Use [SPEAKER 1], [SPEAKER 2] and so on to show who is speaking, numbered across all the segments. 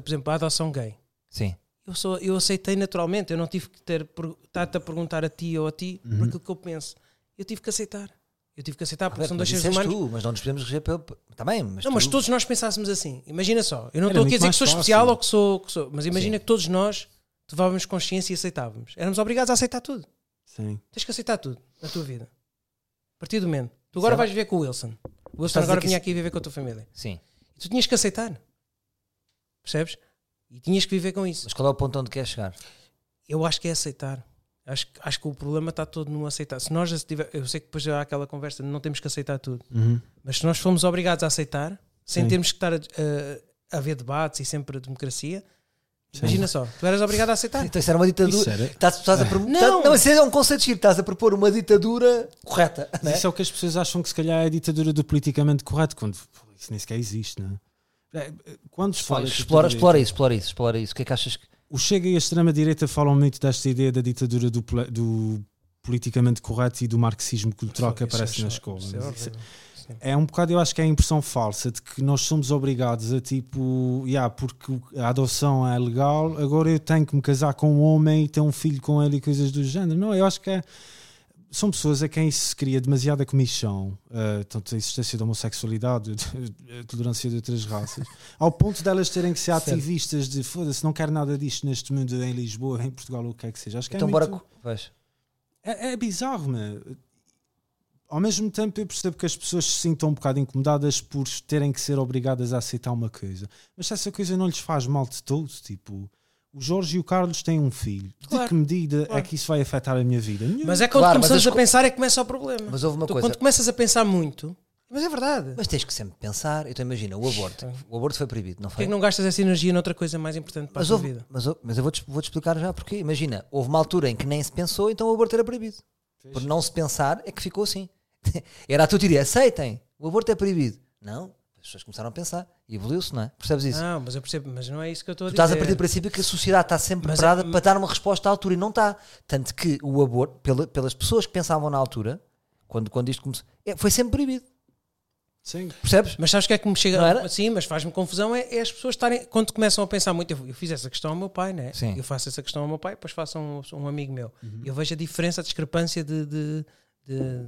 [SPEAKER 1] por exemplo, a adoção gay.
[SPEAKER 2] Sim.
[SPEAKER 1] Eu, sou, eu aceitei naturalmente, eu não tive que ter per- estar-te a perguntar a ti ou a ti
[SPEAKER 2] Uhum.
[SPEAKER 1] por aquilo que eu penso. Eu tive que aceitar. Eu tive que aceitar porque
[SPEAKER 2] Roberto,
[SPEAKER 1] são
[SPEAKER 2] Ah, mas
[SPEAKER 1] dois seres
[SPEAKER 2] disseste
[SPEAKER 1] humanos.
[SPEAKER 2] tu, mas não nos podemos reger pelo. Está bem, mas.
[SPEAKER 1] Não, mas
[SPEAKER 2] tu-
[SPEAKER 1] todos nós pensássemos assim. Imagina só, eu não
[SPEAKER 3] Era
[SPEAKER 1] estou
[SPEAKER 3] muito
[SPEAKER 1] aqui a dizer
[SPEAKER 3] mais
[SPEAKER 1] que sou
[SPEAKER 3] fácil.
[SPEAKER 1] especial ou que sou, que sou mas imagina que todos nós levávamos consciência e aceitávamos. Éramos obrigados a aceitar tudo.
[SPEAKER 3] Sim.
[SPEAKER 1] Tens que aceitar tudo na tua vida. A partir do momento. Tu agora
[SPEAKER 2] Sim.
[SPEAKER 1] vais viver com o Wilson. O Wilson
[SPEAKER 2] Estás a dizer
[SPEAKER 1] agora
[SPEAKER 2] que
[SPEAKER 1] vinha
[SPEAKER 2] isso-
[SPEAKER 1] aqui viver com a tua família.
[SPEAKER 2] Sim.
[SPEAKER 1] E tu tinhas que aceitar. Percebes? E tinhas que viver com isso.
[SPEAKER 2] Mas qual é o ponto onde queres chegar?
[SPEAKER 1] Eu acho que é aceitar. Acho, que- acho que o problema está todo no aceitar. Se nós tiver, eu sei que depois há aquela conversa de não temos que aceitar tudo,
[SPEAKER 3] Uhum.
[SPEAKER 1] mas se nós formos obrigados a aceitar, sem
[SPEAKER 3] Sim.
[SPEAKER 1] termos que estar a, a- a haver debates e sempre a democracia, imagina só, tu eras obrigado a aceitar.
[SPEAKER 2] Então isso era uma
[SPEAKER 3] Isso
[SPEAKER 2] ditadura.
[SPEAKER 3] era-
[SPEAKER 2] Estás, estás a pro...
[SPEAKER 1] Ah. Não.
[SPEAKER 2] não, isso é um conceito giro. Estás a propor uma ditadura correta.
[SPEAKER 1] Né?
[SPEAKER 2] Não é?
[SPEAKER 3] Isso é o que as pessoas acham que se calhar é a ditadura do politicamente correto, quando pô, isso nem sequer existe, não é? É, Quando se fala.
[SPEAKER 2] Olha,
[SPEAKER 3] de
[SPEAKER 2] explora, explora
[SPEAKER 3] ditadura-
[SPEAKER 2] isso, explora isso, explora isso. O que é que achas que.
[SPEAKER 3] O Chega e a extrema-direita falam muito desta ideia da ditadura do, pla- do politicamente correto e do marxismo cultural que
[SPEAKER 1] Isso é
[SPEAKER 3] aparece na
[SPEAKER 1] só-
[SPEAKER 3] escola.
[SPEAKER 1] isso é
[SPEAKER 3] mas
[SPEAKER 1] horrível.
[SPEAKER 3] isso-
[SPEAKER 1] Sim.
[SPEAKER 3] é um bocado, eu acho que é a impressão falsa de que nós somos obrigados a tipo, yeah, porque o- a adoção é legal, agora eu tenho que me casar com um homem e ter um filho com ele e coisas do género. Não, eu acho que é- são pessoas a quem isso se cria demasiada comichão, eh, tanto a existência da homossexualidade, a tolerância de outras raças, ao ponto delas terem que ser
[SPEAKER 2] Certo.
[SPEAKER 3] ativistas de foda-se, não quero nada disto neste mundo, em Lisboa, em Portugal, ou o que é que seja. Acho que
[SPEAKER 2] Então,
[SPEAKER 3] é
[SPEAKER 2] bora.
[SPEAKER 3] muito-
[SPEAKER 2] co- Vais.
[SPEAKER 3] é, é bizarro, meu. Ao mesmo tempo, eu percebo que as pessoas se sintam um bocado incomodadas por terem que ser obrigadas a aceitar uma coisa. Mas se essa coisa não lhes faz mal de todo, tipo, o Jorge e o Carlos têm um filho.
[SPEAKER 1] Claro,
[SPEAKER 3] de que medida é
[SPEAKER 1] claro.
[SPEAKER 3] que isso vai afetar a minha vida? Nenhuma.
[SPEAKER 1] Mas é quando
[SPEAKER 2] Claro, mas
[SPEAKER 1] começamos
[SPEAKER 2] as
[SPEAKER 1] a
[SPEAKER 2] co-
[SPEAKER 1] pensar é que começa o problema.
[SPEAKER 2] Mas houve uma
[SPEAKER 1] Tu,
[SPEAKER 2] coisa.
[SPEAKER 1] Quando começas a pensar muito, mas é verdade.
[SPEAKER 2] Mas tens que sempre pensar. Então, imagina, o aborto. O aborto foi proibido, não
[SPEAKER 1] Porquê
[SPEAKER 2] foi?
[SPEAKER 1] é que não gastas essa energia noutra coisa mais importante para a
[SPEAKER 2] Mas,
[SPEAKER 1] tua
[SPEAKER 2] houve-
[SPEAKER 1] vida?
[SPEAKER 2] mas, houve- mas eu vou-te vou-te explicar já porque. Imagina, houve uma altura em que nem se pensou, então o aborto era proibido. Por não se pensar, é que ficou assim. era a tua teoria. Aceitem, o aborto é proibido. Não, as pessoas começaram a pensar e evoluiu-se, não é? Percebes isso?
[SPEAKER 1] Não, mas eu percebo, mas não Ah, é isso que eu estou a
[SPEAKER 2] Tu
[SPEAKER 1] dizer.
[SPEAKER 2] estás a partir do princípio que a sociedade está sempre
[SPEAKER 1] Mas é-
[SPEAKER 2] preparada para dar uma resposta à altura e não está. Tanto que o aborto, pela- pelas pessoas que pensavam na altura, quando, quando isto começou, é, foi sempre proibido.
[SPEAKER 3] Sim.
[SPEAKER 2] Percebes?
[SPEAKER 1] Mas sabes o que é que me chega?
[SPEAKER 2] Não era?
[SPEAKER 1] Sim, mas faz-me confusão é, é as pessoas estarem. Quando começam a pensar muito, eu, eu fiz essa questão ao meu pai, né?
[SPEAKER 2] Sim. Uhum.
[SPEAKER 1] Eu faço essa questão ao meu pai, depois faço a um, um amigo meu. Eu vejo a diferença, a discrepância de, de- de-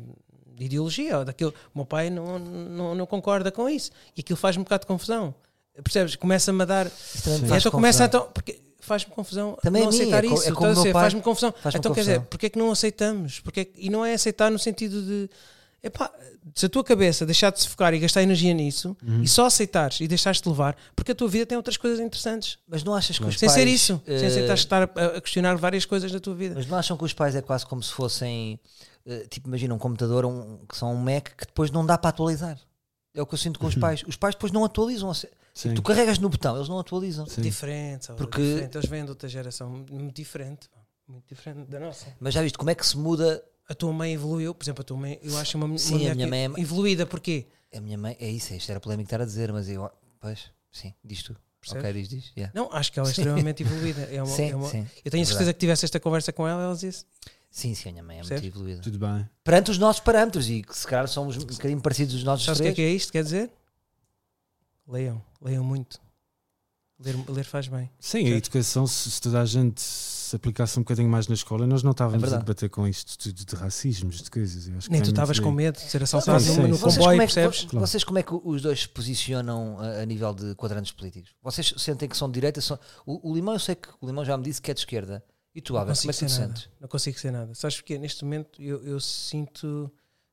[SPEAKER 1] de ideologia. Ou daquilo. O meu pai não, não, não concorda com isso. E aquilo faz-me um bocado de confusão. Percebes? Começa-me a dar.
[SPEAKER 2] também me
[SPEAKER 1] Então
[SPEAKER 2] faz
[SPEAKER 1] começa a.
[SPEAKER 2] confusão.
[SPEAKER 1] Porque faz-me confusão
[SPEAKER 2] Também
[SPEAKER 1] não
[SPEAKER 2] a mim, é
[SPEAKER 1] aceitar
[SPEAKER 2] co- é
[SPEAKER 1] isso.
[SPEAKER 2] como
[SPEAKER 1] Estás
[SPEAKER 2] o
[SPEAKER 1] a
[SPEAKER 2] meu
[SPEAKER 1] dizer,
[SPEAKER 2] pai.
[SPEAKER 1] Faz-me confusão.
[SPEAKER 2] Faz-me
[SPEAKER 1] então quer
[SPEAKER 2] confusão.
[SPEAKER 1] dizer, porque é que não aceitamos? Porque é que- e não é aceitar no sentido de epá, se a tua cabeça deixar de se focar e gastar energia nisso
[SPEAKER 2] Uhum.
[SPEAKER 1] e só aceitares e deixares-te levar, porque a tua vida tem outras coisas interessantes.
[SPEAKER 2] Mas não achas que os
[SPEAKER 1] sem
[SPEAKER 2] pais.
[SPEAKER 1] ser isso, sem
[SPEAKER 2] eh,
[SPEAKER 1] aceitar estar a, a questionar várias coisas da tua vida.
[SPEAKER 2] Mas não acham que os pais é quase como se fossem, eh, tipo, imagina um computador, um, que são um Mac, que depois não dá para atualizar? É o que eu sinto com os pais. Os pais depois não atualizam. ou se-
[SPEAKER 3] Uhum. Sim.
[SPEAKER 2] Tu carregas no botão, eles não atualizam.
[SPEAKER 3] Sim.
[SPEAKER 1] Diferente, Saúl,
[SPEAKER 2] Porque-
[SPEAKER 1] diferente. eles vêm de outra geração muito diferente, pá, muito diferente da nossa.
[SPEAKER 2] Mas já viste como é que se muda?
[SPEAKER 1] A tua mãe evoluiu, por exemplo, a tua mãe, eu acho uma, uma
[SPEAKER 2] Sim, a
[SPEAKER 1] mulher
[SPEAKER 2] minha
[SPEAKER 1] que-
[SPEAKER 2] mãe é-
[SPEAKER 1] evoluída, porquê?
[SPEAKER 2] A minha mãe, é isso, é isto era polémico estar a dizer, mas eu. Pois, sim, diz tu.
[SPEAKER 1] Percebes?
[SPEAKER 2] Ok, diz, diz. yeah.
[SPEAKER 1] Não, acho que ela é
[SPEAKER 2] Sim.
[SPEAKER 1] extremamente evoluída. É uma,
[SPEAKER 2] Sim,
[SPEAKER 1] é uma-
[SPEAKER 2] sim,
[SPEAKER 1] eu tenho
[SPEAKER 2] é
[SPEAKER 1] a certeza
[SPEAKER 2] verdade.
[SPEAKER 1] que tivesse esta conversa com ela, ela disse.
[SPEAKER 2] Sim, sim, a minha mãe é muito
[SPEAKER 1] Percebes?
[SPEAKER 2] evoluída.
[SPEAKER 3] Tudo bem.
[SPEAKER 2] Perante os nossos parâmetros e que se calhar somos um bocadinho parecidos os nossos
[SPEAKER 1] Sabes o que é
[SPEAKER 2] três.
[SPEAKER 1] que é isto? Quer dizer? Leiam, leiam muito. Ler, ler faz bem.
[SPEAKER 3] Sim, a educação, se, se toda a gente se aplicasse um bocadinho mais na escola, nós não
[SPEAKER 2] É
[SPEAKER 3] estávamos a
[SPEAKER 2] verdade.
[SPEAKER 3] debater com isto tudo de racismos, de coisas. Eu acho que
[SPEAKER 1] Nem
[SPEAKER 3] vai
[SPEAKER 1] tu
[SPEAKER 3] muito
[SPEAKER 1] estavas
[SPEAKER 3] daí.
[SPEAKER 1] com medo de ser assaltado
[SPEAKER 3] Sim,
[SPEAKER 1] no-
[SPEAKER 3] sim,
[SPEAKER 1] no
[SPEAKER 3] sim.
[SPEAKER 2] Vocês
[SPEAKER 1] comboio,
[SPEAKER 2] como, é que,
[SPEAKER 1] percebes?
[SPEAKER 3] Claro.
[SPEAKER 2] vocês como é que os dois se posicionam a, a nível de quadrantes políticos? Vocês sentem que são de direita? São, o, o Limão, eu sei que o Limão já me disse que é de esquerda. E tu,
[SPEAKER 1] Não
[SPEAKER 2] Abel, como
[SPEAKER 1] consigo
[SPEAKER 2] é que tu
[SPEAKER 1] ser
[SPEAKER 2] te
[SPEAKER 1] nada.
[SPEAKER 2] sentes?
[SPEAKER 1] Não consigo ser nada. Sabes porque neste momento eu, eu sinto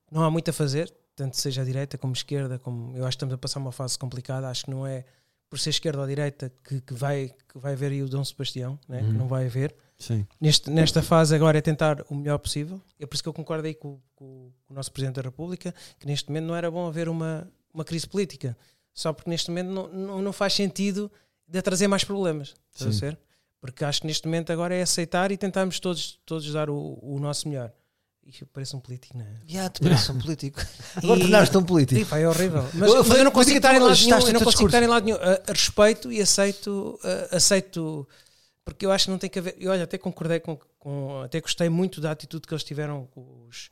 [SPEAKER 1] que não há muito a fazer, tanto seja à direita como esquerda, como eu acho que estamos a passar uma fase complicada, acho que não é por ser esquerda ou direita que, que vai, que vai haver aí o Dom Sebastião, né?
[SPEAKER 3] Uhum.
[SPEAKER 1] que não vai haver.
[SPEAKER 3] Sim.
[SPEAKER 1] neste, nesta fase agora é tentar o melhor possível. É por isso que eu concordo aí com, com- com o nosso Presidente da República, que neste momento não era bom haver uma, uma crise política, só porque neste momento não, não, não faz sentido de trazer mais problemas. Estás a
[SPEAKER 3] Sim.
[SPEAKER 1] ser? Porque acho que neste momento agora é aceitar e tentarmos todos, todos dar o, o nosso melhor. Isto parece um político, não é?
[SPEAKER 2] Já, tu pareces um político. Agora
[SPEAKER 1] E-
[SPEAKER 2] tornaste-te um político.
[SPEAKER 1] Sim, pá, é horrível. Mas, mas
[SPEAKER 2] Eu- eu
[SPEAKER 1] eu não
[SPEAKER 2] falei- tipo
[SPEAKER 1] consigo estar em lado nenhum.
[SPEAKER 2] ajustaste
[SPEAKER 1] Eu não
[SPEAKER 2] o teu
[SPEAKER 1] consigo estar em
[SPEAKER 2] discurso.
[SPEAKER 1] lado nenhum. A- a respeito e aceito, a- aceito, porque eu acho que não tem que haver. E olha, até concordei com, com- até gostei muito da atitude que eles tiveram com os.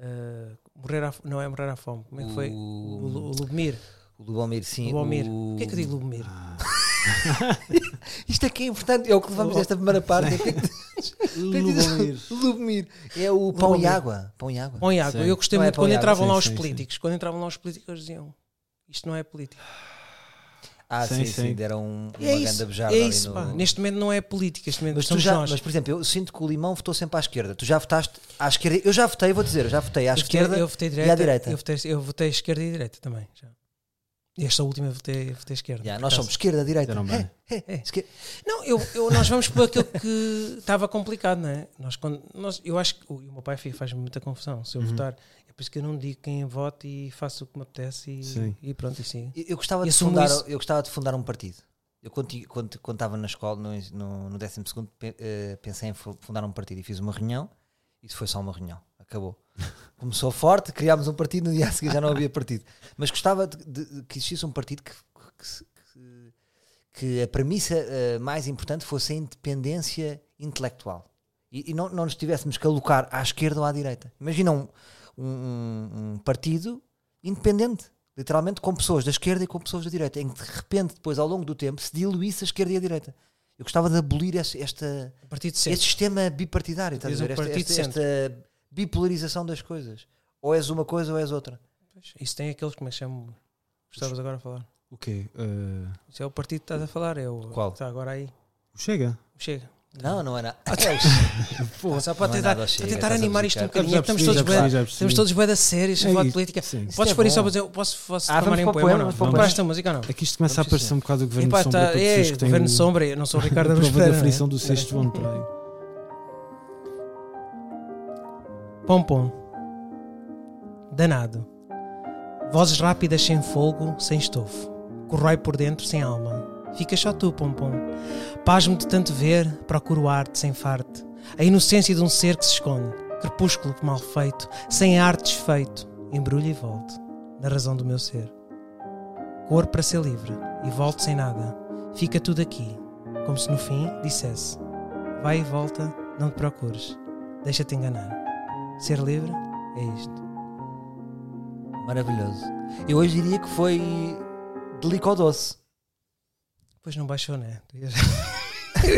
[SPEAKER 1] ah, morrer à, não é morrer à fome, como é que foi?
[SPEAKER 2] O-
[SPEAKER 1] O, Lu- o Lubomir.
[SPEAKER 2] O Ah, Lubomir,
[SPEAKER 1] O é
[SPEAKER 2] sim.
[SPEAKER 1] Lubomir. O que é que eu digo Lubomir?
[SPEAKER 2] Isto aqui é importante, é o que levamos desta primeira parte. É
[SPEAKER 3] Lubomir.
[SPEAKER 2] Lubomir. É o pão e água. Pão e água.
[SPEAKER 1] Bom, Iago,
[SPEAKER 3] Sim.
[SPEAKER 1] eu gostei
[SPEAKER 2] Não é
[SPEAKER 1] muito quando
[SPEAKER 2] apoiado,
[SPEAKER 1] entravam
[SPEAKER 3] sim,
[SPEAKER 1] lá os
[SPEAKER 3] sim, sim.
[SPEAKER 1] políticos. Quando entravam lá os políticos, eles diziam isto não é política.
[SPEAKER 2] Ah, sim,
[SPEAKER 3] Sim,
[SPEAKER 2] sim,
[SPEAKER 3] sim.
[SPEAKER 2] deram um- uma
[SPEAKER 1] E é isso,
[SPEAKER 2] grande bejada
[SPEAKER 1] é
[SPEAKER 2] ali
[SPEAKER 1] isso
[SPEAKER 2] no-
[SPEAKER 1] pá. Neste momento não é política, este momento
[SPEAKER 2] Mas, tu
[SPEAKER 1] somos
[SPEAKER 2] já,
[SPEAKER 1] nós.
[SPEAKER 2] mas, por exemplo, eu sinto que o Limão votou sempre à esquerda. Tu já votaste à esquerda. Eu já votei, vou dizer, eu já votei à
[SPEAKER 1] Eu votei-
[SPEAKER 2] esquerda
[SPEAKER 1] eu votei
[SPEAKER 2] e à direita.
[SPEAKER 1] Eu votei, eu votei esquerda e direita também. Já. E Esta última eu votei, eu votei esquerda.
[SPEAKER 2] Já,
[SPEAKER 1] por
[SPEAKER 2] nós
[SPEAKER 1] acaso.
[SPEAKER 2] somos esquerda, direita.
[SPEAKER 3] Deram bem.
[SPEAKER 2] É, é, esquer-
[SPEAKER 1] Não, eu, eu- nós vamos por aquilo que estava complicado, não é? Nós, quando, nós, eu acho que o, o meu pai fi- faz-me muita confusão.
[SPEAKER 2] Uhum.
[SPEAKER 1] Se eu votar, é por isso que eu não digo quem voto e faço o que me apetece
[SPEAKER 3] Sim.
[SPEAKER 1] e, e pronto, e sim.
[SPEAKER 2] Eu, eu gostava
[SPEAKER 1] E
[SPEAKER 2] de
[SPEAKER 1] assumo
[SPEAKER 2] fundar,
[SPEAKER 1] isso.
[SPEAKER 2] eu gostava de fundar um partido. Eu quando ti- quando quando estava na escola, no, no, no 12 segundo, pe- eh, pensei em fu- fundar um partido e fiz uma reunião. Isso foi só uma reunião, acabou. Começou forte, criámos um partido, no dia a seguir já não havia partido. Mas gostava de, de- de que existisse um partido que, que se- que- que a premissa eh, mais importante fosse a independência intelectual. E, e não, não nos tivéssemos que alocar à esquerda ou à direita. Imagina um- um- um partido independente, literalmente com pessoas da esquerda e com pessoas da direita, em que de repente, depois, ao longo do tempo, se diluísse a esquerda e a direita. Eu gostava de abolir esse, esta,
[SPEAKER 1] O partido
[SPEAKER 2] este
[SPEAKER 1] certo.
[SPEAKER 2] sistema bipartidário, estás a
[SPEAKER 1] Tens um
[SPEAKER 2] ver? Esta,
[SPEAKER 1] partido
[SPEAKER 2] esta- esta bipolarização das coisas. Ou és uma coisa ou és outra.
[SPEAKER 1] Isso tem aqueles é que me chamam. Estavas agora a falar.
[SPEAKER 3] O quê? Eh,
[SPEAKER 1] Isso é o partido que estás a falar. É o,
[SPEAKER 2] Qual?
[SPEAKER 1] Está agora aí.
[SPEAKER 3] chega.
[SPEAKER 1] Chega.
[SPEAKER 2] Não, não é nada.
[SPEAKER 1] Só para
[SPEAKER 2] não é
[SPEAKER 1] tentar,
[SPEAKER 2] nada, chega,
[SPEAKER 1] para tentar
[SPEAKER 2] estás a
[SPEAKER 1] animar isto um
[SPEAKER 2] brincar.
[SPEAKER 1] bocadinho.
[SPEAKER 3] Já
[SPEAKER 1] é que Estamos
[SPEAKER 3] percebi,
[SPEAKER 1] todos
[SPEAKER 3] já percebi,
[SPEAKER 1] bem.
[SPEAKER 3] já percebi.
[SPEAKER 1] Estamos todos bem da sério, a
[SPEAKER 3] É
[SPEAKER 1] falar de
[SPEAKER 3] isso,
[SPEAKER 1] política.
[SPEAKER 3] sim.
[SPEAKER 2] Isto
[SPEAKER 1] Podes
[SPEAKER 2] é
[SPEAKER 1] pôr aí só
[SPEAKER 2] bom.
[SPEAKER 1] para dizer, posso, posso
[SPEAKER 2] Ah,
[SPEAKER 1] tomar
[SPEAKER 2] vamos
[SPEAKER 1] aí um
[SPEAKER 2] para
[SPEAKER 1] poema? ou
[SPEAKER 2] o poema,
[SPEAKER 1] não?
[SPEAKER 2] vamos para o
[SPEAKER 1] Não
[SPEAKER 2] poema.
[SPEAKER 1] paraste a música ou não?
[SPEAKER 3] É que isto começa a parecer um bocado o governo
[SPEAKER 1] Epá,
[SPEAKER 3] sombra
[SPEAKER 1] tá,
[SPEAKER 3] para
[SPEAKER 1] é,
[SPEAKER 3] pessoas que têm
[SPEAKER 1] governo
[SPEAKER 3] o-
[SPEAKER 1] sombra, eu não sou o
[SPEAKER 3] a
[SPEAKER 1] Ricardo né? Aruz
[SPEAKER 3] prova da
[SPEAKER 1] Pereira.
[SPEAKER 3] aflição
[SPEAKER 1] não
[SPEAKER 3] do sexto ano para aí.
[SPEAKER 1] é? Pom pom. Danado. Vozes rápidas sem fogo, sem estofo. Corrói por dentro sem alma. Fica só tu, pom pom. Pasmo de tanto ver, procuro arte sem farte. A inocência de um ser que se esconde. Crepúsculo mal feito, sem arte desfeito. Embrulho e volto, na razão do meu ser. Cor para ser livre, e volto sem nada. Fica tudo aqui, como se no fim dissesse: Vai e volta, não te procures, deixa-te enganar. Ser livre é isto.
[SPEAKER 2] Maravilhoso. Eu hoje diria que foi de licor doce.
[SPEAKER 1] Pois não baixou, né? Ele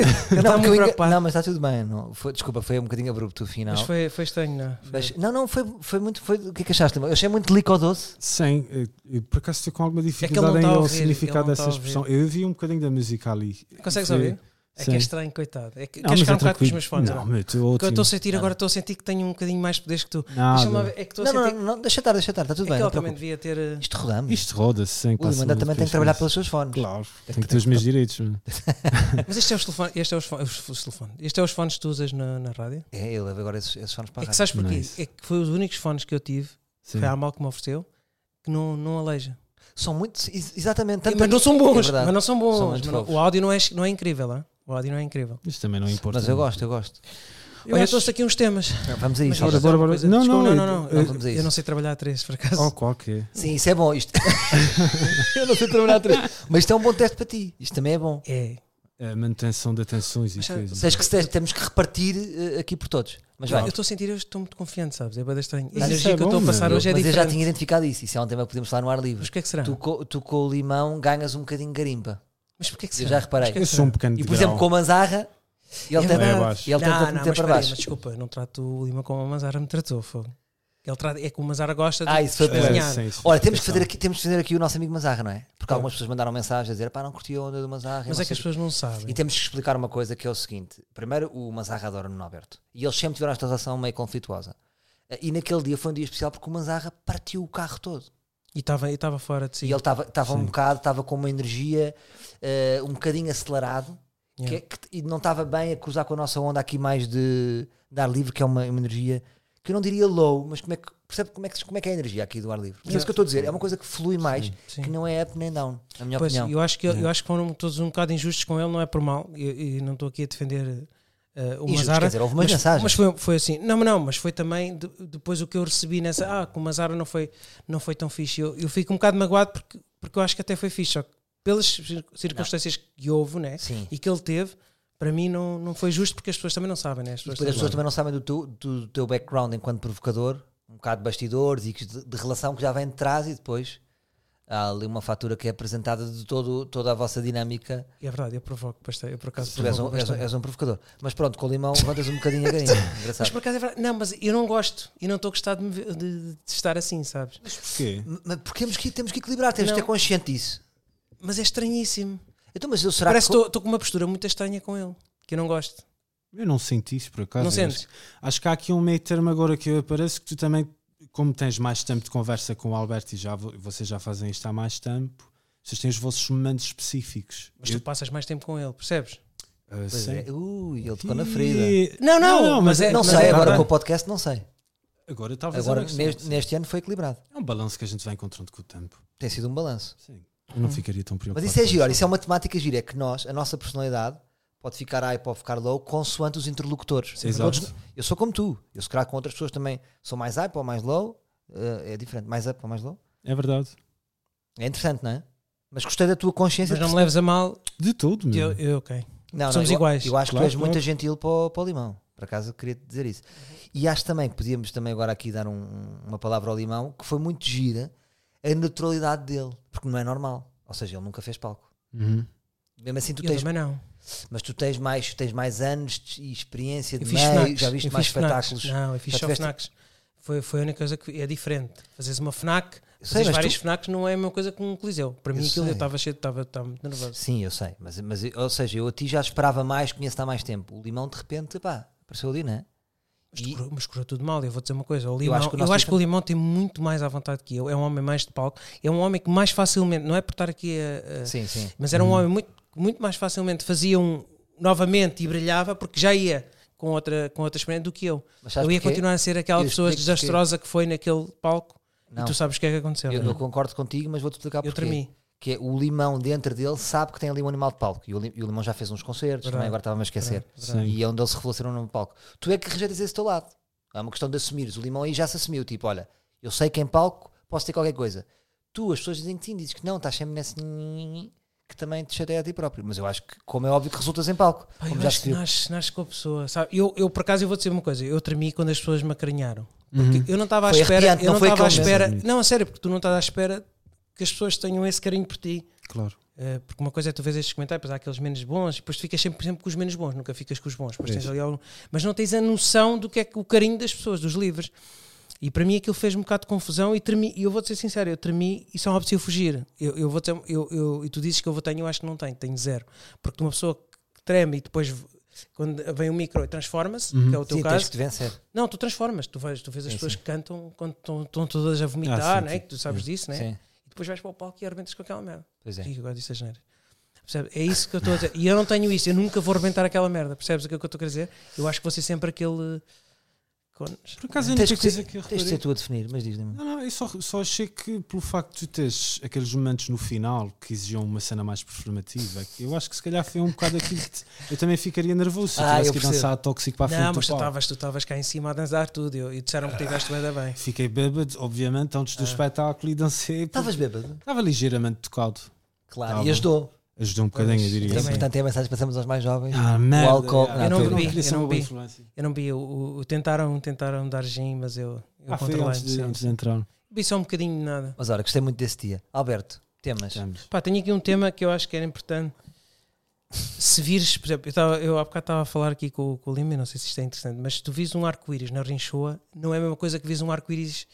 [SPEAKER 2] Não,
[SPEAKER 1] estava
[SPEAKER 2] porque eu
[SPEAKER 1] muito
[SPEAKER 2] ainda-
[SPEAKER 1] preocupado.
[SPEAKER 2] não, mas está tudo bem. Não, foi- desculpa, foi um bocadinho abrupto o final.
[SPEAKER 1] Mas foi, foi estranho, não? é? Foi-
[SPEAKER 2] Mas- não, não, foi, foi muito. Foi, o que é que achaste? Eu achei muito licor doce.
[SPEAKER 3] Sim, eh, eh, por acaso estou com alguma
[SPEAKER 1] que ele não
[SPEAKER 3] dificuldade
[SPEAKER 1] está
[SPEAKER 3] em
[SPEAKER 1] a
[SPEAKER 3] ler o
[SPEAKER 1] ouvir, ele
[SPEAKER 3] significado
[SPEAKER 1] não está
[SPEAKER 3] dessa
[SPEAKER 1] a
[SPEAKER 3] expressão. Eu vi um bocadinho da música ali.
[SPEAKER 1] Consegues
[SPEAKER 3] Foi-
[SPEAKER 1] ouvir? É que
[SPEAKER 3] Sim.
[SPEAKER 1] é estranho, coitado. É que
[SPEAKER 3] Não,
[SPEAKER 1] queres
[SPEAKER 3] mas
[SPEAKER 1] ficar
[SPEAKER 3] é
[SPEAKER 1] um bocado com os
[SPEAKER 3] tranquilo.
[SPEAKER 1] meus fones.
[SPEAKER 3] Não,
[SPEAKER 1] Não,
[SPEAKER 3] meu, estou
[SPEAKER 1] que eu
[SPEAKER 3] ótimo.
[SPEAKER 1] estou a sentir agora, estou a sentir que tenho um bocadinho mais poderes que tu. Deixa-me
[SPEAKER 3] Nada.
[SPEAKER 1] ver, é que estou a
[SPEAKER 2] Não, não,
[SPEAKER 1] sentir
[SPEAKER 2] não, não, deixa estar, deixa estar, está tudo
[SPEAKER 1] é
[SPEAKER 2] bem.
[SPEAKER 1] que
[SPEAKER 2] não
[SPEAKER 1] ele
[SPEAKER 2] te
[SPEAKER 1] também
[SPEAKER 2] preocupes.
[SPEAKER 1] devia ter. eh,
[SPEAKER 2] Isto rodamos.
[SPEAKER 3] Isto roda-se sem
[SPEAKER 2] O
[SPEAKER 3] passar
[SPEAKER 2] Limandão também
[SPEAKER 3] muito
[SPEAKER 2] tem que
[SPEAKER 3] pelas
[SPEAKER 2] trabalhar
[SPEAKER 3] coisas.
[SPEAKER 2] pelos seus fones.
[SPEAKER 3] Claro, tenho que ter os meus direitos. mano.
[SPEAKER 1] Mas este é os telefones, este é os fones, os- os telefones. Este é os fones que tu usas na, na rádio?
[SPEAKER 2] É, ele leva agora esses, esses fones para a
[SPEAKER 1] É que
[SPEAKER 2] rádio.
[SPEAKER 1] sabes porquê?
[SPEAKER 3] Nice.
[SPEAKER 1] É que foi os únicos fones que eu tive,
[SPEAKER 3] Sim.
[SPEAKER 1] foi a mal que me ofereceu, que não, não aleija.
[SPEAKER 2] São muitos, ex- exatamente. Tanto
[SPEAKER 1] mas não são bons,
[SPEAKER 2] É verdade.
[SPEAKER 1] mas não são
[SPEAKER 2] São
[SPEAKER 1] bons.
[SPEAKER 2] muito
[SPEAKER 1] mas não-
[SPEAKER 2] fofos.
[SPEAKER 1] o áudio não é, não é incrível, hã? o áudio não é incrível.
[SPEAKER 3] Isto também não importa.
[SPEAKER 2] Mas eu gosto, eu gosto.
[SPEAKER 1] Eu Olha, trouxe aqui uns temas.
[SPEAKER 2] Vamos a
[SPEAKER 1] É. Mas vamos
[SPEAKER 2] isso.
[SPEAKER 3] Bora,
[SPEAKER 1] fazer
[SPEAKER 3] bora,
[SPEAKER 1] uma
[SPEAKER 3] bora.
[SPEAKER 1] coisa.
[SPEAKER 3] Não,
[SPEAKER 1] Desculpa,
[SPEAKER 3] não,
[SPEAKER 1] não, não, não.
[SPEAKER 2] não vamos a
[SPEAKER 1] Eu
[SPEAKER 2] isso.
[SPEAKER 1] não sei trabalhar a três, por acaso.
[SPEAKER 3] Oh, qualquer.
[SPEAKER 2] Sim, isso é bom. Isto... eu não sei trabalhar três. Mas isto é um bom teste para ti. Isto também é bom.
[SPEAKER 1] É.
[SPEAKER 3] A manutenção de atenções e
[SPEAKER 1] Mas,
[SPEAKER 3] coisas.
[SPEAKER 2] Sabes que se- temos que repartir eh, aqui por todos. Mas vai.
[SPEAKER 1] Eu estou a sentir, eu estou muito confiante, sabes? É bem estranho. A
[SPEAKER 3] Mas isso
[SPEAKER 1] energia
[SPEAKER 3] é
[SPEAKER 1] que eu estou a
[SPEAKER 3] bom,
[SPEAKER 1] passar
[SPEAKER 3] meu.
[SPEAKER 1] hoje é
[SPEAKER 2] mas eu já
[SPEAKER 1] diferente.
[SPEAKER 2] tinha identificado isso. Isso é um tema que podemos falar no ar livre.
[SPEAKER 1] Mas o que é que será?
[SPEAKER 2] Tu, co- tu com o limão ganhas um bocadinho de garimpa.
[SPEAKER 1] Mas porquê é que
[SPEAKER 2] Eu
[SPEAKER 1] será?
[SPEAKER 2] já reparei.
[SPEAKER 1] Mas
[SPEAKER 3] Eu sou um pequeno
[SPEAKER 2] E por
[SPEAKER 3] degrau.
[SPEAKER 2] exemplo, com a manzarra, ele
[SPEAKER 1] É
[SPEAKER 2] tenta,
[SPEAKER 1] verdade.
[SPEAKER 3] abaixo.
[SPEAKER 2] ele um tenta
[SPEAKER 1] Não,
[SPEAKER 2] te
[SPEAKER 1] não,
[SPEAKER 2] meter
[SPEAKER 1] mas
[SPEAKER 2] para
[SPEAKER 1] peraí, mas
[SPEAKER 2] baixo.
[SPEAKER 1] desculpa, eu não trato o Lima como a Manzara me tratou, fogo. Ele trata, é que o Manzara gosta de
[SPEAKER 2] Ah, isso foi
[SPEAKER 3] É,
[SPEAKER 1] cozinhar.
[SPEAKER 3] sim, sim.
[SPEAKER 2] Olha, temos que, fazer aqui, temos que fazer aqui o nosso amigo Mazarra, não é? Porque algumas pessoas mandaram mensagem a dizer pá, não curti a onda do Mazarra.
[SPEAKER 1] Mas
[SPEAKER 2] não
[SPEAKER 1] é que
[SPEAKER 2] sei
[SPEAKER 1] as
[SPEAKER 2] o quê."
[SPEAKER 1] pessoas não sabem.
[SPEAKER 2] E temos que explicar uma coisa que é o seguinte: primeiro, o Mazarra adora o Nuno Alberto. E eles sempre tiveram esta relação meio conflituosa. E naquele dia foi um dia especial porque o Mazarra partiu o carro todo.
[SPEAKER 1] E estava e estava fora de si.
[SPEAKER 2] E ele estava estava um bocado, estava com uma energia eh, um bocadinho acelerado
[SPEAKER 1] Yeah.
[SPEAKER 2] que, que- e não estava bem a cruzar com a nossa onda aqui mais de, de ar livre, que é uma, uma energia que eu não diria low, mas como é que percebe como é que, como é, que é a energia aqui do ar livre? Mas é isso que eu estou a dizer, é uma coisa que flui mais,
[SPEAKER 1] sim.
[SPEAKER 2] que não é up nem down, na minha
[SPEAKER 1] Pois,
[SPEAKER 2] opinião. Uhum.
[SPEAKER 1] eu acho, que, eu acho que foram todos um bocado injustos com ele, não é por mal, e, e não estou aqui a defender eh, o
[SPEAKER 2] Injustos,
[SPEAKER 1] Mazara.
[SPEAKER 2] quer dizer, houve umas
[SPEAKER 1] mas,
[SPEAKER 2] mensagens.
[SPEAKER 1] Mas foi, foi assim, não, mas não, mas foi também de- depois o que eu recebi nessa, ah, que o Mazara não foi, não foi tão fixe. Eu, eu fico um bocado magoado porque, porque eu acho que até foi fixe, só que pelas cir- circunstâncias que houve né,
[SPEAKER 2] Sim.
[SPEAKER 1] e que ele teve, para mim não, não foi justo porque as pessoas também não sabem, né? As
[SPEAKER 2] E
[SPEAKER 1] pessoas
[SPEAKER 2] depois as pessoas
[SPEAKER 1] também-
[SPEAKER 2] também não sabem do teu, do teu background enquanto provocador, um bocado de bastidores e que de, de relação que já vem de trás e depois há ali uma fatura que é apresentada de todo, toda a vossa dinâmica.
[SPEAKER 1] E é verdade, eu provoco bastante. Eu por acaso
[SPEAKER 2] Tu és um,
[SPEAKER 1] provoco
[SPEAKER 2] és um-
[SPEAKER 1] bastante.
[SPEAKER 2] és um provocador. Mas pronto, com o limão levantas um bocadinho a galinha.
[SPEAKER 1] Mas
[SPEAKER 2] Engraçado.
[SPEAKER 1] por acaso é verdade. Não, mas eu não gosto. E não estou a gostar de, me ver- de- de estar assim, sabes?
[SPEAKER 3] Mas porquê?
[SPEAKER 2] Mas porque temos que, temos que equilibrar, temos que
[SPEAKER 1] Não.
[SPEAKER 2] ter consciente disso.
[SPEAKER 1] Mas é estranhíssimo.
[SPEAKER 2] Então, mas eu será
[SPEAKER 1] Parece que
[SPEAKER 2] que.
[SPEAKER 1] estou com uma postura muito estranha com ele. Que eu não gosto.
[SPEAKER 3] Eu não senti isso por
[SPEAKER 2] Ah,
[SPEAKER 3] acaso.
[SPEAKER 1] Não
[SPEAKER 3] Eu
[SPEAKER 1] sentes?
[SPEAKER 3] Acho, acho que há aqui um meio termo agora que eu apareço que tu também, como tens mais tempo de conversa com o Alberto e já, vo- vocês já fazem isto há mais tempo, vocês têm os vossos momentos específicos.
[SPEAKER 1] Mas
[SPEAKER 3] Eu-
[SPEAKER 1] tu passas mais tempo com ele, percebes?
[SPEAKER 3] ah,
[SPEAKER 2] Pois
[SPEAKER 3] sim.
[SPEAKER 2] é. Ui, ele tocou na ferida.
[SPEAKER 3] E-
[SPEAKER 1] Não, não, mas é-
[SPEAKER 2] Não
[SPEAKER 1] mas
[SPEAKER 2] sei,
[SPEAKER 1] é
[SPEAKER 2] agora
[SPEAKER 1] verdade.
[SPEAKER 2] com o podcast, não sei.
[SPEAKER 3] Agora talvez
[SPEAKER 2] Agora,
[SPEAKER 3] é uma questão,
[SPEAKER 2] neste,
[SPEAKER 3] sim.
[SPEAKER 2] neste ano foi equilibrado.
[SPEAKER 3] é um balanço que a gente vai encontrando com o tempo.
[SPEAKER 2] Tem sido um balanço.
[SPEAKER 3] Sim. Eu não ficaria tão preocupado.
[SPEAKER 2] Mas isso é
[SPEAKER 3] com
[SPEAKER 2] giro, olha, isso é uma temática gira. É que nós, a nossa personalidade, pode ficar high, pode ficar low, consoante os interlocutores.
[SPEAKER 3] Sim, exato.
[SPEAKER 2] Todos- eu sou como tu. Eu, se calhar, com outras pessoas também sou mais high ou mais low. eh, é diferente, mais up ou mais low.
[SPEAKER 3] É verdade.
[SPEAKER 2] É interessante, não é? Mas Hum. gostei da tua consciência.
[SPEAKER 1] Mas não
[SPEAKER 2] de
[SPEAKER 1] me leves a mal.
[SPEAKER 3] De tudo, meu.
[SPEAKER 1] Eu, eu, ok.
[SPEAKER 2] Não,
[SPEAKER 1] Somos
[SPEAKER 2] eu,
[SPEAKER 1] iguais.
[SPEAKER 2] Eu acho que
[SPEAKER 3] Claro,
[SPEAKER 2] tu és
[SPEAKER 3] claro.
[SPEAKER 2] muito gentil para o, para o limão. Por acaso eu queria te dizer isso. E acho também que podíamos também agora aqui dar um- uma palavra ao limão que foi muito gira a naturalidade dele, porque não é normal. Ou seja, ele nunca fez palco.
[SPEAKER 3] Uhum.
[SPEAKER 2] Mesmo assim, tu
[SPEAKER 1] eu
[SPEAKER 2] tens,
[SPEAKER 1] também não.
[SPEAKER 2] mas tu tens mais, tens mais anos de- e experiência
[SPEAKER 1] Eu
[SPEAKER 2] de
[SPEAKER 1] fiz
[SPEAKER 2] meio,
[SPEAKER 1] FNACs.
[SPEAKER 2] já viste
[SPEAKER 1] eu
[SPEAKER 2] mais
[SPEAKER 1] fiz FNACs.
[SPEAKER 2] espetáculos.
[SPEAKER 1] Não, eu fiz
[SPEAKER 2] Já
[SPEAKER 1] só
[SPEAKER 2] tiveste-
[SPEAKER 1] FNACs. Foi, foi a única coisa que é diferente. Fazeres uma FNAC,
[SPEAKER 2] Sei,
[SPEAKER 1] fazeres
[SPEAKER 2] mas
[SPEAKER 1] várias
[SPEAKER 2] tu-
[SPEAKER 1] FNACs não é a mesma coisa que um coliseu. Para mim
[SPEAKER 2] Eu
[SPEAKER 1] aquilo
[SPEAKER 2] sei.
[SPEAKER 1] eu estava cheio, estava estava muito nervoso.
[SPEAKER 2] Sim, eu sei, mas, mas ou seja, eu a ti já esperava mais, conheço-te há mais tempo. O limão de repente, pá, apareceu ali, não é?
[SPEAKER 1] Mas,
[SPEAKER 2] E-
[SPEAKER 1] correu, mas correu tudo mal, eu vou dizer uma coisa. O Limão, eu
[SPEAKER 2] acho
[SPEAKER 1] acho
[SPEAKER 2] que
[SPEAKER 1] que
[SPEAKER 2] o
[SPEAKER 1] o,
[SPEAKER 2] nosso
[SPEAKER 1] Limão tem muito mais à vontade que eu. É um homem mais de palco, é um homem que mais facilmente, não é por estar aqui a. a-
[SPEAKER 2] Sim, sim.
[SPEAKER 1] mas era um homem muito, muito mais facilmente fazia um novamente e brilhava porque já ia com outra, com outra experiência do que eu.
[SPEAKER 2] Mas sabes
[SPEAKER 1] Eu ia
[SPEAKER 2] porquê?
[SPEAKER 1] continuar a ser aquela
[SPEAKER 2] Eu
[SPEAKER 1] pessoa
[SPEAKER 2] explico-te porquê.
[SPEAKER 1] desastrosa que foi naquele palco
[SPEAKER 2] Não.
[SPEAKER 1] e tu sabes o que é que aconteceu.
[SPEAKER 2] Eu,
[SPEAKER 1] não
[SPEAKER 2] eu
[SPEAKER 1] é?
[SPEAKER 2] concordo contigo, mas vou-te explicar
[SPEAKER 1] Eu
[SPEAKER 2] porquê.
[SPEAKER 1] tremi.
[SPEAKER 2] Que é o limão dentro dele sabe que tem ali um animal de palco. E o, Li- e o limão já fez uns concertos,
[SPEAKER 1] Verdade.
[SPEAKER 2] também agora estava-me a esquecer.
[SPEAKER 3] Verdade.
[SPEAKER 2] E é onde ele se revelou ser um animal de palco. Tu é que rejeitas esse teu lado. É uma questão de assumires. O limão aí já se assumiu. Tipo, olha, eu sei que em palco posso ter qualquer coisa. Tu, as pessoas dizem que sim, dizes que não, estás sempre nesse nhinhinhin, que também te chateia a ti próprio. Mas eu acho que, como é óbvio, que resultas em palco.
[SPEAKER 1] Pá,
[SPEAKER 2] como
[SPEAKER 1] eu
[SPEAKER 2] já
[SPEAKER 1] acho
[SPEAKER 2] se
[SPEAKER 1] que
[SPEAKER 2] viu.
[SPEAKER 1] nasce, nasce com a pessoa. Sabe? Eu, eu, por acaso, eu vou dizer uma coisa. Eu tremi quando as pessoas me acarinharam. Porque eu não estava à
[SPEAKER 2] Uhum. Foi
[SPEAKER 1] espera.
[SPEAKER 2] arrepiante,
[SPEAKER 1] Eu
[SPEAKER 2] não
[SPEAKER 1] não
[SPEAKER 2] foi
[SPEAKER 1] estava à
[SPEAKER 2] aquele momento.
[SPEAKER 1] espera. Não, a sério, porque tu não estás à espera que as pessoas tenham esse carinho por ti.
[SPEAKER 3] Claro.
[SPEAKER 1] Eh, porque uma coisa é tu vês estes comentários, depois há aqueles menos bons, e depois tu ficas sempre, sempre com os menos bons, nunca ficas com os bons. Depois
[SPEAKER 2] É
[SPEAKER 1] tens ali algum- mas não tens a noção do que é que o carinho das pessoas, dos livros. E para mim aquilo fez um bocado de confusão e tremi. E eu vou-te ser sincero, eu tremi e só me apetecia fugir. Eu, eu vou ter, eu, eu- e tu dizes que eu vou tenho, eu acho que não tenho, tenho zero. Porque uma pessoa que treme e depois v- quando vem o micro e transforma-se, que é o teu
[SPEAKER 2] Uhum. Sim, tens
[SPEAKER 1] caso,
[SPEAKER 2] que te vencer.
[SPEAKER 1] não, tu transformas, tu, vais, tu vês as
[SPEAKER 2] Sim,
[SPEAKER 1] pessoas que cantam quando estão, estão todas a vomitar,
[SPEAKER 3] Ah, sim,
[SPEAKER 1] né?
[SPEAKER 3] sim.
[SPEAKER 1] que tu sabes disso, né?
[SPEAKER 2] É. Sim,
[SPEAKER 1] e depois vais para o palco e arrebentas com aquela merda.
[SPEAKER 2] pois é.
[SPEAKER 1] Ih, agora disse as neiras. Percebe? É isso que eu estou a dizer. E eu não tenho isso, eu nunca vou arrebentar aquela merda. Percebes o que é que eu estou a querer dizer? Eu acho que vou ser sempre aquele. eh, cones.
[SPEAKER 3] Por acaso, a
[SPEAKER 2] Tens
[SPEAKER 3] única
[SPEAKER 2] que ser,
[SPEAKER 3] coisa que eu
[SPEAKER 2] tens de ser
[SPEAKER 3] reparei-
[SPEAKER 2] tu a definir, mas diz-me.
[SPEAKER 3] Não, não, eu só, só achei que pelo facto de tu teres aqueles momentos no final que exigiam uma cena mais performativa, que eu acho que se calhar foi um bocado aquilo que te- eu também ficaria nervoso se eu
[SPEAKER 2] Ah,
[SPEAKER 3] tivesse
[SPEAKER 2] eu
[SPEAKER 3] que
[SPEAKER 2] percebo.
[SPEAKER 3] dançar tóxico para a
[SPEAKER 1] Não,
[SPEAKER 3] frente
[SPEAKER 1] mas
[SPEAKER 3] do
[SPEAKER 1] tu
[SPEAKER 3] palco.
[SPEAKER 1] estavas tu estavas cá em cima a dançar tudo eu- e disseram-me que estiveste bem, bem.
[SPEAKER 3] Fiquei bêbado, obviamente, antes
[SPEAKER 1] Ah.
[SPEAKER 3] do espetáculo e dancei. porque
[SPEAKER 2] Estavas bêbado?
[SPEAKER 3] Estava ligeiramente tocado.
[SPEAKER 2] Claro.
[SPEAKER 3] Tava.
[SPEAKER 2] e ajudou.
[SPEAKER 3] Ajudou um bocadinho, eu diria.
[SPEAKER 2] Também.
[SPEAKER 1] Também.
[SPEAKER 2] Portanto, é a mensagem que passamos aos mais jovens.
[SPEAKER 3] Ah, merda.
[SPEAKER 2] álcool-
[SPEAKER 3] ah,
[SPEAKER 2] Eu não
[SPEAKER 3] tô-
[SPEAKER 2] bebi,
[SPEAKER 3] queria
[SPEAKER 1] eu
[SPEAKER 3] ser
[SPEAKER 1] não
[SPEAKER 3] uma boa
[SPEAKER 1] bebi.
[SPEAKER 3] influência.
[SPEAKER 1] Eu não vi, o- o- o tentaram, tentaram dar gin, mas eu, eu
[SPEAKER 3] Ah, foi
[SPEAKER 1] controlei.
[SPEAKER 3] antes de,
[SPEAKER 1] sim.
[SPEAKER 3] antes de entrar.
[SPEAKER 1] Vi só um bocadinho de nada.
[SPEAKER 2] Mas olha, gostei muito desse dia. Alberto, temas.
[SPEAKER 3] Estamos.
[SPEAKER 1] Pá, tenho aqui um tema que eu acho que era importante. Se vires, por exemplo, eu, tava, eu há bocado estava a falar aqui com, o- com o Lima, eu não sei se isto é interessante, mas se tu vis um arco-íris na Rinchoa, não é a mesma coisa que vis um arco-íris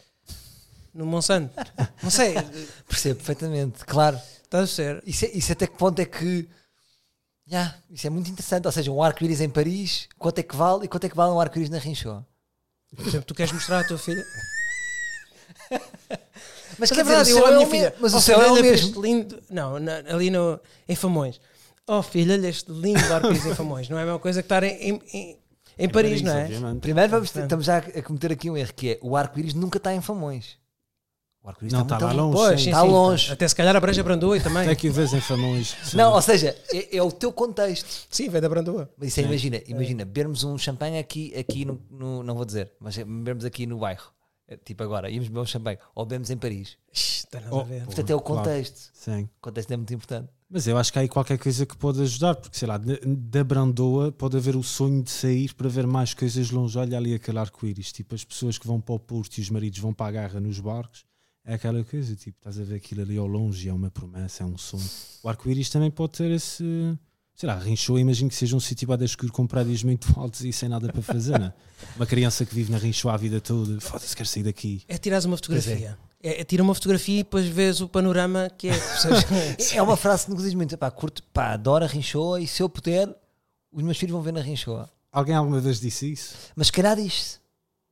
[SPEAKER 1] no Monsanto. Não sei,
[SPEAKER 2] Percebo perfeitamente, claro.
[SPEAKER 1] estás a ser.
[SPEAKER 2] Isso, é- isso até que ponto é que. Já, isso é muito interessante. Ou seja, um arco-íris em Paris, quanto é que vale e quanto é que vale um arco-íris na Rinchó?
[SPEAKER 1] Por exemplo, tu queres mostrar à tua filha. Mas
[SPEAKER 2] Mas quer
[SPEAKER 1] é verdade,
[SPEAKER 2] dizer,
[SPEAKER 1] eu
[SPEAKER 2] o
[SPEAKER 1] à
[SPEAKER 2] céu é
[SPEAKER 1] minha
[SPEAKER 2] o
[SPEAKER 1] filha.
[SPEAKER 2] mesmo. Mas
[SPEAKER 1] "Oh,
[SPEAKER 2] o céu
[SPEAKER 1] filha,
[SPEAKER 2] é o
[SPEAKER 1] olha para
[SPEAKER 2] mesmo.
[SPEAKER 1] Este lindo, não, na- ali no, em Famões. Oh filho, olha este lindo arco-íris em Famões. Não é a mesma coisa que estar em, em, em- em Paris, não é?
[SPEAKER 3] obviamente.
[SPEAKER 2] Primeiro vamos,
[SPEAKER 1] Portanto.
[SPEAKER 2] estamos já a cometer aqui um erro, que é o arco-íris nunca está em Famões. O arco-íris
[SPEAKER 3] Não,
[SPEAKER 2] está muito
[SPEAKER 3] estava
[SPEAKER 2] ali.
[SPEAKER 3] longe.
[SPEAKER 1] Pois,
[SPEAKER 3] sim.
[SPEAKER 1] sim, tá.
[SPEAKER 2] Está
[SPEAKER 1] sim.
[SPEAKER 2] longe.
[SPEAKER 1] Até se calhar a Branja Brandoa também.
[SPEAKER 3] Até que o vês em Famões.
[SPEAKER 2] Não, ou seja, é, é o teu contexto.
[SPEAKER 1] Sim, vem da Brandoa.
[SPEAKER 2] Mas isso é, imagina, imagina, bebermos um champanhe aqui, aqui no, no- não vou dizer, mas é bebermos aqui no bairro. É, Tipo agora, íamos beber um champanhe. Ou bebemos em Paris.
[SPEAKER 1] Ixi, Está nada
[SPEAKER 3] Oh,
[SPEAKER 1] a ver.
[SPEAKER 3] pô.
[SPEAKER 2] Portanto, é o
[SPEAKER 3] Claro.
[SPEAKER 2] contexto.
[SPEAKER 3] Sim.
[SPEAKER 2] O contexto é muito importante.
[SPEAKER 3] Mas eu acho que há aí qualquer coisa que pode ajudar, porque sei lá, de- da Brandoa pode haver o sonho de sair para ver mais coisas longe. Olha ali aquele arco-íris, tipo as pessoas que vão para o Porto e os maridos vão para a garra nos barcos. é aquela coisa, tipo, estás a ver aquilo ali ao longe, é uma promessa, é um sonho. O arco-íris também pode ter esse, sei lá, Rinchoa, imagino que seja um sítio bada escuro com prédios muito altos e sem nada para fazer, né? Uma criança que vive na Rinchoa a vida toda, foda-se, quer sair daqui.
[SPEAKER 1] É tirares uma fotografia. É, é tirar uma fotografia e depois vês o panorama que é. percebes?
[SPEAKER 2] É uma frase que nunca diz muito. Pá, curto, pá, adoro a Rinchoa e se eu puder, os meus filhos vão ver na Rinchoa.
[SPEAKER 3] Alguém alguma vez disse isso?
[SPEAKER 2] Mas se calhar diz-se.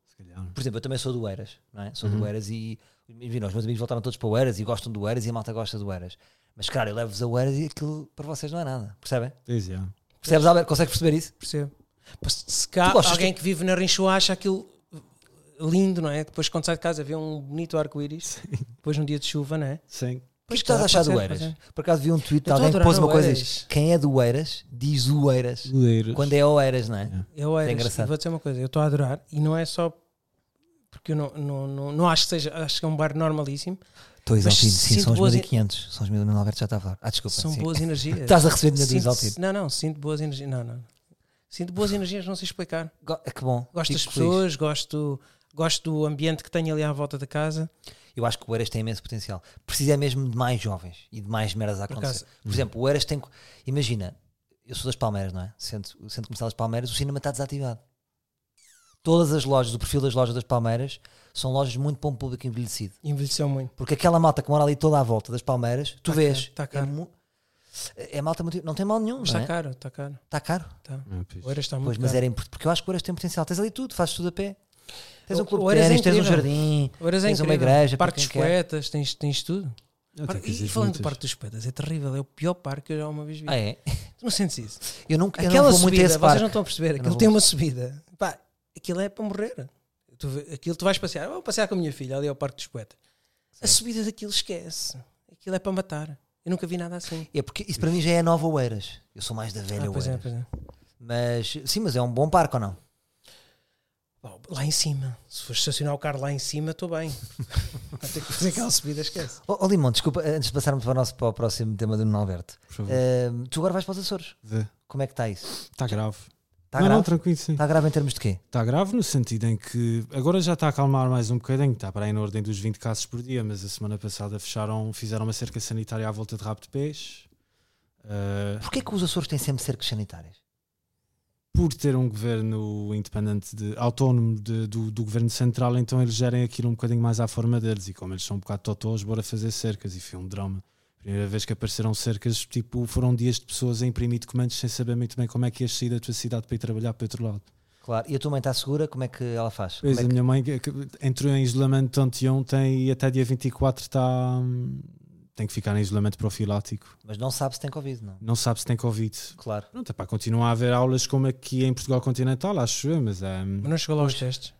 [SPEAKER 3] Se calhar.
[SPEAKER 2] Por exemplo, eu também sou do Eiras, não é? Sou do Eiras e. Enfim, os meus amigos voltaram todos para o Eiras e gostam do Eiras e a malta gosta do Eiras. Mas, claro, eu levo-vos ao Eiras e aquilo para vocês não é nada. Percebem?
[SPEAKER 3] Pois é.
[SPEAKER 2] Percebes, Albert? Consegues perceber isso?
[SPEAKER 1] Percebo. Pá, Se se cá
[SPEAKER 2] Tu gostas
[SPEAKER 1] alguém que... vive na Rinchoa acha aquilo lindo, não é? Depois quando sai de casa vê um bonito arco-íris, depois num dia de chuva, não é?
[SPEAKER 2] O que
[SPEAKER 3] Sim.
[SPEAKER 2] é que
[SPEAKER 1] Pois
[SPEAKER 2] estás a
[SPEAKER 1] tá,
[SPEAKER 2] achar
[SPEAKER 1] pode
[SPEAKER 2] do
[SPEAKER 1] ser,
[SPEAKER 2] Eiras?
[SPEAKER 1] pode
[SPEAKER 2] Por acaso vi um tweet
[SPEAKER 1] Eu
[SPEAKER 2] de
[SPEAKER 1] tô
[SPEAKER 2] alguém que
[SPEAKER 1] adorando
[SPEAKER 2] pôs uma
[SPEAKER 1] o
[SPEAKER 2] coisa e
[SPEAKER 1] Eiras.
[SPEAKER 2] diz: quem é do Eiras diz o Eiras. Quando é o Eiras, não é?
[SPEAKER 1] Eu era, assim,
[SPEAKER 2] engraçado.
[SPEAKER 1] vou dizer uma coisa, eu estou a adorar e não é só porque eu não, não, não, não acho que seja, acho que é um bar normalíssimo,
[SPEAKER 2] Estou exaltino,
[SPEAKER 1] Mas
[SPEAKER 2] sim,
[SPEAKER 1] sinto
[SPEAKER 2] são os
[SPEAKER 1] boas in-
[SPEAKER 2] 1500. São os 1000, o Alberto já está a falar. Ah, desculpa.
[SPEAKER 1] são
[SPEAKER 2] sim.
[SPEAKER 1] boas energias.
[SPEAKER 2] Estás a receber dinheiro do
[SPEAKER 1] Sinto-
[SPEAKER 2] exaltino.
[SPEAKER 1] Não, não, sinto boas energias, não, não. Sinto boas energias, não sei explicar.
[SPEAKER 2] Go- É Que bom.
[SPEAKER 1] Gosto das
[SPEAKER 2] Fico feliz.
[SPEAKER 1] pessoas, gosto, gosto do ambiente que tenho ali à volta da casa.
[SPEAKER 2] Eu acho que o Eiras tem imenso potencial. Precisa é mesmo de mais jovens e de mais merdas a
[SPEAKER 1] Por
[SPEAKER 2] acontecer.
[SPEAKER 1] acaso.
[SPEAKER 2] Por exemplo, o Eiras tem. co- Imagina, eu sou das Palmeiras, não é? Centro, o centro comercial das Palmeiras, o cinema está desativado. Todas as lojas, o perfil das lojas das Palmeiras, são lojas muito para um público envelhecido.
[SPEAKER 1] Envelheceu muito.
[SPEAKER 2] Porque aquela malta que mora ali toda à volta das Palmeiras, tu vês.
[SPEAKER 1] tá caro.
[SPEAKER 2] É, mu- é malta muito. Não tem mal nenhum,
[SPEAKER 1] Mas
[SPEAKER 2] não
[SPEAKER 1] está
[SPEAKER 2] é?
[SPEAKER 1] caro, está caro.
[SPEAKER 2] Está caro.
[SPEAKER 1] Tá.
[SPEAKER 3] Ah, pois.
[SPEAKER 1] O Eiras está muito
[SPEAKER 2] Pois, mas
[SPEAKER 1] caro.
[SPEAKER 2] era importante. Porque eu acho que o Eiras tem potencial. Tens ali tudo, fazes tudo a pé. Tens
[SPEAKER 1] O-
[SPEAKER 2] um clube
[SPEAKER 1] o
[SPEAKER 2] de
[SPEAKER 1] Eiras é
[SPEAKER 2] ténis, tens um
[SPEAKER 1] incrível.
[SPEAKER 2] jardim,
[SPEAKER 1] O Eiras é
[SPEAKER 2] tens uma
[SPEAKER 1] incrível.
[SPEAKER 2] igreja, para
[SPEAKER 1] Parque dos
[SPEAKER 2] quem quer.
[SPEAKER 1] Poetas, tens, tens tudo.
[SPEAKER 3] Eu tenho
[SPEAKER 1] Parque-
[SPEAKER 3] coisas
[SPEAKER 1] e falando
[SPEAKER 3] muitas.
[SPEAKER 1] do Parque dos Poetas, é terrível, é o pior parque que eu já uma vez vi.
[SPEAKER 2] Ah, é?
[SPEAKER 1] Tu não sentes isso?
[SPEAKER 2] Eu não, eu não
[SPEAKER 1] Aquela
[SPEAKER 2] vou muito a
[SPEAKER 1] subida,
[SPEAKER 2] esse
[SPEAKER 1] vocês
[SPEAKER 2] parque.
[SPEAKER 1] não estão a perceber,
[SPEAKER 2] não vou.
[SPEAKER 1] aquilo tem uma subida. Pá, aquilo é para morrer. Tu, vê- aquilo tu vais passear, vou passear com a minha filha ali ao Parque dos Poetas. A subida daquilo esquece. Aquilo é para matar. Eu nunca vi nada assim.
[SPEAKER 2] É porque isso para mim já é a nova Oeiras. Eu sou mais da velha
[SPEAKER 1] Ah, pois é,
[SPEAKER 2] Oeiras.
[SPEAKER 1] pois é.
[SPEAKER 2] Mas sim, mas é um bom parque ou não?
[SPEAKER 1] Bom, Lá em cima. Se for estacionar o carro lá em cima, estou bem. Vou ter que fazer aquela subida, esquece.
[SPEAKER 2] Ó ó, Limão, desculpa, antes de passarmos para o, nosso, para o próximo tema do Nuno Alberto.
[SPEAKER 3] Por
[SPEAKER 1] Uhum.
[SPEAKER 3] favor.
[SPEAKER 2] Ahm, tu agora vais para os Açores.
[SPEAKER 3] Vê.
[SPEAKER 2] Como é que está isso?
[SPEAKER 3] Está Tá grave. Tá.
[SPEAKER 2] Está
[SPEAKER 3] não, não,
[SPEAKER 2] grave?
[SPEAKER 3] tranquilo, sim.
[SPEAKER 2] Está grave em termos de quê?
[SPEAKER 3] Está grave no sentido em que agora já está a calmar mais um bocadinho, está para aí na ordem dos 20 casos por dia, mas a semana passada fecharam, fizeram uma cerca sanitária à volta de rabo de peixe. eh,
[SPEAKER 2] Porquê que os Açores têm sempre cercas sanitárias?
[SPEAKER 3] por ter um governo independente, de, autónomo de- do, do governo central, então eles gerem aquilo um bocadinho mais à forma deles. E como eles são um bocado totós, bora fazer cercas. E foi um drama. Primeira vez que apareceram cercas, tipo, foram dias de pessoas a imprimir documentos sem saber muito bem como é que ias sair da tua cidade para ir trabalhar para outro lado.
[SPEAKER 2] Claro. E a tua mãe está segura? Como é que ela faz?
[SPEAKER 3] Pois,
[SPEAKER 2] Como é
[SPEAKER 3] a
[SPEAKER 2] que-
[SPEAKER 3] minha mãe que- que entrou em isolamento anteontem e até dia 24 está. hum, tem que ficar em isolamento profilático.
[SPEAKER 2] Mas não sabe se tem Covid, não.
[SPEAKER 3] Não sabe se tem Covid.
[SPEAKER 2] Claro.
[SPEAKER 3] Pronto, é pá, continua a haver aulas como aqui em Portugal Continental, acho eu, mas é. hum,
[SPEAKER 1] Mas não chegou lá os testes.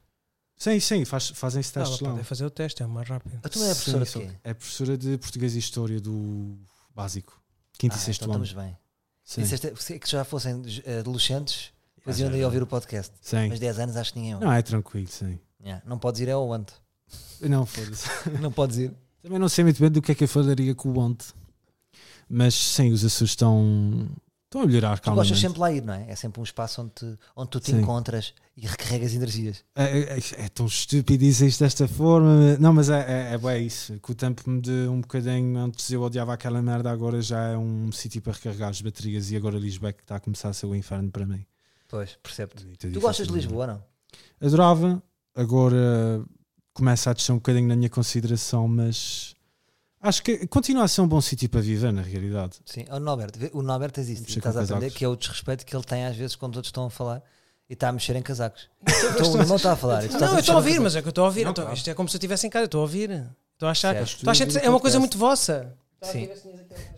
[SPEAKER 3] Sim, sim, faz- fazem-se
[SPEAKER 1] Ah,
[SPEAKER 3] testes
[SPEAKER 1] ela
[SPEAKER 3] lá.
[SPEAKER 1] pode fazer o teste, é o mais rápido.
[SPEAKER 2] A tua mãe é professora
[SPEAKER 3] Sim,
[SPEAKER 2] de
[SPEAKER 3] só-
[SPEAKER 2] quê?
[SPEAKER 3] é professora de português e história do básico, quinto
[SPEAKER 2] Ah,
[SPEAKER 3] e sexto
[SPEAKER 2] então
[SPEAKER 3] ano.
[SPEAKER 2] estamos bem.
[SPEAKER 3] Sim,
[SPEAKER 2] Disseste- se- é que já fossem eh, adolescentes, depois
[SPEAKER 3] Ah,
[SPEAKER 2] iam
[SPEAKER 3] já,
[SPEAKER 2] daí
[SPEAKER 3] já.
[SPEAKER 2] ouvir o podcast.
[SPEAKER 3] sim.
[SPEAKER 2] Mas 10 anos acho que ninguém ouve.
[SPEAKER 3] Não, é tranquilo, sim.
[SPEAKER 2] Yeah. Não podes ir é ao Ant.
[SPEAKER 3] Não, foda-se.
[SPEAKER 2] Não podes ir.
[SPEAKER 3] Também não sei muito bem do que é que eu falaria com o Ante, mas sim, os Açores estão, estão a melhorar
[SPEAKER 2] Tu
[SPEAKER 3] calmamente.
[SPEAKER 2] gostas sempre de lá ir, não é? É sempre um espaço onde, te- onde tu te
[SPEAKER 3] Sim.
[SPEAKER 2] encontras e recarregas energias.
[SPEAKER 3] É, é- é tão estúpido dizer isto desta forma. Não, mas é, é, é bué isso. Que o tempo me de um bocadinho antes eu odiava aquela merda, agora já é um sítio para recarregar as baterias e agora Lisboa é que está a começar a ser o inferno para mim.
[SPEAKER 2] Pois, percebo-te.
[SPEAKER 3] Muito
[SPEAKER 2] Tu
[SPEAKER 3] difícil
[SPEAKER 2] gostas de
[SPEAKER 3] mesmo.
[SPEAKER 2] Lisboa, não?
[SPEAKER 3] é Adorava, agora começa a descer um bocadinho na minha consideração, mas acho que continua a ser um bom sítio para viver, na realidade.
[SPEAKER 2] Sim. O Norberto, vê- o Norberto existe.
[SPEAKER 3] Mexer
[SPEAKER 2] E
[SPEAKER 3] com
[SPEAKER 2] Estás a aprender
[SPEAKER 3] casacos.
[SPEAKER 2] que é o desrespeito que ele tem às vezes quando os outros estão a falar e está a mexer em casacos. então, o irmão está a falar. e tu estás
[SPEAKER 1] Não, eu
[SPEAKER 2] mexer
[SPEAKER 1] estou a
[SPEAKER 2] em
[SPEAKER 1] ouvir,
[SPEAKER 2] casacos.
[SPEAKER 1] mas é que eu estou a ouvir.
[SPEAKER 3] Não,
[SPEAKER 1] eu tô-
[SPEAKER 3] claro.
[SPEAKER 1] Isto é como se eu estivesse em casa, eu estou a ouvir. Estou a achar.
[SPEAKER 2] Certo.
[SPEAKER 1] estou a achar
[SPEAKER 3] Estou a ouvir
[SPEAKER 1] é uma
[SPEAKER 3] o
[SPEAKER 1] coisa
[SPEAKER 3] podcast.
[SPEAKER 1] muito vossa.
[SPEAKER 2] Sim.
[SPEAKER 1] Ah,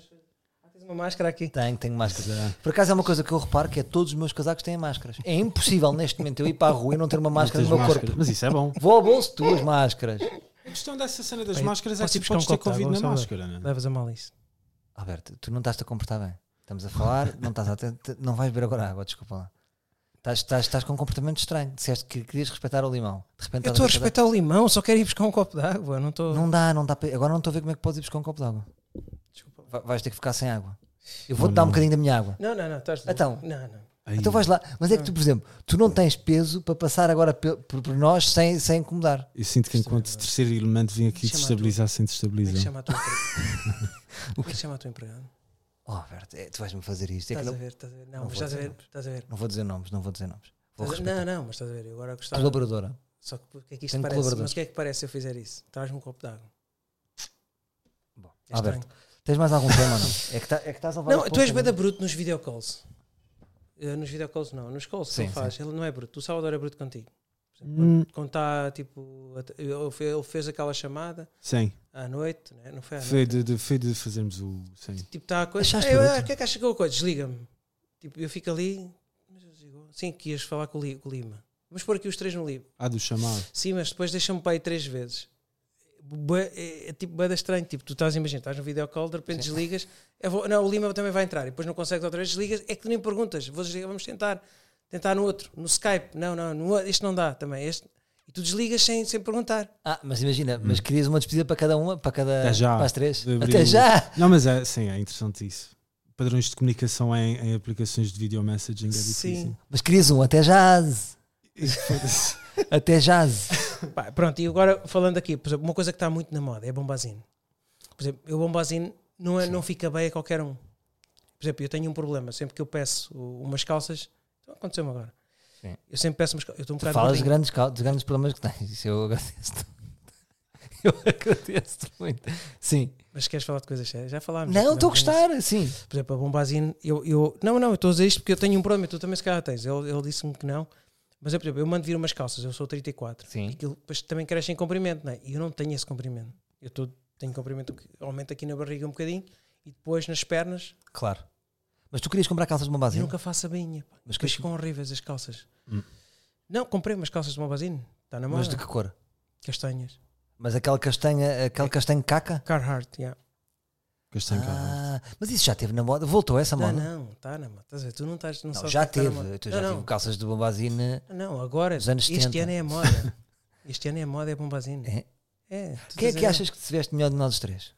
[SPEAKER 1] Tens uma máscara aqui.
[SPEAKER 2] Tenho, tenho máscara.
[SPEAKER 3] eh,
[SPEAKER 2] Por acaso é uma coisa que eu reparo que é todos os meus casacos têm máscaras. É impossível neste momento eu ir para a rua e não ter uma máscara
[SPEAKER 3] Tens
[SPEAKER 2] no meu
[SPEAKER 3] máscara,
[SPEAKER 2] corpo.
[SPEAKER 3] Mas isso é bom.
[SPEAKER 2] Vou ao bolso, duas máscaras.
[SPEAKER 3] A questão dessa cena das
[SPEAKER 1] Bem,
[SPEAKER 3] máscaras é
[SPEAKER 1] posso
[SPEAKER 3] que
[SPEAKER 1] ir buscar
[SPEAKER 3] tu
[SPEAKER 1] um
[SPEAKER 3] podes ter
[SPEAKER 1] copo de água,
[SPEAKER 3] Covid na
[SPEAKER 1] só
[SPEAKER 3] máscara, né?
[SPEAKER 1] Levas a mal isso.
[SPEAKER 2] Alberto, tu não estás-te a comportar bem. Estamos a falar, não estás a te- te- não vais beber agora água, desculpa lá. Estás, estás, estás com um comportamento estranho. Disseste que querias respeitar o limão. De repente
[SPEAKER 1] Eu
[SPEAKER 2] estás
[SPEAKER 1] estou a
[SPEAKER 2] respeitar-
[SPEAKER 1] respeitar o limão, só quero ir buscar um copo de água. Não estou.
[SPEAKER 2] Não dá, não dá para. Agora não estou a ver como é que podes ir buscar um copo de água.
[SPEAKER 1] Desculpa.
[SPEAKER 2] Va- Vais ter que ficar sem água. Eu
[SPEAKER 3] Não,
[SPEAKER 2] vou-te dar um
[SPEAKER 3] não.
[SPEAKER 2] bocadinho da minha água.
[SPEAKER 1] Não, não, não. Estás
[SPEAKER 2] Então.
[SPEAKER 1] Não, não.
[SPEAKER 3] Aí.
[SPEAKER 2] Então vais lá. Mas é que tu, por exemplo, tu não tens peso para passar agora pe- por, por nós sem, sem incomodar.
[SPEAKER 3] Eu sinto
[SPEAKER 1] é
[SPEAKER 3] que enquanto terceiro elemento
[SPEAKER 2] é
[SPEAKER 3] vim
[SPEAKER 1] Chama
[SPEAKER 3] aqui
[SPEAKER 1] a
[SPEAKER 3] destabilizar
[SPEAKER 1] Como
[SPEAKER 3] sem
[SPEAKER 1] é que
[SPEAKER 3] destabilizar.
[SPEAKER 1] chama a tua empregada? Como é que chama a tua empregada?
[SPEAKER 2] Oh, Alberto, é, tu vais-me fazer isto. É que
[SPEAKER 1] Estás a
[SPEAKER 2] não,
[SPEAKER 1] ver, estás a ver. Não,
[SPEAKER 2] Não
[SPEAKER 1] mas
[SPEAKER 2] vou
[SPEAKER 1] estás a
[SPEAKER 2] dizer
[SPEAKER 1] ver, estás a ver.
[SPEAKER 2] não vou dizer nomes, não vou dizer nomes. Vou
[SPEAKER 1] Estás a-
[SPEAKER 2] respeitar.
[SPEAKER 1] Não, não, mas estás a ver. Eu agora gostava.
[SPEAKER 2] Colaboradora.
[SPEAKER 1] Só que o que é que isto
[SPEAKER 2] Tenho
[SPEAKER 1] parece?
[SPEAKER 2] colaboradores.
[SPEAKER 1] Mas o que é que parece se eu fizer isso? Traz-me um copo d'água.
[SPEAKER 2] Bom,
[SPEAKER 1] É
[SPEAKER 2] Alberto,
[SPEAKER 1] estranho.
[SPEAKER 2] tens mais algum tema ou não? É que, tá, é que estás a levar
[SPEAKER 1] Não,
[SPEAKER 2] a
[SPEAKER 1] tu
[SPEAKER 2] pouco,
[SPEAKER 1] és
[SPEAKER 2] não é?
[SPEAKER 1] bada bruto nos videocalls. Eh, Nos videocalls não, nos calls que
[SPEAKER 2] Sim,
[SPEAKER 1] ele faz. Ele não é bruto. O Salvador é bruto contigo. Por exemplo,
[SPEAKER 3] Hum.
[SPEAKER 1] Quando está tipo. a- Ele fe- ele fez aquela chamada
[SPEAKER 3] Sim,
[SPEAKER 1] à noite, né? não foi
[SPEAKER 2] É,
[SPEAKER 1] à
[SPEAKER 3] foi
[SPEAKER 1] noite.
[SPEAKER 3] de, de- foi de fazermos o. Sim.
[SPEAKER 1] Tipo, está a coisa.
[SPEAKER 2] Achaste
[SPEAKER 1] "Ei,
[SPEAKER 2] bruto?
[SPEAKER 1] ah, O que é que achas que é a coisa? Desliga-me. Tipo, eu fico ali. Mas eu digo, sim, que ias falar com o Li- com o Lima. Vamos pôr aqui os três no livro.
[SPEAKER 3] Ah, do chamado.
[SPEAKER 1] Sim, mas depois deixa-me para aí três vezes. Bué- É, é tipo bada estranho. Tipo, tu estás, imagina, estás no videocall, de repente desligas. Eu vou- não, o Lima também vai entrar. E depois não consegues outra vez, desligas. É que tu nem perguntas. Vou desligar, vamos tentar. Tentar no outro, no Skype. Não, não, no, outro. este não dá também. Este. E tu desligas sem, sem perguntar.
[SPEAKER 2] Ah, mas imagina, mas querias uma despedida para cada uma, para cada.
[SPEAKER 3] Hum.
[SPEAKER 1] É,
[SPEAKER 3] Até já.
[SPEAKER 2] Para as três.
[SPEAKER 3] De abrir
[SPEAKER 2] Até
[SPEAKER 3] o-
[SPEAKER 2] já!
[SPEAKER 3] Não, mas é, sim, é interessante isso. Padrões de comunicação em, em aplicações de video messaging é
[SPEAKER 1] Sim.
[SPEAKER 3] difícil.
[SPEAKER 2] Mas querias um, até jazz!
[SPEAKER 3] Sim.
[SPEAKER 2] Até jazz!
[SPEAKER 1] Pá, pronto, e agora falando aqui, por exemplo, uma coisa que está muito na moda é bombazine. Por exemplo, o bombazine não, é, não fica bem a qualquer um. Por exemplo, eu tenho um problema. Sempre que eu peço o- umas calças, então aconteceu-me agora.
[SPEAKER 2] Sim.
[SPEAKER 1] Eu sempre peço umas calças. Eu estou um
[SPEAKER 2] Tu
[SPEAKER 1] bocado
[SPEAKER 2] falas dos
[SPEAKER 1] gordinho.
[SPEAKER 2] grandes, cau- dos grandes problemas que tens. Isso eu agradeço-te. Eu agradeço-te muito. Sim.
[SPEAKER 1] Mas queres falar de coisas sérias? Já falámos. já
[SPEAKER 2] Não, estou a
[SPEAKER 1] tivemos
[SPEAKER 2] gostar. Sim.
[SPEAKER 1] nisso. Por exemplo, a Bombazine, eu, eu- Não, não, eu estou a dizer isto porque eu tenho um problema, tu também se calhar tens. Ele, ele disse-me que não. Mas eu, por exemplo, eu mando vir umas calças, eu sou 34.
[SPEAKER 2] Sim.
[SPEAKER 1] E aquilo depois também cresce em comprimento, não é? E eu não tenho esse comprimento. Eu tô, tenho comprimento que aumenta aqui na barriga um bocadinho e depois nas pernas
[SPEAKER 2] Claro. Mas tu querias comprar calças de
[SPEAKER 1] eu
[SPEAKER 2] bombazinho?
[SPEAKER 1] nunca faço a bainha. pá.
[SPEAKER 2] Mas que-
[SPEAKER 1] Depois ficam horríveis as calças. Não, comprei umas calças de Bombazine, está na moda.
[SPEAKER 2] Hum. Mas de que cor?
[SPEAKER 1] Castanhas.
[SPEAKER 2] Mas aquela castanha,
[SPEAKER 1] É.
[SPEAKER 2] aquele castanho caca?
[SPEAKER 1] Carhartt, yeah.
[SPEAKER 3] Castanho Carvalho.
[SPEAKER 2] Ah, mas isso já teve Tá na moda. Voltou essa
[SPEAKER 1] Não,
[SPEAKER 2] moda?
[SPEAKER 1] não, está na moda. Estás a ver? Tu não estás. Não,
[SPEAKER 2] Não,
[SPEAKER 1] sabes
[SPEAKER 2] já
[SPEAKER 1] o que é que tá
[SPEAKER 2] teve.
[SPEAKER 1] na moda.
[SPEAKER 2] Tu
[SPEAKER 1] Não,
[SPEAKER 2] já
[SPEAKER 1] não.
[SPEAKER 2] tive calças de bombazine.
[SPEAKER 1] Não, agora.
[SPEAKER 2] Dos anos
[SPEAKER 1] este
[SPEAKER 2] 70.
[SPEAKER 1] ano é a moda. Este ano é a moda, é bombazino.
[SPEAKER 2] É?
[SPEAKER 1] É. tu
[SPEAKER 2] Quem é
[SPEAKER 1] tens
[SPEAKER 2] que
[SPEAKER 1] a-
[SPEAKER 2] achas que te veste melhor de nós os três?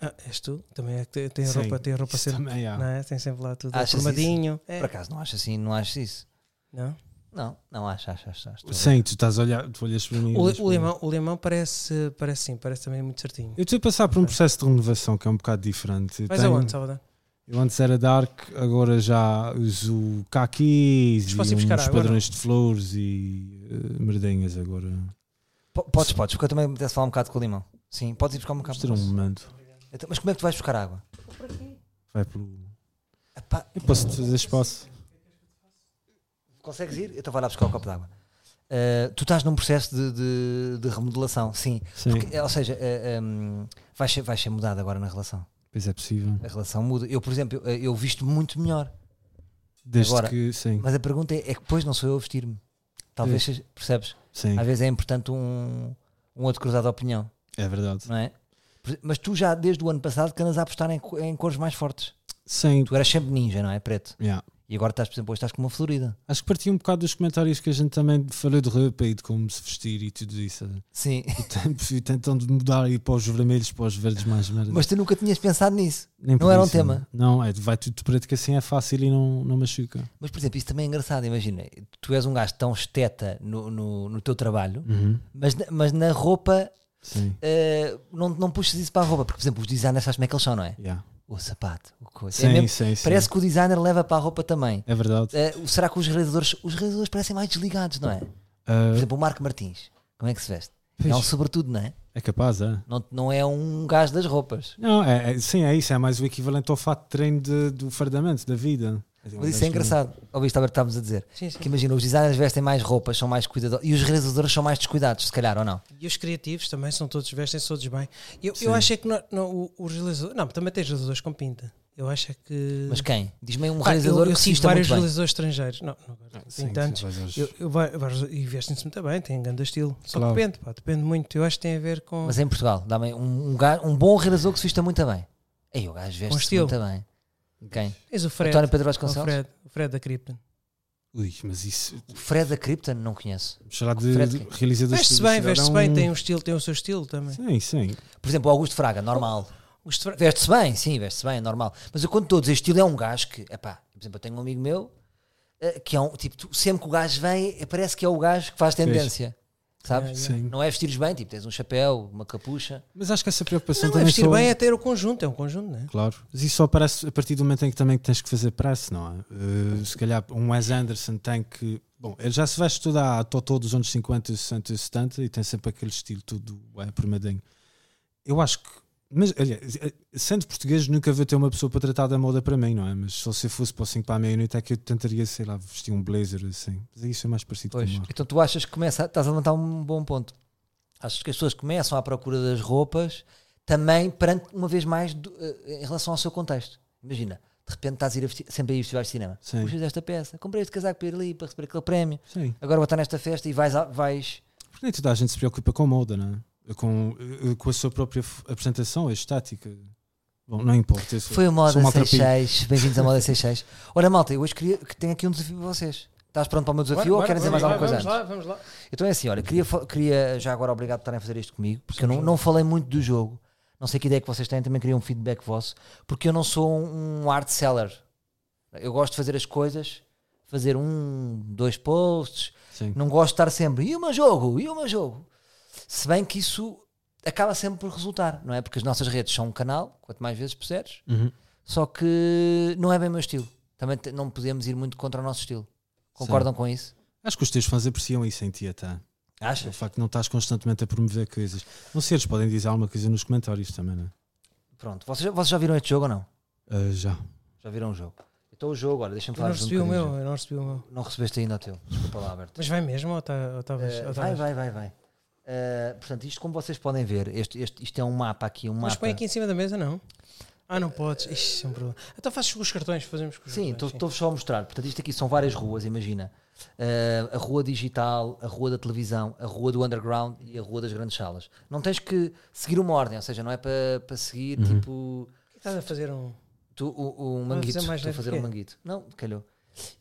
[SPEAKER 1] Ah, és tu? Também é que tem- tem a
[SPEAKER 3] Sim,
[SPEAKER 1] roupa, tem a roupa
[SPEAKER 3] isso
[SPEAKER 1] sempre.
[SPEAKER 3] também há.
[SPEAKER 1] Não é? Tem sempre lá tudo
[SPEAKER 2] Achas
[SPEAKER 1] formadinho. É.
[SPEAKER 2] Por acaso, não acho assim, não acho isso.
[SPEAKER 1] Não?
[SPEAKER 2] Não, não acho, acho, acho. acho.
[SPEAKER 3] Sim, tu estás a olhar, tu olhas para mim. e
[SPEAKER 1] O, li-
[SPEAKER 3] olhas para
[SPEAKER 1] o
[SPEAKER 3] mim.
[SPEAKER 1] limão, o limão parece, parece sim, parece também muito certinho.
[SPEAKER 3] Eu estou a passar por um processo de renovação que é um bocado diferente. Eu
[SPEAKER 1] Vais
[SPEAKER 3] tenho-
[SPEAKER 1] aonde, Salvador?
[SPEAKER 3] Eu antes era dark, agora já uso caquis
[SPEAKER 1] Mas
[SPEAKER 3] e
[SPEAKER 1] posso
[SPEAKER 3] uns
[SPEAKER 1] ir buscar água,
[SPEAKER 3] padrões de flores e eh, merdenhas agora.
[SPEAKER 1] Tá
[SPEAKER 2] Po- Podes, podes, porque eu também me apetece falar um bocado com o limão. Sim, podes ir buscar um bocado.
[SPEAKER 3] Mostrar um momento.
[SPEAKER 2] Então, Mas como é que tu vais buscar água?
[SPEAKER 3] Vai pelo...
[SPEAKER 2] Epá,
[SPEAKER 3] Eu posso te fazer espaço.
[SPEAKER 2] Consegues ir? Então vai lá buscar o copo d'água. Ah, tu estás num processo de, de- de remodelação, sim.
[SPEAKER 3] Sim,
[SPEAKER 2] Porque, ou seja, ah, hum, vai, ser, vai ser mudado agora na relação.
[SPEAKER 3] pois é possível.
[SPEAKER 2] A relação muda. Eu, por exemplo, eu, eu visto muito melhor.
[SPEAKER 3] Desde
[SPEAKER 2] Agora-
[SPEAKER 3] que... Sim,
[SPEAKER 2] Mas a pergunta é, é que depois não sou eu a vestir-me. Talvez, seja- percebes?
[SPEAKER 3] sim,
[SPEAKER 2] Às vezes é importante um, um outro cruzado de opinião,
[SPEAKER 3] é verdade.
[SPEAKER 2] não é? Por- Mas tu já, desde o ano passado, que andas a apostar em, co- em cores mais fortes.
[SPEAKER 3] Sim,
[SPEAKER 2] Tu eras sempre ninja, não é? Preto.
[SPEAKER 3] yeah.
[SPEAKER 2] E agora estás, por exemplo, hoje estás com uma florida.
[SPEAKER 3] Acho que partiu um bocado dos comentários que a gente também falou de roupa e de como se vestir e tudo isso.
[SPEAKER 2] Sim.
[SPEAKER 3] O tempo e tentando mudar e para os vermelhos, para os verdes mais merda.
[SPEAKER 2] Mas tu nunca tinhas pensado nisso.
[SPEAKER 3] Nem por
[SPEAKER 2] não era um
[SPEAKER 3] isso,
[SPEAKER 2] tema.
[SPEAKER 3] Não, é, vai tudo de preto que assim é fácil e não, não machuca.
[SPEAKER 2] Mas, por exemplo, isso também é engraçado. Imagina, tu és um gajo tão esteta no, no, no teu trabalho,
[SPEAKER 3] Uhum.
[SPEAKER 2] mas, na- mas na roupa
[SPEAKER 3] Sim,
[SPEAKER 2] eh, não, não puxas isso para a roupa. Porque, por exemplo, os designers sabes como é que eles são, não é?
[SPEAKER 3] yeah.
[SPEAKER 2] O sapato, o coisa. É
[SPEAKER 3] sim,
[SPEAKER 2] mesmo-
[SPEAKER 3] sim, sim.
[SPEAKER 2] Parece que o designer leva para a roupa também.
[SPEAKER 3] É verdade.
[SPEAKER 2] Eh, o- será que os realizadores, os realizadores parecem mais desligados, não é? Por
[SPEAKER 3] Ah,
[SPEAKER 2] exemplo, o Marco Martins, como é que se veste? É um
[SPEAKER 3] pois,
[SPEAKER 2] sobretudo, não é?
[SPEAKER 3] é capaz, é?
[SPEAKER 2] Não, não é um gajo das roupas.
[SPEAKER 3] Não, é, é- sim, é isso. É mais o equivalente ao fato de treino de- do fardamento, da vida.
[SPEAKER 2] Mas isso é engraçado. Ouviste, Alberto, estávamos a dizer.
[SPEAKER 1] Sim, sim.
[SPEAKER 2] Que imagina, os designers vestem mais roupas, são mais cuidadosos. E os realizadores são mais descuidados, se calhar, ou não?
[SPEAKER 1] E os criativos também são todos, vestem-se todos bem. Eu, eu acho é que não, não, o- os realizadores. Não, também tem realizadores com pinta. Eu acho é que.
[SPEAKER 2] Mas quem? Diz-me aí um
[SPEAKER 1] Pá,
[SPEAKER 2] realizador
[SPEAKER 1] eu, eu
[SPEAKER 2] que
[SPEAKER 1] sigo
[SPEAKER 2] se
[SPEAKER 1] vários
[SPEAKER 2] vários
[SPEAKER 1] realizadores estrangeiros. Não, não, agora tem
[SPEAKER 3] Sim,
[SPEAKER 1] tantos.
[SPEAKER 3] sim,
[SPEAKER 1] Eu, eu, vai- vários- e vestem-se muito bem, têm grande estilo. Só
[SPEAKER 3] Claro.
[SPEAKER 1] depende, pá, depende muito. Eu acho que tem a ver com.
[SPEAKER 2] Mas é em Portugal, dá-me um, um, gajo- um bom realizador que se vista muito bem. Aí o gajo veste-se
[SPEAKER 1] estilo.
[SPEAKER 2] muito bem. Quem?
[SPEAKER 1] Tens o Fred.
[SPEAKER 2] António Pedro
[SPEAKER 1] o
[SPEAKER 2] Vasconcelos?
[SPEAKER 1] Fred, o Fred da Krypton.
[SPEAKER 3] Ui, mas isso.
[SPEAKER 2] O Fred da Krypton? Não conheço.
[SPEAKER 3] Será de
[SPEAKER 2] Fred,
[SPEAKER 3] de
[SPEAKER 2] quem?
[SPEAKER 3] realizadores
[SPEAKER 1] Veste-se
[SPEAKER 3] de
[SPEAKER 1] bem, veste-se bem,
[SPEAKER 3] cidadão-
[SPEAKER 1] tem um estilo, tem o seu estilo também.
[SPEAKER 3] é? Sim, sim.
[SPEAKER 2] Por exemplo, o Augusto Fraga, normal.
[SPEAKER 1] Os de Fre-
[SPEAKER 2] Veste-se bem, sim, veste-se bem, é normal. Mas eu quando estou a dizer estilo é um gajo que, epá, por exemplo, eu tenho um amigo meu eh, que é um tipo, tu- sempre que o gajo vem, eh, parece que é o gajo que faz tendência. Sabes?
[SPEAKER 3] Yeah, yeah. Sim.
[SPEAKER 2] Não é vestir bem, tipo, tens um chapéu, uma capucha.
[SPEAKER 3] Mas acho que essa preocupação
[SPEAKER 1] Não, é
[SPEAKER 3] também
[SPEAKER 1] vestir
[SPEAKER 3] só-
[SPEAKER 1] bem é ter o conjunto, é um conjunto, não é?
[SPEAKER 3] Claro. Mas isso só aparece a partir do momento em que também tens que fazer press, não é? Eh, se calhar um Wes Anderson tem que. Bom, ele já se veste toda a totó dos anos 50, 60 e 70 e tem sempre aquele estilo tudo é, permadinho. Eu acho que. Mas, aliás, eh, sendo português, nunca vou ter uma pessoa para tratar da moda para mim, não é? Mas se você fosse para o 5 para a meia-noite é que eu tentaria, sei lá, vestir um blazer assim. Mas isso é mais parecido
[SPEAKER 2] Pois.
[SPEAKER 3] com o mar.
[SPEAKER 2] Então tu achas que começa, estás a levantar um bom ponto. Achas que as pessoas começam à procura das roupas também perante, uma vez mais, do- eh, em relação ao seu contexto. Imagina, de repente estás a ir a vesti- sempre a ir a festivais de cinema.
[SPEAKER 3] Sim.
[SPEAKER 2] Puxa desta peça, comprei este casaco para ir ali, para receber aquele prémio.
[SPEAKER 3] Sim.
[SPEAKER 2] Agora vou estar nesta festa e vais. a- vais
[SPEAKER 3] Porque nem toda a gente se preocupa com moda, não é? Com, eh, com a sua própria f- apresentação, a estática. Bom, não importa. eu sou-
[SPEAKER 2] Foi a Moda
[SPEAKER 3] sou um maltrapilho.
[SPEAKER 2] 66. Bem-vindos à Moda 66. Ora, malta, eu hoje queria que tenho aqui um desafio para vocês. Estás pronto para o meu desafio ou queres dizer mais alguma coisa
[SPEAKER 1] vamos
[SPEAKER 2] antes?
[SPEAKER 1] lá, vamos lá.
[SPEAKER 2] Então é assim, olha, queria, fa- queria já agora obrigado por estarem a fazer isto comigo, porque eu não, não falei muito do jogo. Não sei que ideia que vocês têm, também queria um feedback vosso, porque eu não sou um um art seller. Eu gosto de fazer as coisas, fazer um, dois posts,
[SPEAKER 3] Sim.
[SPEAKER 2] não gosto de estar sempre, e o meu jogo, e o meu jogo. Se bem que isso acaba sempre por resultar, não é? Porque as nossas redes são um canal, quanto mais vezes puseres,
[SPEAKER 3] Uhum.
[SPEAKER 2] só que não é bem o meu estilo. Também te- não podemos ir muito contra o nosso estilo. Concordam com isso?
[SPEAKER 3] Acho que os teus fãs apreciam isso em ti até. O
[SPEAKER 2] Achas?
[SPEAKER 3] facto de não estás constantemente a promover coisas. Não sei, eles podem dizer alguma coisa nos comentários também, não é?
[SPEAKER 2] Pronto, vocês, já- vocês já viram este jogo ou não?
[SPEAKER 3] Ah, já.
[SPEAKER 2] Já viram o jogo? Então o jogo, olha, deixa-me
[SPEAKER 1] Eu não
[SPEAKER 2] falar-vos um
[SPEAKER 1] recebi o
[SPEAKER 2] bocadinho
[SPEAKER 1] meu, eu não recebi o meu.
[SPEAKER 2] do jogo. Não recebeste ainda o teu, desculpa lá, Alberto.
[SPEAKER 1] Mas vai mesmo ou tá estavas?
[SPEAKER 2] Eh, vai, vai, vai, vai. Eh, portanto, isto como vocês podem ver, este, este, isto é um mapa aqui, um
[SPEAKER 1] Mas
[SPEAKER 2] mapa.
[SPEAKER 1] põe aqui em cima da mesa, não? Ah, não podes. Ixi, é um problema. Então fazes com os cartões, fazemos com os
[SPEAKER 2] Sim,
[SPEAKER 1] cartões.
[SPEAKER 2] estou-vos só a mostrar. Portanto, isto aqui são várias ruas, imagina. Eh, a rua digital, a rua da televisão, a rua do underground e a rua das grandes salas. Não tens que seguir uma ordem, ou seja, não é para para seguir tipo
[SPEAKER 1] O que estás a fazer um.
[SPEAKER 2] tu, o, o
[SPEAKER 1] a
[SPEAKER 2] manguito.
[SPEAKER 1] fazer mais
[SPEAKER 2] Estou a
[SPEAKER 1] leve
[SPEAKER 2] fazer
[SPEAKER 1] que
[SPEAKER 2] um
[SPEAKER 1] é.
[SPEAKER 2] manguito. Não, calhou.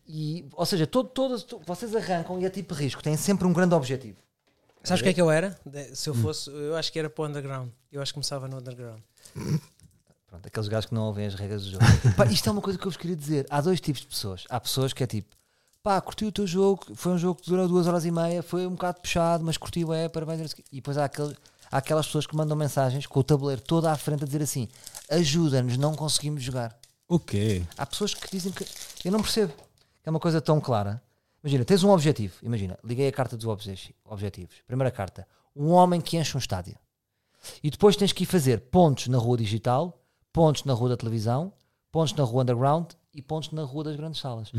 [SPEAKER 2] E, ou seja, todo, todas, to- vocês arrancam e é tipo risco, têm sempre um grande objetivo.
[SPEAKER 1] Sabes o que é que eu era? De- Se eu
[SPEAKER 3] Hum.
[SPEAKER 1] fosse, eu acho que era para o underground. Eu acho que começava no underground.
[SPEAKER 2] Pronto, aqueles gajos que não ouvem as regras do jogo. Pá, isto é uma coisa que eu vos queria dizer. Há dois tipos de pessoas. Há pessoas que é tipo, pá, curti o teu jogo, foi um jogo que durou duas horas e meia, foi um bocado puxado, mas curti, é, parabéns. não sei o quê. E depois há, aquele, há aquelas pessoas que mandam mensagens com o tabuleiro todo à frente a dizer assim: ajuda-nos, não conseguimos jogar.
[SPEAKER 3] O quê?
[SPEAKER 2] Há pessoas que dizem que. Eu não percebo. É uma coisa tão clara. Imagina, tens um objetivo. Imagina, liguei a carta dos obje- objetivos. Primeira carta: um homem que enche um estádio. E depois tens que ir fazer pontos na rua digital, pontos na rua da televisão, pontos na rua underground e pontos na rua das grandes salas.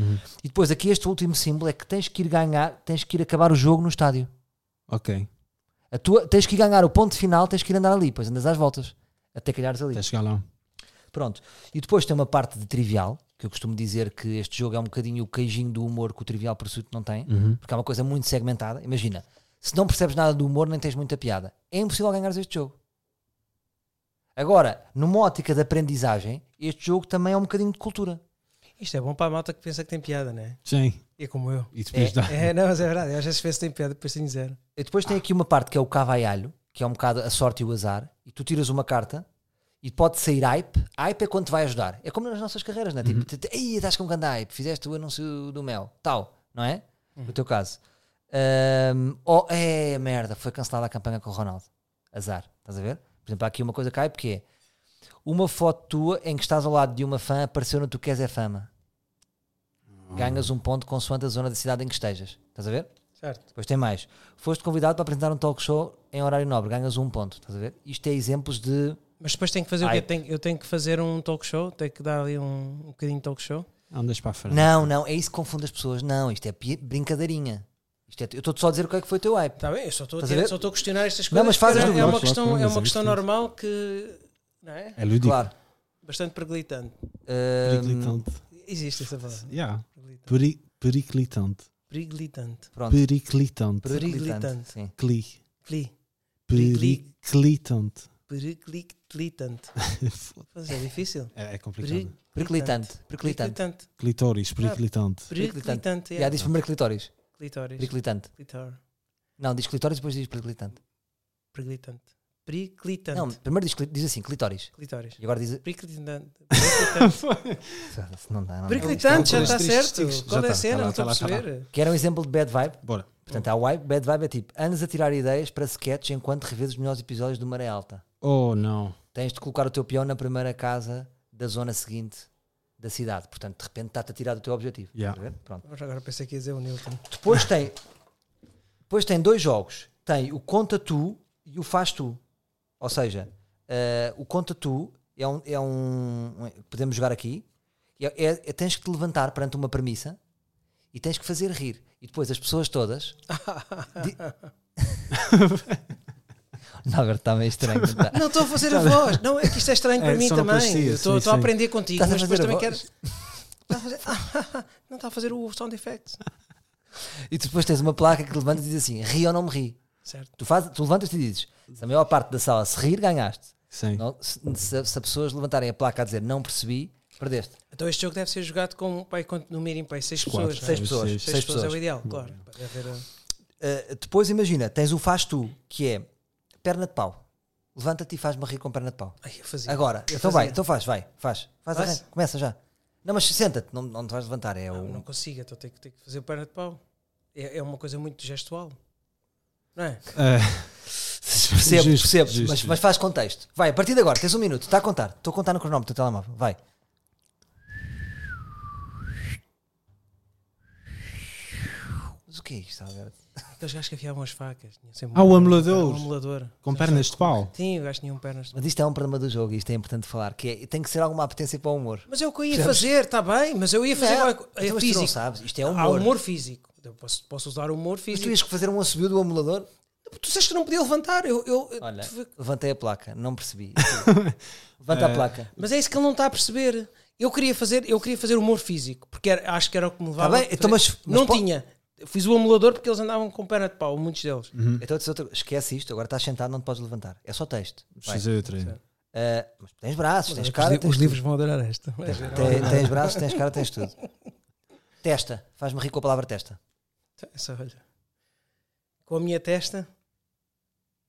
[SPEAKER 2] E depois aqui este último símbolo é que tens que ir ganhar, tens que ir acabar o jogo no estádio.
[SPEAKER 3] Ok.
[SPEAKER 2] A tua, tens que ir ganhar o ponto final, tens que ir andar ali, pois andas às voltas, até calhares ali.
[SPEAKER 3] Até chegar lá.
[SPEAKER 2] Pronto. E depois tem uma parte de trivial, que eu costumo dizer que este jogo é um bocadinho o queijinho do humor que o trivial pursuit não tem, porque é uma coisa muito segmentada. Imagina, se não percebes nada do humor, nem tens muita piada. É impossível ganhares este jogo. Agora, numa ótica de aprendizagem, este jogo também é um bocadinho de cultura.
[SPEAKER 1] Isto é bom para a malta que pensa que tem piada, não é?
[SPEAKER 3] Sim.
[SPEAKER 1] E é como eu.
[SPEAKER 3] E depois
[SPEAKER 2] É.
[SPEAKER 3] dá.
[SPEAKER 1] É, não, mas é verdade. Eu Às vezes penso que tem piada, depois tenho zero.
[SPEAKER 2] E depois tem aqui uma parte que é o cavalhalho, que é um bocado a sorte e o azar, e tu tiras uma carta e pode sair hype. Hype é quando te vai ajudar. É como nas nossas carreiras, não é? Tipo, te- ei, estás com um grande hype, fizeste o anúncio do mel, tal, não é? No teu caso. Ahm, ou, é, merda, foi cancelada a campanha com o Ronaldo. Azar, estás a ver? Por exemplo, há aqui uma coisa que há hype que é uma foto tua em que estás ao lado de uma fã apareceu no Tu Queres é Fama. Ganhas um ponto consoante a zona da cidade em que estejas. Estás a ver?
[SPEAKER 1] Certo.
[SPEAKER 2] Depois tem mais. Foste convidado para apresentar um talk show em horário nobre, ganhas um ponto, estás a ver? Isto é exemplos de.
[SPEAKER 1] Mas depois tenho que fazer o quê?
[SPEAKER 2] Ai.
[SPEAKER 1] Tenho- eu tenho que fazer um talk show? Tenho que dar ali um, um bocadinho de talk show?
[SPEAKER 3] Andas para a frente.
[SPEAKER 2] Não, não, é isso que confunde as pessoas. Não, isto é pi- brincadeirinha. Isto é, eu estou só a dizer o que é que foi o teu hype.
[SPEAKER 1] Está Tá bem, eu só estou a,
[SPEAKER 2] Estás a
[SPEAKER 1] tirar-
[SPEAKER 2] ver?
[SPEAKER 1] só estou a questionar estas coisas.
[SPEAKER 2] Não, mas faz
[SPEAKER 1] porque
[SPEAKER 2] as
[SPEAKER 1] é,
[SPEAKER 2] duas.
[SPEAKER 1] é uma
[SPEAKER 3] Claro,
[SPEAKER 1] questão,
[SPEAKER 3] claro,
[SPEAKER 1] é
[SPEAKER 3] mas é
[SPEAKER 1] uma questão
[SPEAKER 3] diferente.
[SPEAKER 1] normal que. Não é?
[SPEAKER 3] É lúdico.
[SPEAKER 2] Claro. Eh,
[SPEAKER 1] Bastante perglitante.
[SPEAKER 2] Ahm,
[SPEAKER 3] Periclitante.
[SPEAKER 1] Existe essa
[SPEAKER 2] Um,
[SPEAKER 1] palavra.
[SPEAKER 3] Yeah.
[SPEAKER 1] Perglitante.
[SPEAKER 3] Peri- Periclitante.
[SPEAKER 1] Perglitante.
[SPEAKER 2] pronto.
[SPEAKER 3] Periclitante.
[SPEAKER 2] Periclitante,
[SPEAKER 1] Periclitante.
[SPEAKER 2] Sim.
[SPEAKER 3] Cli.
[SPEAKER 1] Cli. Pericli-
[SPEAKER 3] Periclitante.
[SPEAKER 1] Periclitante. Mas é difícil.
[SPEAKER 3] É, é complicado.
[SPEAKER 2] Periclitante. Periclitante.
[SPEAKER 1] Periclitante.
[SPEAKER 3] Clitóris, periclitante.
[SPEAKER 1] Periclitante.
[SPEAKER 2] Já
[SPEAKER 1] é.
[SPEAKER 2] diz primeiro clitóris.
[SPEAKER 1] Clitóris.
[SPEAKER 2] Periclitante.
[SPEAKER 1] Clitor.
[SPEAKER 2] Não, diz clitóris e depois diz periclitante.
[SPEAKER 1] Periclitante. Periclitante.
[SPEAKER 2] Não, primeiro diz, cli- diz assim, clitóris.
[SPEAKER 1] Clitóris.
[SPEAKER 2] E agora diz.
[SPEAKER 1] Periclitante. Periclitante.
[SPEAKER 2] Não dá, não dá.
[SPEAKER 1] Periclitante, já
[SPEAKER 3] Isto
[SPEAKER 1] está
[SPEAKER 3] é um
[SPEAKER 1] certo.
[SPEAKER 3] característico.
[SPEAKER 1] Qual
[SPEAKER 3] Já
[SPEAKER 1] é a
[SPEAKER 3] tá,
[SPEAKER 1] cena?
[SPEAKER 3] tá lá,
[SPEAKER 1] Não estou a
[SPEAKER 3] tá lá, tá lá.
[SPEAKER 1] perceber.
[SPEAKER 2] Que era um exemplo de bad vibe.
[SPEAKER 3] Bora.
[SPEAKER 2] Portanto, a vibe- bad vibe é tipo: andas a tirar ideias para sketch enquanto revês os melhores episódios do Maré Alta.
[SPEAKER 3] Oh, não.
[SPEAKER 2] Tens de colocar o teu peão na primeira casa da zona seguinte da cidade. Portanto, de repente está-te a tirar do teu objetivo.
[SPEAKER 3] Yeah.
[SPEAKER 2] Estás a ver? Pronto.
[SPEAKER 1] Mas Agora pensei que ia dizer o Newton.
[SPEAKER 2] Depois tem, depois tem dois jogos. Tem o Conta Tu e o Faz Tu. Ou seja, eh, o Conta Tu é um, é um- um- Podemos jogar aqui. É, é- é- tens que te levantar perante uma premissa e tens que fazer rir. E depois as pessoas todas. di- não, agora está meio estranho. não está?
[SPEAKER 1] Não estou a fazer a voz. Não, é que isto é estranho
[SPEAKER 3] É,
[SPEAKER 1] para mim
[SPEAKER 3] só não
[SPEAKER 1] também.
[SPEAKER 3] parecia,
[SPEAKER 1] Eu Estou
[SPEAKER 3] sim,
[SPEAKER 1] estou a
[SPEAKER 3] sim.
[SPEAKER 1] aprender contigo,
[SPEAKER 2] Estás a
[SPEAKER 1] mas depois
[SPEAKER 2] fazer
[SPEAKER 1] também
[SPEAKER 2] a
[SPEAKER 1] quero. Está a fazer- Ah, Não está a fazer o sound effect.
[SPEAKER 2] E depois tens uma placa que te levantas e diz assim: ri ou não me ri.
[SPEAKER 1] Certo.
[SPEAKER 2] Tu, faz, tu levantas e dizes: se a maior parte da sala se rir, ganhaste.
[SPEAKER 3] Sim.
[SPEAKER 2] Não, se, se, se as pessoas levantarem a placa a dizer não percebi, perdeste.
[SPEAKER 1] Então este jogo deve ser jogado com, pai, com no mínimo, pai, seis
[SPEAKER 3] Quatro,
[SPEAKER 1] pessoas. não é?
[SPEAKER 2] seis pessoas.
[SPEAKER 3] seis.
[SPEAKER 1] Seis pessoas é o
[SPEAKER 2] pessoas.
[SPEAKER 1] ideal, claro. Para haver ah, a-
[SPEAKER 2] Uh, depois imagina, tens o faz tu, que é perna de pau. Levanta-te e faz-me rir com perna de pau.
[SPEAKER 1] Ai, eu fazia.
[SPEAKER 2] Agora,
[SPEAKER 1] Eu fazia.
[SPEAKER 2] então vai, então faz, vai, faz,
[SPEAKER 1] Faz?
[SPEAKER 2] faz, arranca, começa já. Não, mas senta-te, não, não te vais levantar, é
[SPEAKER 1] Não,
[SPEAKER 2] o.
[SPEAKER 1] não consigo, então tenho que, tenho que fazer o perna de pau. É, é uma coisa muito gestual. Não é?
[SPEAKER 3] É.
[SPEAKER 2] Percebo,
[SPEAKER 3] Justo,
[SPEAKER 2] percebo,
[SPEAKER 3] justo,
[SPEAKER 2] mas,
[SPEAKER 3] justo.
[SPEAKER 2] mas faz contexto. Vai, a partir de agora, tens um minuto, está a contar, estou a contar no cronómetro do telemóvel, vai. Mas o que é isto agora?
[SPEAKER 1] Aqueles gajos que afiavam as facas. tinham sempre
[SPEAKER 3] Ah, o
[SPEAKER 1] um-
[SPEAKER 3] amulador.
[SPEAKER 1] Um amulador.
[SPEAKER 3] Com pernas de pau.
[SPEAKER 1] Sim, o gajo tinha um pernas de pau.
[SPEAKER 2] Mas isto é um problema do jogo, e isto é importante falar, que é, tem que ser alguma apetência para o humor.
[SPEAKER 1] Mas é o que eu ia fazer, está bem, mas eu ia fazer
[SPEAKER 2] Não,
[SPEAKER 1] qualquer
[SPEAKER 2] então,
[SPEAKER 1] coisa. É
[SPEAKER 2] mas tu não
[SPEAKER 1] físico.
[SPEAKER 2] sabes, isto é humor.
[SPEAKER 1] Há humor físico. Eu posso, posso usar o humor
[SPEAKER 2] Mas tu
[SPEAKER 1] físico.
[SPEAKER 2] ias que fazer um assobio do amulador?
[SPEAKER 1] Tu, disseste que não podia levantar. Eu, eu- eu-
[SPEAKER 2] Olha,
[SPEAKER 1] tu-
[SPEAKER 2] levantei a placa, não percebi. Levanta a placa.
[SPEAKER 1] mas é isso que ele não está a perceber. Eu queria fazer, eu queria fazer humor físico, porque era- acho que era o que me levava.
[SPEAKER 2] Tá
[SPEAKER 1] a
[SPEAKER 2] bem,
[SPEAKER 1] fazer.
[SPEAKER 2] então, mas- mas
[SPEAKER 1] não
[SPEAKER 2] po-
[SPEAKER 1] tinha. Fiz o amulador porque eles andavam com perna de pau, muitos deles.
[SPEAKER 2] Então, disse outra- esquece isto, agora estás sentado, não te podes levantar. É só texto. Vai.
[SPEAKER 3] Fazer outra.
[SPEAKER 2] Ah, mas tens braços, tens cara, tens,
[SPEAKER 1] vão adorar esta.
[SPEAKER 2] tens- tens braços, tens cara, tens tudo. Testa, faz-me rir com a palavra testa.
[SPEAKER 1] Essa, Então, olha. Com a minha testa,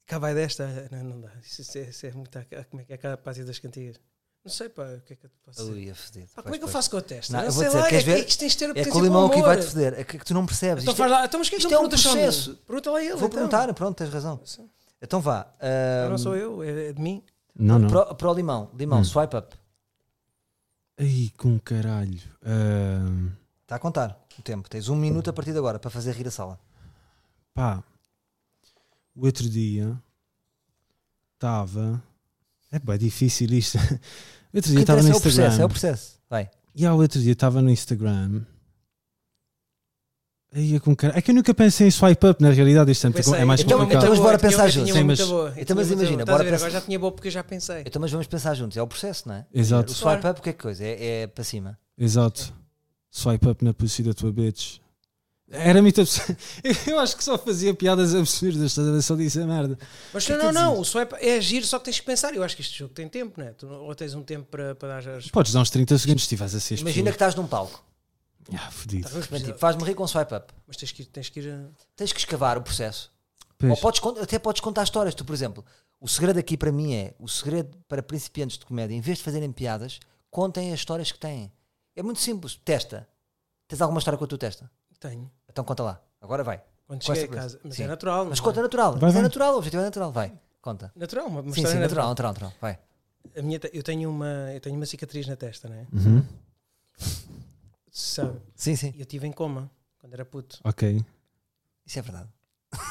[SPEAKER 1] cá vai desta. Ah, Não, não dá. Isso, isso é, isso é muito. à- Como é que é a parte das cantigas? Não sei, pá, o que é que eu te posso dizer?
[SPEAKER 2] Ui, é fedido.
[SPEAKER 1] Pá, como é que eu
[SPEAKER 2] Pois,
[SPEAKER 1] faço com a testa?
[SPEAKER 2] Não,
[SPEAKER 1] Não,
[SPEAKER 2] eu vou
[SPEAKER 1] sei
[SPEAKER 2] dizer,
[SPEAKER 1] lá, é,
[SPEAKER 2] queres
[SPEAKER 1] que-
[SPEAKER 2] ver?
[SPEAKER 1] é que isto tens de ter a
[SPEAKER 2] pois. É
[SPEAKER 1] potência
[SPEAKER 2] com o limão
[SPEAKER 1] para
[SPEAKER 2] que
[SPEAKER 1] humor.
[SPEAKER 2] vai-te foder. É que que tu não percebes.
[SPEAKER 1] Então
[SPEAKER 2] Isto
[SPEAKER 1] faz
[SPEAKER 2] é-
[SPEAKER 1] lá. Então, mas que é que
[SPEAKER 2] isto
[SPEAKER 1] não
[SPEAKER 2] é um
[SPEAKER 1] perguntas só a mim?
[SPEAKER 2] processo.
[SPEAKER 1] Pergunta lá a ele.
[SPEAKER 2] Vou
[SPEAKER 1] então.
[SPEAKER 2] perguntar, pronto, tens razão.
[SPEAKER 1] Sim.
[SPEAKER 2] Então vá. ah,
[SPEAKER 1] Não sou eu, é é de mim.
[SPEAKER 3] Não, não.
[SPEAKER 2] Para, o- para o limão, limão,
[SPEAKER 1] Hum.
[SPEAKER 2] swipe up.
[SPEAKER 3] Ai, com caralho. Ah,
[SPEAKER 2] Está Tá a contar o tempo. Tens um minuto a partir de agora para fazer rir a sala.
[SPEAKER 3] pá. O outro dia estava. É bem difícil isto. O outro
[SPEAKER 2] O que
[SPEAKER 3] dia estava no
[SPEAKER 2] interessa é o processo, é
[SPEAKER 3] Instagram.
[SPEAKER 2] o processo. Vai.
[SPEAKER 3] E ao outro dia estava no Instagram. Aí é com caralho. É que eu nunca pensei em swipe up, na realidade. Isto é, muito com- é mais
[SPEAKER 2] então-
[SPEAKER 3] complicado.
[SPEAKER 2] então- mas bora pensar
[SPEAKER 1] juntos.
[SPEAKER 2] juntos.
[SPEAKER 3] Sim,
[SPEAKER 1] Então,
[SPEAKER 3] mas-
[SPEAKER 2] então, mas imagina, bora pensar-
[SPEAKER 1] Agora já tinha boa porque eu já pensei.
[SPEAKER 2] Então, mas vamos pensar juntos. É o processo, não é? O
[SPEAKER 3] Exato,
[SPEAKER 2] swipe up, o que é que coisa? É, é para cima.
[SPEAKER 3] exato. Swipe up na pussy da tua bitch. Era muito absurdo. Eu acho que só fazia piadas absurdas, estás a ver? Só disse a merda.
[SPEAKER 1] Mas
[SPEAKER 3] que
[SPEAKER 1] não, não,
[SPEAKER 3] tu dizes?
[SPEAKER 1] não. O swipe é agir, só que tens que pensar. Eu acho que este jogo tem tempo, não é? Tu não- Ou tens um tempo para, para dar as.
[SPEAKER 3] Podes dar uns 30 segundos se estiveres a ser
[SPEAKER 2] Imagina que estás num palco.
[SPEAKER 3] Ah, fodido.
[SPEAKER 2] Mas, tipo, Faz-me rir com swipe up.
[SPEAKER 1] Mas tens que ir. Tens que ir a-
[SPEAKER 2] Tens que escavar o processo. Ou
[SPEAKER 3] Pois.
[SPEAKER 2] podes, con- até podes contar histórias. Tu, por exemplo, o segredo aqui para mim é: o segredo para principiantes de comédia, em vez de fazerem piadas, contem as histórias que têm. É muito simples. Testa. Tens alguma história com a tua testa?
[SPEAKER 1] Tenho.
[SPEAKER 2] Então conta lá. Agora vai.
[SPEAKER 1] Quando
[SPEAKER 2] Com
[SPEAKER 1] cheguei a
[SPEAKER 2] essa coisa.
[SPEAKER 1] casa. Mas
[SPEAKER 2] Sim.
[SPEAKER 1] é natural.
[SPEAKER 2] Mas
[SPEAKER 1] não
[SPEAKER 2] conta
[SPEAKER 1] é?
[SPEAKER 2] natural.
[SPEAKER 3] Vai,
[SPEAKER 2] Mas é
[SPEAKER 3] vai.
[SPEAKER 2] natural. O objetivo é natural. Vai. Conta.
[SPEAKER 1] Natural, uma uma
[SPEAKER 2] Sim,
[SPEAKER 1] história
[SPEAKER 2] sim,
[SPEAKER 1] natural.
[SPEAKER 2] natural, natural, natural. Vai.
[SPEAKER 1] A minha te- Eu tenho uma eu tenho uma cicatriz na testa, não é?
[SPEAKER 3] Uhum.
[SPEAKER 1] Sabe?
[SPEAKER 2] Sim, sim.
[SPEAKER 1] E Eu estive em coma quando era puto.
[SPEAKER 3] Ok.
[SPEAKER 2] Isso é verdade.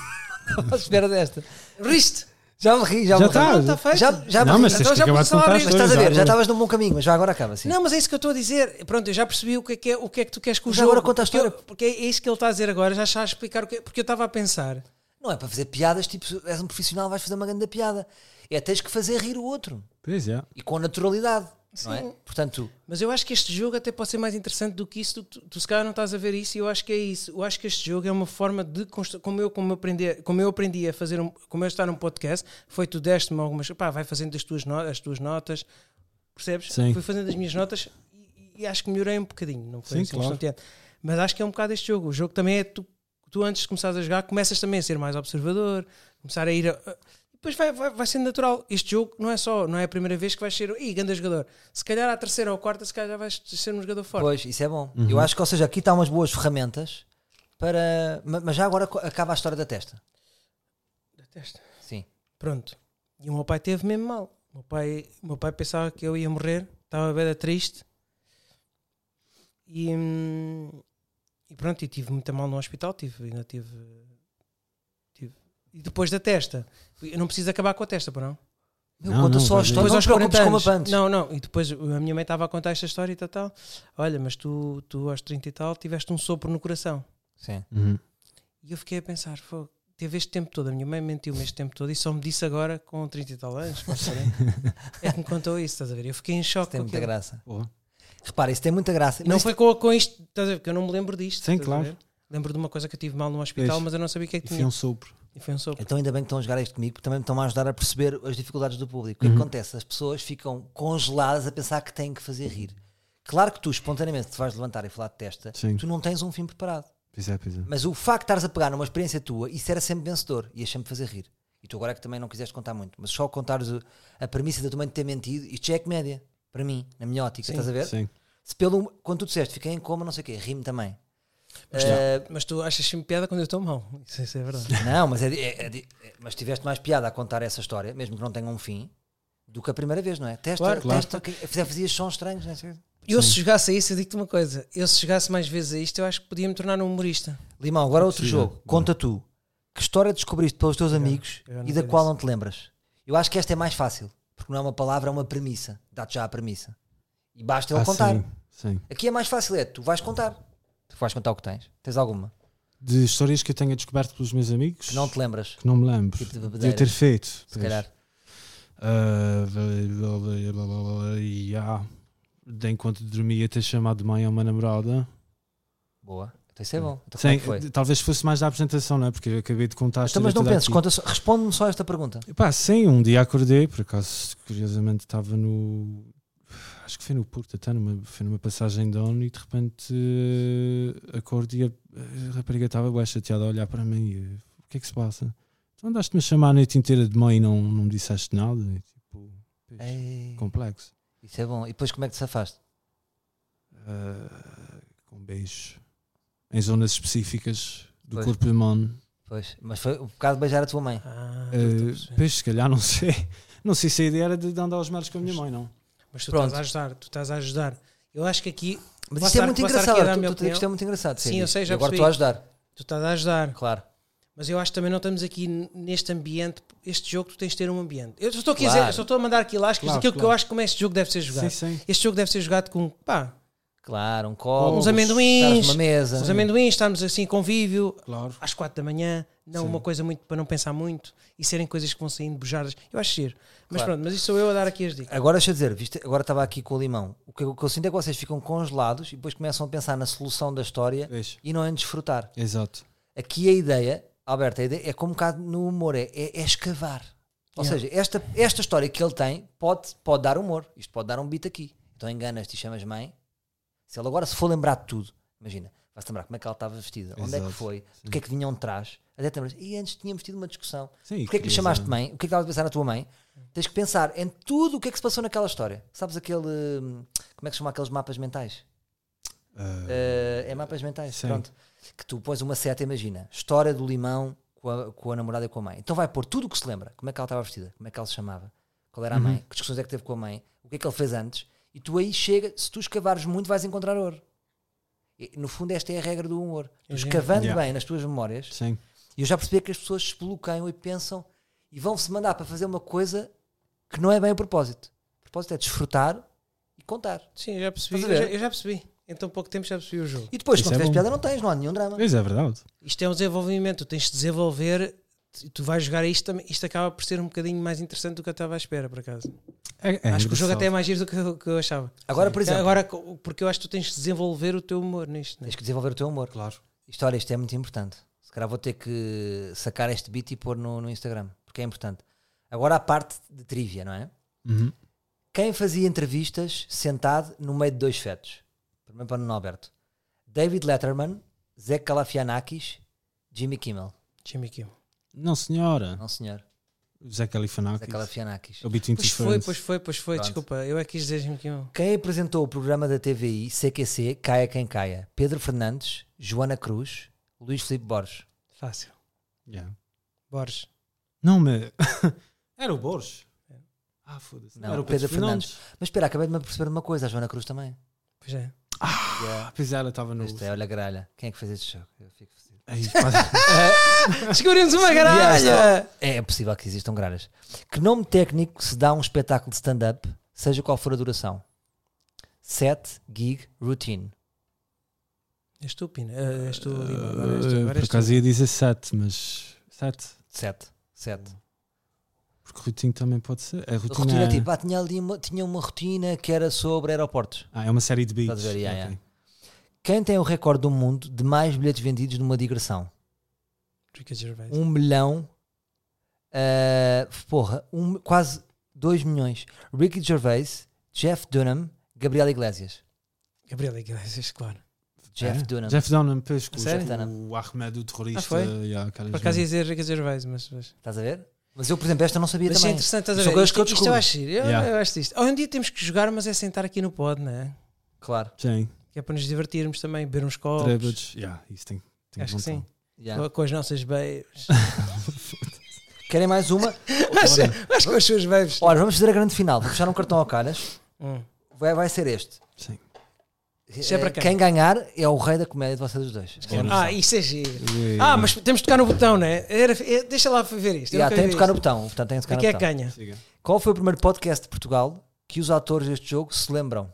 [SPEAKER 2] À espera desta.
[SPEAKER 1] Riste!
[SPEAKER 2] Já me ri, já,
[SPEAKER 3] Já
[SPEAKER 2] me ri.
[SPEAKER 3] tá. Ah,
[SPEAKER 1] não, está feito.
[SPEAKER 2] já- já
[SPEAKER 3] Não,
[SPEAKER 2] me
[SPEAKER 3] mas
[SPEAKER 2] ri.
[SPEAKER 1] Então
[SPEAKER 3] tens que
[SPEAKER 1] já
[SPEAKER 3] acabar de
[SPEAKER 1] começou a
[SPEAKER 3] contar
[SPEAKER 1] abrir.
[SPEAKER 3] as
[SPEAKER 2] Mas
[SPEAKER 3] coisas,
[SPEAKER 2] estás a ver, já tá-
[SPEAKER 3] agora.
[SPEAKER 2] estavas num bom caminho, mas já agora acaba assim.
[SPEAKER 1] Não, mas é isso que eu estou a dizer. Pronto, eu já percebi o que é que, é, o que, é que tu queres com o
[SPEAKER 2] Mas
[SPEAKER 1] jogo.
[SPEAKER 2] agora conta a
[SPEAKER 1] Porque eu-
[SPEAKER 2] história.
[SPEAKER 1] Porque, é isso que ele está a dizer agora. Já está a explicar o que é- Porque eu estava a pensar.
[SPEAKER 2] Não é para fazer piadas, tipo, se és um profissional, vais fazer uma grande piada. É tens que fazer rir o outro.
[SPEAKER 3] Pois é.
[SPEAKER 2] E com naturalidade. Não é? Portanto,
[SPEAKER 1] Mas eu acho que este jogo até pode ser mais interessante do que isso. do que Tu, tu se calhar não estás a ver isso e eu acho que é isso. Eu acho que este jogo é uma forma de constru- como eu como aprendi, como eu aprendi a fazer um, como eu estar num podcast, foi tu deste-me algumas, pá, vai fazendo as tuas notas, as tuas notas. Percebes?
[SPEAKER 3] Sim.
[SPEAKER 1] Fui fazendo as minhas notas e, e acho que melhorei um bocadinho, não foi
[SPEAKER 3] Sim,
[SPEAKER 1] assim
[SPEAKER 3] claro.
[SPEAKER 1] instantaneamente. Mas acho que é um bocado este jogo. O jogo também é tu, tu antes de começares a jogar, começas também a ser mais observador, começar a ir a, depois vai, vai, vai sendo natural. Este jogo não é só, não é a primeira vez que vais ser, ih, grande jogador. Se calhar à terceira ou quarta, se calhar já vais ser um jogador forte.
[SPEAKER 2] Pois, isso é bom.
[SPEAKER 3] Uhum.
[SPEAKER 2] Eu acho que, ou seja, aqui está umas boas ferramentas para. ma- Mas já agora co- acaba a história da testa.
[SPEAKER 1] Detesto.
[SPEAKER 2] Sim.
[SPEAKER 1] Pronto. E o meu pai teve mesmo mal. O meu pai, o meu pai pensava que eu ia morrer, estava bem triste. E, hum, e pronto, e tive muito mal no hospital, tive, ainda tive, tive. E depois da testa. Eu não preciso acabar com a testa, para não?
[SPEAKER 2] Meu,
[SPEAKER 3] Não,
[SPEAKER 2] conta
[SPEAKER 3] não, é
[SPEAKER 2] só a
[SPEAKER 3] vai
[SPEAKER 2] história.
[SPEAKER 3] ver.
[SPEAKER 2] Não te preocupes com uma punch.
[SPEAKER 1] Não, não. E depois a minha mãe estava a contar esta história e tal, tal. Olha, mas tu, tu aos 30 e tal tiveste um sopro no coração.
[SPEAKER 2] Sim.
[SPEAKER 3] Uhum.
[SPEAKER 1] E eu fiquei a pensar, "Fogo, teve este tempo todo, a minha mãe mentiu-me este tempo todo e só me disse agora com 30 e tal anos, pode ser, hein? é que me contou isso, estás a ver? Eu fiquei em choque.
[SPEAKER 2] Tem
[SPEAKER 1] com
[SPEAKER 2] muita
[SPEAKER 1] aquilo.
[SPEAKER 2] graça.
[SPEAKER 3] Porra.
[SPEAKER 2] Repara, isso tem muita graça.
[SPEAKER 1] Não
[SPEAKER 2] Mas
[SPEAKER 1] foi com, com isto, estás a ver? Porque eu não me lembro disto.
[SPEAKER 3] Sim,
[SPEAKER 1] estás a
[SPEAKER 3] claro.
[SPEAKER 1] ver? Lembro de uma coisa que eu tive mal no hospital,
[SPEAKER 3] Pois.
[SPEAKER 1] mas eu não sabia o que é que
[SPEAKER 3] E foi
[SPEAKER 1] tinha.
[SPEAKER 3] um sopro.
[SPEAKER 1] E foi um sopro.
[SPEAKER 2] Então ainda bem que estão a jogar isto comigo, porque também me estão a ajudar a perceber as dificuldades do público. O
[SPEAKER 3] Uhum.
[SPEAKER 2] que é que acontece? As pessoas ficam congeladas a pensar que têm que fazer rir. Claro que tu, espontaneamente, te vais levantar e falar de testa,
[SPEAKER 3] Sim.
[SPEAKER 2] tu não tens um fim preparado.
[SPEAKER 3] Pois é, pois é.
[SPEAKER 2] Mas o facto de estares a pegar numa experiência tua, isso era sempre vencedor, ias sempre fazer rir. E tu agora é que também não quiseste contar muito, mas só contares o- a premissa da tua mãe te ter mentido, isto já é comédia, para mim, na minha ótica, estás a ver?
[SPEAKER 3] Sim.
[SPEAKER 2] Se pelo, quando tu disseste, fiquei em coma, não sei o quê, rime também.
[SPEAKER 1] Mas,
[SPEAKER 2] Eh,
[SPEAKER 1] tu, mas tu achas sempre piada quando eu estou mal. Isso, isso é verdade.
[SPEAKER 2] Não, mas, é, di- é- é di- é- mas tiveste mais piada a contar essa história, mesmo que não tenha um fim, do que a primeira vez, não é? Testa,
[SPEAKER 1] Claro, claro.
[SPEAKER 2] testa, que- fazia- fazias sons estranhos, não é?
[SPEAKER 1] Eu se chegasse a isso, eu digo-te uma coisa. Eu se chegasse mais vezes a isto, eu acho que podia me tornar um humorista.
[SPEAKER 2] Limão, agora outro
[SPEAKER 3] Sim,
[SPEAKER 2] jogo.
[SPEAKER 3] bom.
[SPEAKER 2] Conta tu. Que história descobriste pelos teus amigos
[SPEAKER 1] eu já não
[SPEAKER 2] e da
[SPEAKER 1] sei
[SPEAKER 2] qual
[SPEAKER 1] disso.
[SPEAKER 2] não te lembras? Eu acho que esta é mais fácil, porque não é uma palavra, é uma premissa. Dá-te já a premissa. E basta ele
[SPEAKER 3] Ah,
[SPEAKER 2] contar.
[SPEAKER 3] sim, sim.
[SPEAKER 2] Aqui é mais fácil, é tu vais contar. Tu vais contar o que tens. Tens alguma?
[SPEAKER 3] De histórias que eu tenha descoberto pelos meus amigos
[SPEAKER 2] Que não te lembras,
[SPEAKER 3] que não me lembro
[SPEAKER 2] Tipo de
[SPEAKER 3] de, eu
[SPEAKER 2] bebedeiras.
[SPEAKER 3] ter feito.
[SPEAKER 2] se calhar.
[SPEAKER 3] Ah, yeah. ah, De enquanto dormia ter chamado de mãe a uma namorada.
[SPEAKER 2] Boa. Então isso é bom. Então, como é
[SPEAKER 3] Sem-
[SPEAKER 2] que foi?
[SPEAKER 3] talvez fosse mais da apresentação, não é? Porque eu acabei de contar a
[SPEAKER 2] Então,
[SPEAKER 3] história
[SPEAKER 2] mas não
[SPEAKER 3] toda
[SPEAKER 2] penses,
[SPEAKER 3] aqui.
[SPEAKER 2] conta só- responde-me só esta pergunta.
[SPEAKER 3] Pá, sim, um dia acordei, por acaso, curiosamente, estava no. Acho que foi no Porto, até numa, foi numa passagem de ONU e de repente eh, acordo e a, a rapariga estava bem chateada a olhar para mim e eh, o que é que se passa? Tu andaste-me a chamar a noite inteira de mãe e não, não me disseste nada? E, tipo, pois,
[SPEAKER 2] Ei,
[SPEAKER 3] complexo.
[SPEAKER 2] isso é bom. E depois como é que te safaste?
[SPEAKER 3] Ah, com beijos. Em zonas específicas do
[SPEAKER 2] Pois.
[SPEAKER 3] corpo humano.
[SPEAKER 2] Pois, mas foi um bocado beijar a tua mãe.
[SPEAKER 1] Ah,
[SPEAKER 3] Eh,
[SPEAKER 1] estou a perceber.
[SPEAKER 3] pois, se calhar, não sei. Não sei se a ideia era de andar aos mares com a minha mãe, não.
[SPEAKER 1] mas tu
[SPEAKER 2] pronto.
[SPEAKER 1] estás a ajudar. Tu estás a ajudar. Eu acho que aqui
[SPEAKER 2] Mas
[SPEAKER 1] Posso
[SPEAKER 2] isto é
[SPEAKER 1] dar-
[SPEAKER 2] muito
[SPEAKER 1] posso dar aqui a dar a
[SPEAKER 2] engraçado.
[SPEAKER 1] minha
[SPEAKER 2] Tu, tu, isto é
[SPEAKER 1] opinião?
[SPEAKER 2] muito engraçado.
[SPEAKER 1] Sim, eu sei, já
[SPEAKER 2] E Agora
[SPEAKER 1] percebi.
[SPEAKER 2] estou a ajudar,
[SPEAKER 1] tu estás a ajudar.
[SPEAKER 2] claro.
[SPEAKER 1] Mas eu acho que também não estamos aqui n- neste ambiente. Este jogo tu tens de ter um ambiente. Eu só estou aqui a
[SPEAKER 2] Claro.
[SPEAKER 1] dizer, só estou a mandar aqui lascas
[SPEAKER 3] Claro,
[SPEAKER 1] daquilo que eu
[SPEAKER 3] claro.
[SPEAKER 1] acho que como este jogo deve ser jogado.
[SPEAKER 3] Sim, sim.
[SPEAKER 1] Este jogo deve ser jogado com pá,
[SPEAKER 2] Claro, um colo,
[SPEAKER 1] Uns amendoins,
[SPEAKER 2] estarmos numa mesa. né?
[SPEAKER 1] os amendoins, estamos assim convívio
[SPEAKER 3] Claro.
[SPEAKER 1] às quatro da manhã, não uma coisa muito para não pensar muito e serem coisas que vão saindo bujadas. Eu acho giro. Mas
[SPEAKER 2] Claro.
[SPEAKER 1] pronto, mas isso sou eu a dar aqui as dicas.
[SPEAKER 2] Agora deixa eu dizer, viste, agora estava aqui com o limão. O que, o que eu sinto é que vocês ficam congelados e depois começam a pensar na solução da história
[SPEAKER 3] Pois.
[SPEAKER 2] e não em desfrutar.
[SPEAKER 3] Exato.
[SPEAKER 2] Aqui a ideia, Alberto, a ideia é como um bocado no humor, é, é- é escavar. Ou
[SPEAKER 1] Yeah.
[SPEAKER 2] seja, esta, esta história que ele tem pode, pode dar humor. Isto pode dar um beat aqui. Então enganas-te e chamas mãe. Se ele agora se for lembrar de tudo, imagina, vai-se lembrar como é que ela estava vestida, onde é que
[SPEAKER 3] Exato.
[SPEAKER 2] foi, do que é que vinham de trás. Até te lembras, e antes tínhamos tido uma discussão. Porquê é
[SPEAKER 3] Sim,
[SPEAKER 2] que lhe
[SPEAKER 3] querias,
[SPEAKER 2] chamaste
[SPEAKER 3] é.
[SPEAKER 2] mãe? O que é que estavas a pensar na tua mãe? Tens que pensar em tudo o que é que se passou naquela história. Sabes aquele. hum, Como é que se chama aqueles mapas mentais?
[SPEAKER 3] Ah,
[SPEAKER 2] Eh, é mapas mentais,
[SPEAKER 3] Sim.
[SPEAKER 2] pronto. Que tu pões uma seta, imagina. História do limão com a, com a namorada e com a mãe. Então vai pôr tudo o que se lembra. Como é que ela estava vestida? Como é que ela se chamava? Qual
[SPEAKER 3] Uhum.
[SPEAKER 2] era a mãe? Que discussões é que teve com a mãe? O que é que ele fez antes? E tu aí chega, se tu escavares muito, vais encontrar ouro. E, no fundo, esta é a regra do humor. Tu
[SPEAKER 1] Imagina.
[SPEAKER 2] escavando
[SPEAKER 3] Yeah.
[SPEAKER 2] bem nas tuas memórias,
[SPEAKER 3] Sim.
[SPEAKER 2] e eu já percebi que as pessoas se bloqueiam e pensam e vão-se mandar para fazer uma coisa que não é bem o propósito. O propósito é desfrutar e contar.
[SPEAKER 1] Sim, eu já percebi. Eu
[SPEAKER 2] Estás a
[SPEAKER 1] já,
[SPEAKER 2] ver?
[SPEAKER 1] eu já percebi. Em tão pouco tempo já percebi o jogo.
[SPEAKER 2] E depois,
[SPEAKER 3] Isso
[SPEAKER 2] quando
[SPEAKER 3] é
[SPEAKER 2] tiveres
[SPEAKER 3] bom.
[SPEAKER 2] piada, não tens, não há nenhum drama.
[SPEAKER 3] Pois é verdade.
[SPEAKER 1] Isto é um desenvolvimento, tu tens de desenvolver, tu- tu vais jogar isto também. Isto acaba por ser um bocadinho mais interessante do que eu estava à espera, por acaso.
[SPEAKER 3] É- é
[SPEAKER 1] acho que o jogo
[SPEAKER 3] engraçado.
[SPEAKER 1] até é mais giro do que eu, que eu achava.
[SPEAKER 2] Agora,
[SPEAKER 3] É,
[SPEAKER 2] por exemplo,
[SPEAKER 1] Agora, co- porque eu acho que tu tens de desenvolver o teu humor nisto. Né?
[SPEAKER 2] tens que desenvolver o teu humor.
[SPEAKER 3] Claro.
[SPEAKER 2] História, isto é muito importante. Se calhar vou ter que sacar este beat e pôr no, no Instagram, porque é importante. Agora a parte de trivia, não é?
[SPEAKER 3] Uhum.
[SPEAKER 2] Quem fazia entrevistas sentado no meio de dois fetos? Primeiro para o Nuno Alberto. David Letterman, Zé Calafianakis, Jimmy Kimmel.
[SPEAKER 1] Jimmy Kimmel.
[SPEAKER 3] Não, senhora.
[SPEAKER 2] Não, senhor.
[SPEAKER 3] Zé Califanakis.
[SPEAKER 2] daquela Fianakis.
[SPEAKER 3] É o Between
[SPEAKER 1] Pois
[SPEAKER 3] Two
[SPEAKER 1] foi,
[SPEAKER 3] Ferns.
[SPEAKER 1] pois foi, pois foi,
[SPEAKER 2] Pronto.
[SPEAKER 1] desculpa. Eu é que quis dizer 21.
[SPEAKER 2] Quem apresentou o programa da TVI CQC, Caia Quem Caia? Pedro Fernandes, Joana Cruz, Luís Filipe Borges.
[SPEAKER 1] Fácil.
[SPEAKER 3] Yeah.
[SPEAKER 1] Borges.
[SPEAKER 3] Não, mas. Era o Borges. Ah, foda-se.
[SPEAKER 2] Não,
[SPEAKER 3] Era o
[SPEAKER 2] Pedro Fernandes. Mas espera, acabei de me perceber uma coisa, a Joana Cruz também.
[SPEAKER 1] Pois é.
[SPEAKER 3] Ah, pois é, ela estava no.
[SPEAKER 2] Isto é, olha gralha. Quem é que fez este jogo? Eu fico fodido.
[SPEAKER 3] Aí, pá.
[SPEAKER 1] Descobrimos uma
[SPEAKER 2] Yeah,
[SPEAKER 1] gralha!
[SPEAKER 2] É possível que existam gralhas. Que nome técnico se dá a um espetáculo de stand-up, seja qual for a duração? Set, gig, routine.
[SPEAKER 1] És tu, Pina. Eh, És tu, Lima. Agora és tu. Agora
[SPEAKER 3] Eh,
[SPEAKER 1] é.
[SPEAKER 3] Por
[SPEAKER 1] és tu.
[SPEAKER 3] acaso ia dizer 7, mas. 7.
[SPEAKER 2] Set. Set.
[SPEAKER 3] Porque routine também pode ser. É routine.
[SPEAKER 2] Rotina
[SPEAKER 3] é...
[SPEAKER 2] é tipo, ah, tinha ali uma, tinha uma rotina que era sobre aeroportos.
[SPEAKER 3] Ah, é uma série de beats.
[SPEAKER 2] Estás a ver, yeah,
[SPEAKER 3] Ok.
[SPEAKER 2] Quem tem o recorde do mundo de mais bilhetes vendidos numa digressão?
[SPEAKER 1] Ricky Gervais.
[SPEAKER 2] um milhão. ah, porra, um- quase 2 milhões. Ricky Gervais, Jeff Dunham, Gabriel Iglesias.
[SPEAKER 1] Gabriel Iglesias, claro.
[SPEAKER 2] Jeff
[SPEAKER 3] É?
[SPEAKER 2] Dunham.
[SPEAKER 3] Jeff Dunham, pois, com
[SPEAKER 1] Sério?
[SPEAKER 2] Dunham.
[SPEAKER 3] o Ahmed, o terrorista.
[SPEAKER 1] Ah, foi?
[SPEAKER 3] yeah, aquelas
[SPEAKER 1] Por acaso ia
[SPEAKER 3] merdas.
[SPEAKER 1] dizer Ricky Gervais, mas. mas...
[SPEAKER 2] Estás a ver? Mas eu, por exemplo, esta não sabia
[SPEAKER 1] Mas é
[SPEAKER 2] também.
[SPEAKER 1] interessante, estás a
[SPEAKER 2] São
[SPEAKER 1] ver?
[SPEAKER 2] coisas
[SPEAKER 1] Isto,
[SPEAKER 2] que eu
[SPEAKER 1] isto eu
[SPEAKER 2] descubro.
[SPEAKER 1] acho giro. Eu,
[SPEAKER 3] Yeah.
[SPEAKER 1] eu acho isto. Um dia temos que jogar, mas é sentar aqui no pod, não é?
[SPEAKER 2] Claro.
[SPEAKER 3] Sim,
[SPEAKER 1] Que é para nos divertirmos também, beber uns copos.
[SPEAKER 3] Trebuts. Yeah, isso tem, tem
[SPEAKER 1] Acho que
[SPEAKER 3] vontade.
[SPEAKER 1] sim.
[SPEAKER 2] Yeah.
[SPEAKER 1] Com, com as nossas babes.
[SPEAKER 2] Querem mais uma?
[SPEAKER 1] mas, mas com as suas babes.
[SPEAKER 2] Ora, vamos fazer a grande final. Vou puxar um cartão ao caras.
[SPEAKER 1] Hum.
[SPEAKER 2] Vai, vai ser este.
[SPEAKER 3] Sim.
[SPEAKER 1] Isto é para
[SPEAKER 2] Eh,
[SPEAKER 1] quem?
[SPEAKER 2] ganhar é o rei da comédia de vocês dois.
[SPEAKER 1] Ah, isso é giro.
[SPEAKER 3] Ui.
[SPEAKER 1] Ah, mas temos de tocar no botão, não é? Era- é- deixa lá ver isto. Eu
[SPEAKER 2] Yeah,
[SPEAKER 1] nunca
[SPEAKER 2] tem de
[SPEAKER 1] vi
[SPEAKER 2] tocar no
[SPEAKER 1] isto.
[SPEAKER 2] botão. Portanto, tem de tocar
[SPEAKER 1] Quem é
[SPEAKER 2] no
[SPEAKER 1] que
[SPEAKER 2] botão.
[SPEAKER 1] ganha?
[SPEAKER 3] Siga.
[SPEAKER 2] Qual foi o primeiro podcast de Portugal que os atores deste jogo se lembram?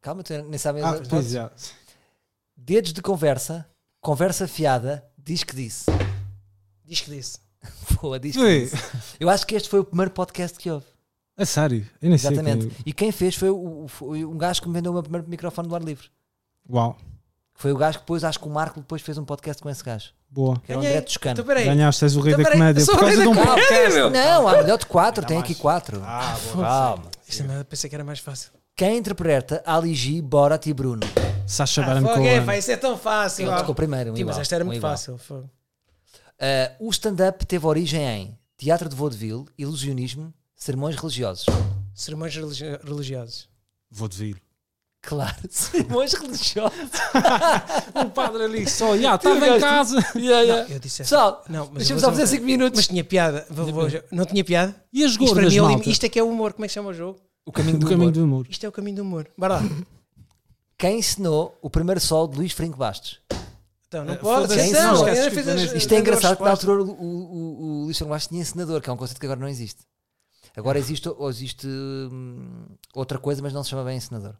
[SPEAKER 2] Calma, tu nem sabem.
[SPEAKER 3] Ah,
[SPEAKER 2] as-
[SPEAKER 3] pois já.
[SPEAKER 2] Dedos de conversa, conversa fiada, diz que disse.
[SPEAKER 1] Diz que disse.
[SPEAKER 2] Boa, diz que
[SPEAKER 3] Ui,
[SPEAKER 2] disse. Eu acho que este foi o primeiro podcast que houve.
[SPEAKER 3] a sério, eu nem sei.
[SPEAKER 2] Exatamente.
[SPEAKER 3] quem-
[SPEAKER 2] E quem fez foi, o, o- foi um gajo que me vendeu o meu primeiro microfone do ar livre.
[SPEAKER 3] é. Uau,
[SPEAKER 2] Que Foi o gajo que depois, acho que o Marco depois fez um podcast com esse gajo.
[SPEAKER 3] boa.
[SPEAKER 2] Que era o
[SPEAKER 1] Ganhei.
[SPEAKER 2] André Toscano.
[SPEAKER 1] Então peraí.
[SPEAKER 3] Ganhaste, és o rei
[SPEAKER 1] Então,
[SPEAKER 3] da
[SPEAKER 1] peraí,
[SPEAKER 3] comédia.
[SPEAKER 1] sou
[SPEAKER 3] Por
[SPEAKER 1] o rei
[SPEAKER 3] causa
[SPEAKER 1] da
[SPEAKER 3] de um
[SPEAKER 1] comédia.
[SPEAKER 3] podcast.
[SPEAKER 1] meu.
[SPEAKER 2] Não, há melhor de quatro, tem aqui
[SPEAKER 3] mais.
[SPEAKER 2] quatro.
[SPEAKER 3] Ah, boa.
[SPEAKER 2] Calma.
[SPEAKER 1] Isto também pensei que era mais fácil.
[SPEAKER 2] Quem interpreta Ali G, Borat e Bruno?
[SPEAKER 3] Sacha
[SPEAKER 1] Ah,
[SPEAKER 3] Baron
[SPEAKER 1] fogo, é, pá,
[SPEAKER 3] Cohen.
[SPEAKER 1] isso é tão fácil.
[SPEAKER 2] Ficou primeiro. um
[SPEAKER 1] Sim, mas
[SPEAKER 2] igual,
[SPEAKER 1] esta era
[SPEAKER 2] um
[SPEAKER 1] muito
[SPEAKER 2] igual.
[SPEAKER 1] fácil. fogo.
[SPEAKER 2] Ah, o stand-up teve origem em teatro de vaudeville, ilusionismo, sermões religiosos.
[SPEAKER 1] Sermões religio- religiosos.
[SPEAKER 3] Vou devir.
[SPEAKER 2] Claro, sermões religiosos.
[SPEAKER 3] O padre ali só, já,
[SPEAKER 2] estava em casa. Yeah, yeah.
[SPEAKER 1] Eu disse essa.
[SPEAKER 2] Pessoal,
[SPEAKER 1] Não, mas
[SPEAKER 2] deixa-me
[SPEAKER 1] eu
[SPEAKER 2] só
[SPEAKER 1] vou
[SPEAKER 2] fazer assim
[SPEAKER 1] dizer
[SPEAKER 2] 5 minutos.
[SPEAKER 1] Mas tinha piada. Vou- vou- não tinha piada?
[SPEAKER 3] E as
[SPEAKER 1] Isto, para
[SPEAKER 3] gordas,
[SPEAKER 1] mim é o lim-
[SPEAKER 3] malta?
[SPEAKER 1] isto é que é o humor. Como é que se chama o jogo?
[SPEAKER 2] O caminho do,
[SPEAKER 3] Do caminho
[SPEAKER 2] humor.
[SPEAKER 3] do humor.
[SPEAKER 1] Isto é o caminho do humor. Bora lá.
[SPEAKER 2] Quem ensinou o primeiro sol de Luís Franco Bastos?
[SPEAKER 1] Então, não
[SPEAKER 2] É,
[SPEAKER 3] Eh,
[SPEAKER 1] pode.
[SPEAKER 3] foda-se,
[SPEAKER 1] atenção,
[SPEAKER 2] não,
[SPEAKER 1] eu ainda
[SPEAKER 3] esquece,
[SPEAKER 1] fiz as-
[SPEAKER 3] desculpa,
[SPEAKER 2] Isto é
[SPEAKER 1] as
[SPEAKER 2] engraçado que na
[SPEAKER 1] respostas.
[SPEAKER 2] altura o, o- o Luís Franco Bastos tinha ensinador, que é um conceito que agora não existe.
[SPEAKER 1] Ah.
[SPEAKER 2] Agora existe, ou existe hum, outra coisa, mas não se chama bem ensinador.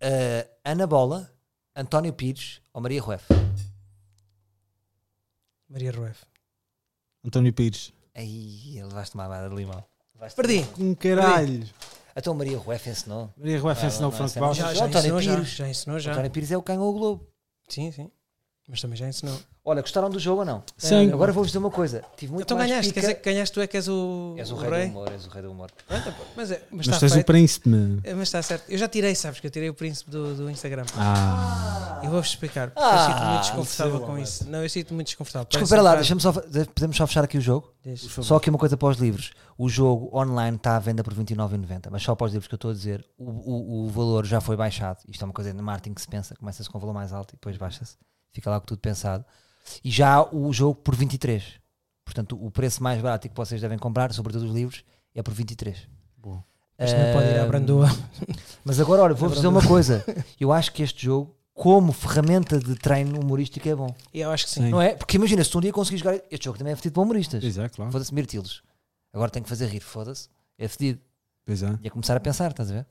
[SPEAKER 2] Ah, Ana Bola, António Pires ou Maria Rueff?
[SPEAKER 1] Maria Rueff.
[SPEAKER 3] António Pires.
[SPEAKER 2] Aí, ele vai tomar nada de limão. Vais tomar-
[SPEAKER 1] Perdi.
[SPEAKER 3] Com caralho.
[SPEAKER 2] Então Maria Rueff ensinou.
[SPEAKER 3] Maria Rueff
[SPEAKER 2] Não,
[SPEAKER 3] ensinou
[SPEAKER 1] Ah,
[SPEAKER 2] não,
[SPEAKER 3] o Franco
[SPEAKER 2] não,
[SPEAKER 3] Bastos.
[SPEAKER 1] Já,
[SPEAKER 2] Mas
[SPEAKER 1] já
[SPEAKER 2] o António
[SPEAKER 1] ensinou, já.
[SPEAKER 2] Pires.
[SPEAKER 1] Já ensinou, já.
[SPEAKER 2] António Pires é o que ganhou o Globo.
[SPEAKER 1] Sim, sim. Mas também já ensinou.
[SPEAKER 2] Olha, gostaram do jogo ou não? É,
[SPEAKER 3] Sim.
[SPEAKER 2] Agora vou-vos dizer uma coisa. Tive muito
[SPEAKER 1] Então
[SPEAKER 2] mais
[SPEAKER 1] ganhaste. Quer
[SPEAKER 2] pica-
[SPEAKER 1] dizer que ganhaste tu é que és o,
[SPEAKER 2] És o
[SPEAKER 1] o
[SPEAKER 2] rei, do humor, és o rei do humor.
[SPEAKER 1] Mas, é, mas
[SPEAKER 3] Mas
[SPEAKER 1] está
[SPEAKER 3] tens o
[SPEAKER 1] feito.
[SPEAKER 3] príncipe, meu.
[SPEAKER 1] É, Mas está certo. Eu já tirei, sabes, que eu tirei o príncipe do, do Instagram.
[SPEAKER 3] Ah,
[SPEAKER 1] Eu vou-vos explicar, porque
[SPEAKER 2] Ah,
[SPEAKER 1] eu sinto-me muito desconfortável
[SPEAKER 3] sei lá,
[SPEAKER 1] com
[SPEAKER 3] mano.
[SPEAKER 1] isso. Não, eu sinto-me muito desconfortável.
[SPEAKER 2] Desculpa,
[SPEAKER 1] Parece
[SPEAKER 2] espera lá,
[SPEAKER 1] um
[SPEAKER 2] deixa-me só, podemos só fechar aqui o jogo?
[SPEAKER 1] bocado- Deixa.
[SPEAKER 2] Só aqui uma coisa para os livros. O jogo online está à venda por 29,90, mas só para os livros que eu estou a dizer. O, o- o valor já foi baixado. Isto é uma coisa de marketing que se pensa. Começa-se com o valor mais alto e depois baixa-se. Fica lá com tudo pensado. E já há o jogo por 23. Portanto, o preço mais barato e que vocês devem comprar, sobretudo os livros, é por 23.
[SPEAKER 3] Bom.
[SPEAKER 1] Mas também pode ir à
[SPEAKER 2] Ahm,
[SPEAKER 1] Brandoa.
[SPEAKER 2] Mas agora, olha, vou-vos dizer uma coisa. Eu acho que este jogo, como ferramenta de treino humorístico, é bom.
[SPEAKER 1] E Eu acho que sim.
[SPEAKER 3] Sim.
[SPEAKER 2] Não é? Porque imagina, se tu um dia conseguires jogar. Este jogo também é fedido para humoristas.
[SPEAKER 3] Pois é, claro.
[SPEAKER 2] Foda-se, mirtilos. Agora tenho que fazer rir, foda-se. É fedido.
[SPEAKER 3] Pois é.
[SPEAKER 2] Ia começar a pensar, estás a ver?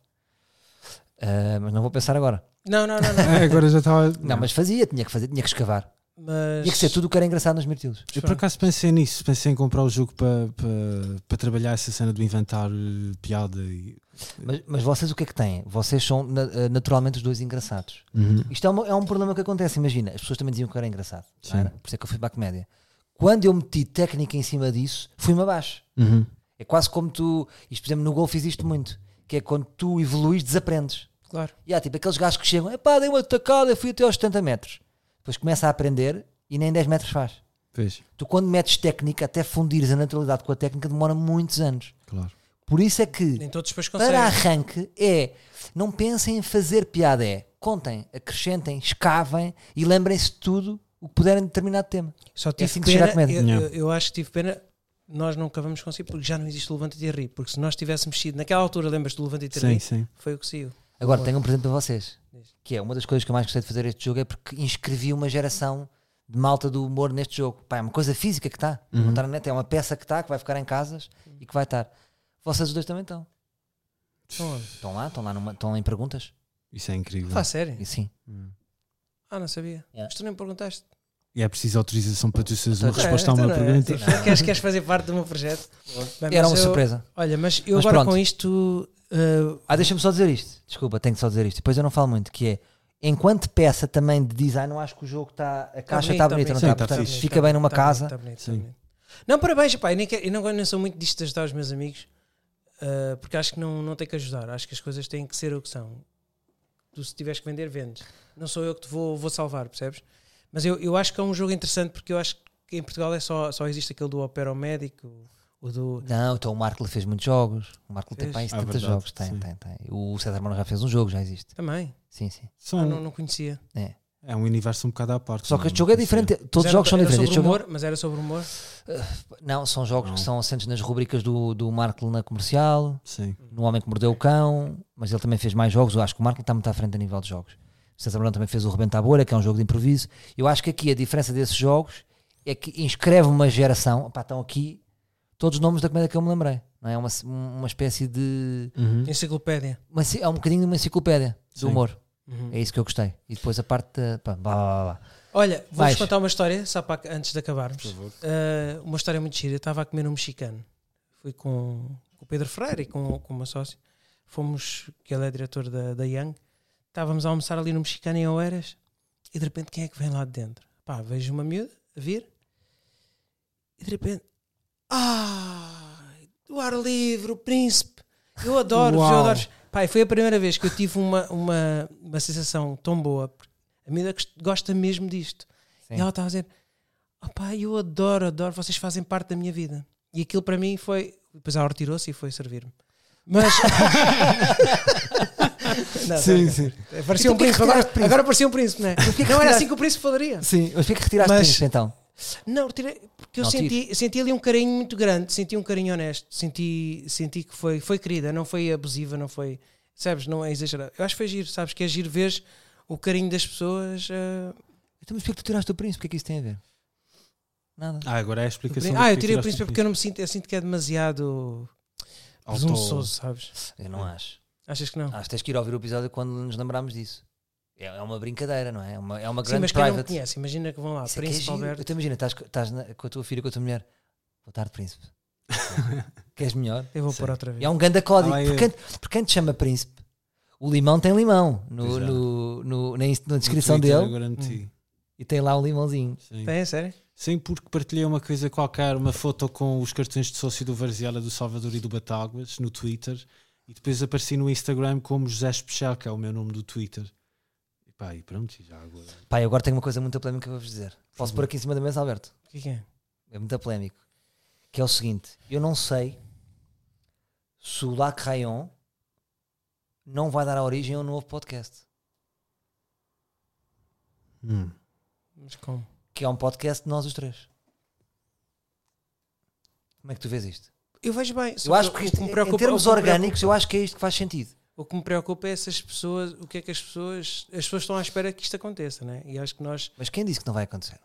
[SPEAKER 2] Ah, mas não vou pensar agora.
[SPEAKER 1] Não, não, não. não.
[SPEAKER 3] É, Agora já estava.
[SPEAKER 2] Não, mas fazia, tinha que fazer, tinha que escavar.
[SPEAKER 1] Mas...
[SPEAKER 2] Tinha que ser tudo o que era engraçado nos mirtilos.
[SPEAKER 3] Eu por acaso pensei nisso, pensei em comprar o jogo para para- para trabalhar essa cena do inventar eh, piada e.
[SPEAKER 2] Mas, mas vocês o que é que têm? Vocês são na- ah, naturalmente os dois engraçados. Isto é, uma- é um problema que acontece, imagina. As pessoas também diziam que eu era engraçado. não
[SPEAKER 3] Sim.
[SPEAKER 2] era? Por isso é que eu fui para a comédia. Quando eu meti técnica em cima disso, fui-me abaixo.
[SPEAKER 3] Uhum.
[SPEAKER 2] É quase como tu. Isto, por exemplo, no golfe existe muito. Que é quando tu evoluís, desaprendes.
[SPEAKER 1] Claro.
[SPEAKER 2] E há tipo aqueles gajos que chegam, epá, dei uma tacada, eu fui até aos 70 metros. Depois começa a aprender e nem 10 metros faz.
[SPEAKER 3] Pois,
[SPEAKER 2] Tu, quando metes técnica, até fundires a naturalidade com a técnica, demora muitos anos.
[SPEAKER 3] claro.
[SPEAKER 2] Por isso é que
[SPEAKER 1] Nem todos depois
[SPEAKER 2] para
[SPEAKER 1] conseguem.
[SPEAKER 2] arranque é não pensem em fazer piada, é contem, acrescentem, escavem e lembrem-se de tudo o que puderem de determinado tema.
[SPEAKER 1] Só
[SPEAKER 2] É
[SPEAKER 1] tive
[SPEAKER 2] assim que chega
[SPEAKER 1] pena,
[SPEAKER 2] a comédia.
[SPEAKER 1] eu,
[SPEAKER 3] Yeah.
[SPEAKER 1] eu- eu acho que tive pena, nós nunca vamos conseguir, porque já não existe o Levanta-te e Ri. Porque se nós tivéssemos sido, naquela altura, lembras do Levanta-te e
[SPEAKER 3] Sim,
[SPEAKER 1] Ri?
[SPEAKER 3] sim.
[SPEAKER 1] Foi o que saiu.
[SPEAKER 2] Agora
[SPEAKER 1] Boa.
[SPEAKER 2] tenho um presente para vocês,
[SPEAKER 1] Diz.
[SPEAKER 2] que é uma das coisas que eu mais gostei de fazer este jogo é porque inscrevi uma geração de malta do humor neste jogo. Pá, é uma coisa física que está,
[SPEAKER 3] Uhum.
[SPEAKER 2] não está na net, é uma peça que está, que vai ficar em casas e que vai estar. Vocês os dois também estão.
[SPEAKER 1] Estão onde?
[SPEAKER 2] Estão lá, estão lá, numa- estão em perguntas?
[SPEAKER 3] Isso é incrível.
[SPEAKER 1] Fala a sério?
[SPEAKER 2] E sim.
[SPEAKER 1] Ah, não sabia.
[SPEAKER 2] Yeah.
[SPEAKER 1] Mas tu nem me perguntaste.
[SPEAKER 3] E é preciso autorização para tu seres uma
[SPEAKER 2] Então,
[SPEAKER 3] resposta a uma
[SPEAKER 1] Então, não é?
[SPEAKER 3] pergunta.
[SPEAKER 1] Tipo, Queres, queres fazer parte do meu projeto? Bem,
[SPEAKER 2] Era
[SPEAKER 1] mas
[SPEAKER 2] uma
[SPEAKER 1] eu-
[SPEAKER 2] surpresa.
[SPEAKER 1] Olha, mas eu
[SPEAKER 2] Mas
[SPEAKER 1] agora
[SPEAKER 2] pronto.
[SPEAKER 1] com isto. uh,
[SPEAKER 2] Ah, deixa-me só dizer isto. Desculpa, tenho que só dizer isto. Depois eu não falo muito, que é enquanto peça também de design, eu acho que o jogo está. A caixa está
[SPEAKER 1] bonito,
[SPEAKER 2] bonita, não
[SPEAKER 3] Sim,
[SPEAKER 2] está?
[SPEAKER 3] tá
[SPEAKER 2] Portanto,
[SPEAKER 3] fixe.
[SPEAKER 2] fica bem numa
[SPEAKER 1] tá
[SPEAKER 2] casa.
[SPEAKER 1] bonito, tá bonito, tá
[SPEAKER 3] Sim.
[SPEAKER 1] bonito. Não, parabéns, pá. Eu, nem quero- eu não, eu não sou muito disto de ajudar os meus amigos, uh, porque acho que não, não tem que ajudar. Acho que as coisas têm que ser o que são. Tu, se tiveres que vender, vendes. Não sou eu que te vou, vou salvar, percebes? Mas eu, eu acho que é um jogo interessante, porque eu acho que em Portugal é só, só existe aquele do Opera ao Médico, o do.
[SPEAKER 2] Não, então o Marco lhe fez muitos jogos. O Marco
[SPEAKER 1] Fez?
[SPEAKER 2] tem para aí
[SPEAKER 3] Ah,
[SPEAKER 2] 70
[SPEAKER 3] verdade,
[SPEAKER 2] jogos. Tem,
[SPEAKER 3] sim.
[SPEAKER 2] tem, tem. O César Mano já fez um jogo, já existe.
[SPEAKER 1] Também.
[SPEAKER 2] Sim, sim.
[SPEAKER 1] Ah,
[SPEAKER 3] São-
[SPEAKER 1] não, não conhecia.
[SPEAKER 3] É um universo um bocado à parte.
[SPEAKER 2] Só
[SPEAKER 3] não-
[SPEAKER 2] que este jogo é
[SPEAKER 3] não sei.
[SPEAKER 2] diferente.
[SPEAKER 1] Mas
[SPEAKER 2] Todos os
[SPEAKER 1] era-
[SPEAKER 2] jogos são
[SPEAKER 1] era
[SPEAKER 2] diferentes.
[SPEAKER 1] é Sobre
[SPEAKER 2] Este jogo-
[SPEAKER 1] humor, mas era sobre humor.
[SPEAKER 2] Não, são jogos
[SPEAKER 3] Não.
[SPEAKER 2] que são assentes nas rubricas do, do Marco na comercial,
[SPEAKER 3] Sim.
[SPEAKER 2] no Homem que Mordeu o Cão, mas ele também fez mais jogos. Eu acho que o Marco está muito à frente a nível de jogos. O César Mano também fez o Rebenta a Bolha, que é um jogo de improviso. Eu acho que aqui a diferença desses jogos é que inscreve uma geração. Opá, estão aqui todos os nomes da comédia que eu me lembrei. Não é uma, uma espécie de.
[SPEAKER 1] Uhum. Enciclopédia.
[SPEAKER 2] uma enci- é um bocadinho de uma enciclopédia do
[SPEAKER 3] Sim.
[SPEAKER 2] humor. É isso que eu gostei. E depois a parte da. pá, blá, blá, blá.
[SPEAKER 1] Olha, vou-vos
[SPEAKER 2] Vais.
[SPEAKER 1] contar uma história, só para, antes de acabarmos. Ah, uma história muito gira. Eu estava a comer um mexicano. Fui com, com o Pedro Freire e com, com uma sócia. Fomos, que ele é diretor da, da Young. Estávamos a almoçar ali no mexicano em Oeiras e de repente quem é que vem lá de dentro? Pá, vejo uma miúda a vir e de repente. Ah! Do ar livre, o príncipe! Eu adoro, eu
[SPEAKER 3] Uau.
[SPEAKER 1] adoro. Pá, e foi a primeira vez que eu tive uma, uma, uma sensação tão boa. porque A miúda gost- gosta mesmo disto.
[SPEAKER 2] Sim.
[SPEAKER 1] E ela estava a dizer: opá, eu adoro, adoro, vocês fazem parte da minha vida. E aquilo para mim foi. Depois ela retirou-se e foi servir-me. Mas. Não,
[SPEAKER 3] Sim,
[SPEAKER 1] tá,
[SPEAKER 3] sim.
[SPEAKER 1] cara. Parecia
[SPEAKER 2] Então
[SPEAKER 1] um
[SPEAKER 2] o que é que
[SPEAKER 1] príncipe. Agora,
[SPEAKER 2] retiraste, príncipe?
[SPEAKER 1] agora parecia um príncipe, não é?
[SPEAKER 2] que é que
[SPEAKER 1] não era
[SPEAKER 2] retiraste?
[SPEAKER 1] assim que o príncipe falaria.
[SPEAKER 2] Sim. Mas porquê que retiraste
[SPEAKER 1] Mas-
[SPEAKER 2] isto, então?
[SPEAKER 1] Não, retirei, porque eu
[SPEAKER 2] Não,
[SPEAKER 1] senti, senti ali um carinho muito grande, senti um carinho honesto, senti, senti que foi, foi querida, não foi abusiva, não foi, sabes, não é exagerado. Eu acho que foi giro, sabes, que é giro ver o carinho das pessoas. ah,
[SPEAKER 2] Então, mas porquê que tu tiraste o príncipe? O que é que isso tem a ver? Nada.
[SPEAKER 3] Ah, agora é a
[SPEAKER 1] do príncipe.
[SPEAKER 3] explicação.
[SPEAKER 1] ah, eu tirei o príncipe porque eu não me sinto, eu sinto que é demasiado presunçoso, sabes?
[SPEAKER 2] Eu não acho.
[SPEAKER 1] Achas que não?
[SPEAKER 2] Acho que tens que ir ouvir o episódio quando nos lembrarmos disso. É, é uma brincadeira, não é? É uma, é uma
[SPEAKER 1] Sim,
[SPEAKER 2] grande
[SPEAKER 1] mas quem não me
[SPEAKER 2] private.
[SPEAKER 1] conhece, imagina que vão lá,
[SPEAKER 2] Isso é que é
[SPEAKER 1] Príncipe
[SPEAKER 2] giro.
[SPEAKER 1] Alberto.
[SPEAKER 2] Então imagina, estás, co- estás na- com a tua filha, com a tua mulher. Boa tarde, príncipe. Queres melhor?
[SPEAKER 1] Eu vou
[SPEAKER 3] Sim.
[SPEAKER 1] pôr outra vez.
[SPEAKER 2] E é um ganda código.
[SPEAKER 3] Ah, é.
[SPEAKER 2] por, quem, por quem te chama príncipe? O limão tem limão
[SPEAKER 3] Pois
[SPEAKER 2] no,
[SPEAKER 3] é.
[SPEAKER 2] no, no- na, ins- na descrição dele e tem lá um limãozinho.
[SPEAKER 3] Sim.
[SPEAKER 1] Hum. Tem, é sério?
[SPEAKER 3] Sim, porque partilhei uma coisa qualquer, uma foto com os cartões de sócio do Varziela, do Salvador e do Batáguas no Twitter e depois apareci no Instagram como José Espechel, que é o meu nome do Twitter. E pá, e pronto, e já agora.
[SPEAKER 2] Pai, agora tenho uma coisa muito polémica para vos dizer. Posso pôr aqui em cima da mesa, Alberto?
[SPEAKER 1] O que é que é?
[SPEAKER 2] É muito polémico. Que é o seguinte: eu não sei se o Lac Rayon não vai dar a origem a um novo podcast.
[SPEAKER 3] Hum.
[SPEAKER 1] Mas como?
[SPEAKER 2] Que é um podcast de nós os três. Como é que tu vês isto?
[SPEAKER 1] Eu vejo bem. só
[SPEAKER 2] eu acho
[SPEAKER 1] o-
[SPEAKER 2] que
[SPEAKER 1] o
[SPEAKER 2] isto,
[SPEAKER 1] me
[SPEAKER 2] em
[SPEAKER 1] preocupa-
[SPEAKER 2] termos
[SPEAKER 1] o que me preocupa-
[SPEAKER 2] orgânicos, eu acho que é isto que faz sentido.
[SPEAKER 1] O que me preocupa é essas pessoas, o que é que as pessoas, as pessoas estão à espera que isto aconteça, né? E acho que nós,
[SPEAKER 2] Mas quem disse que não vai acontecer?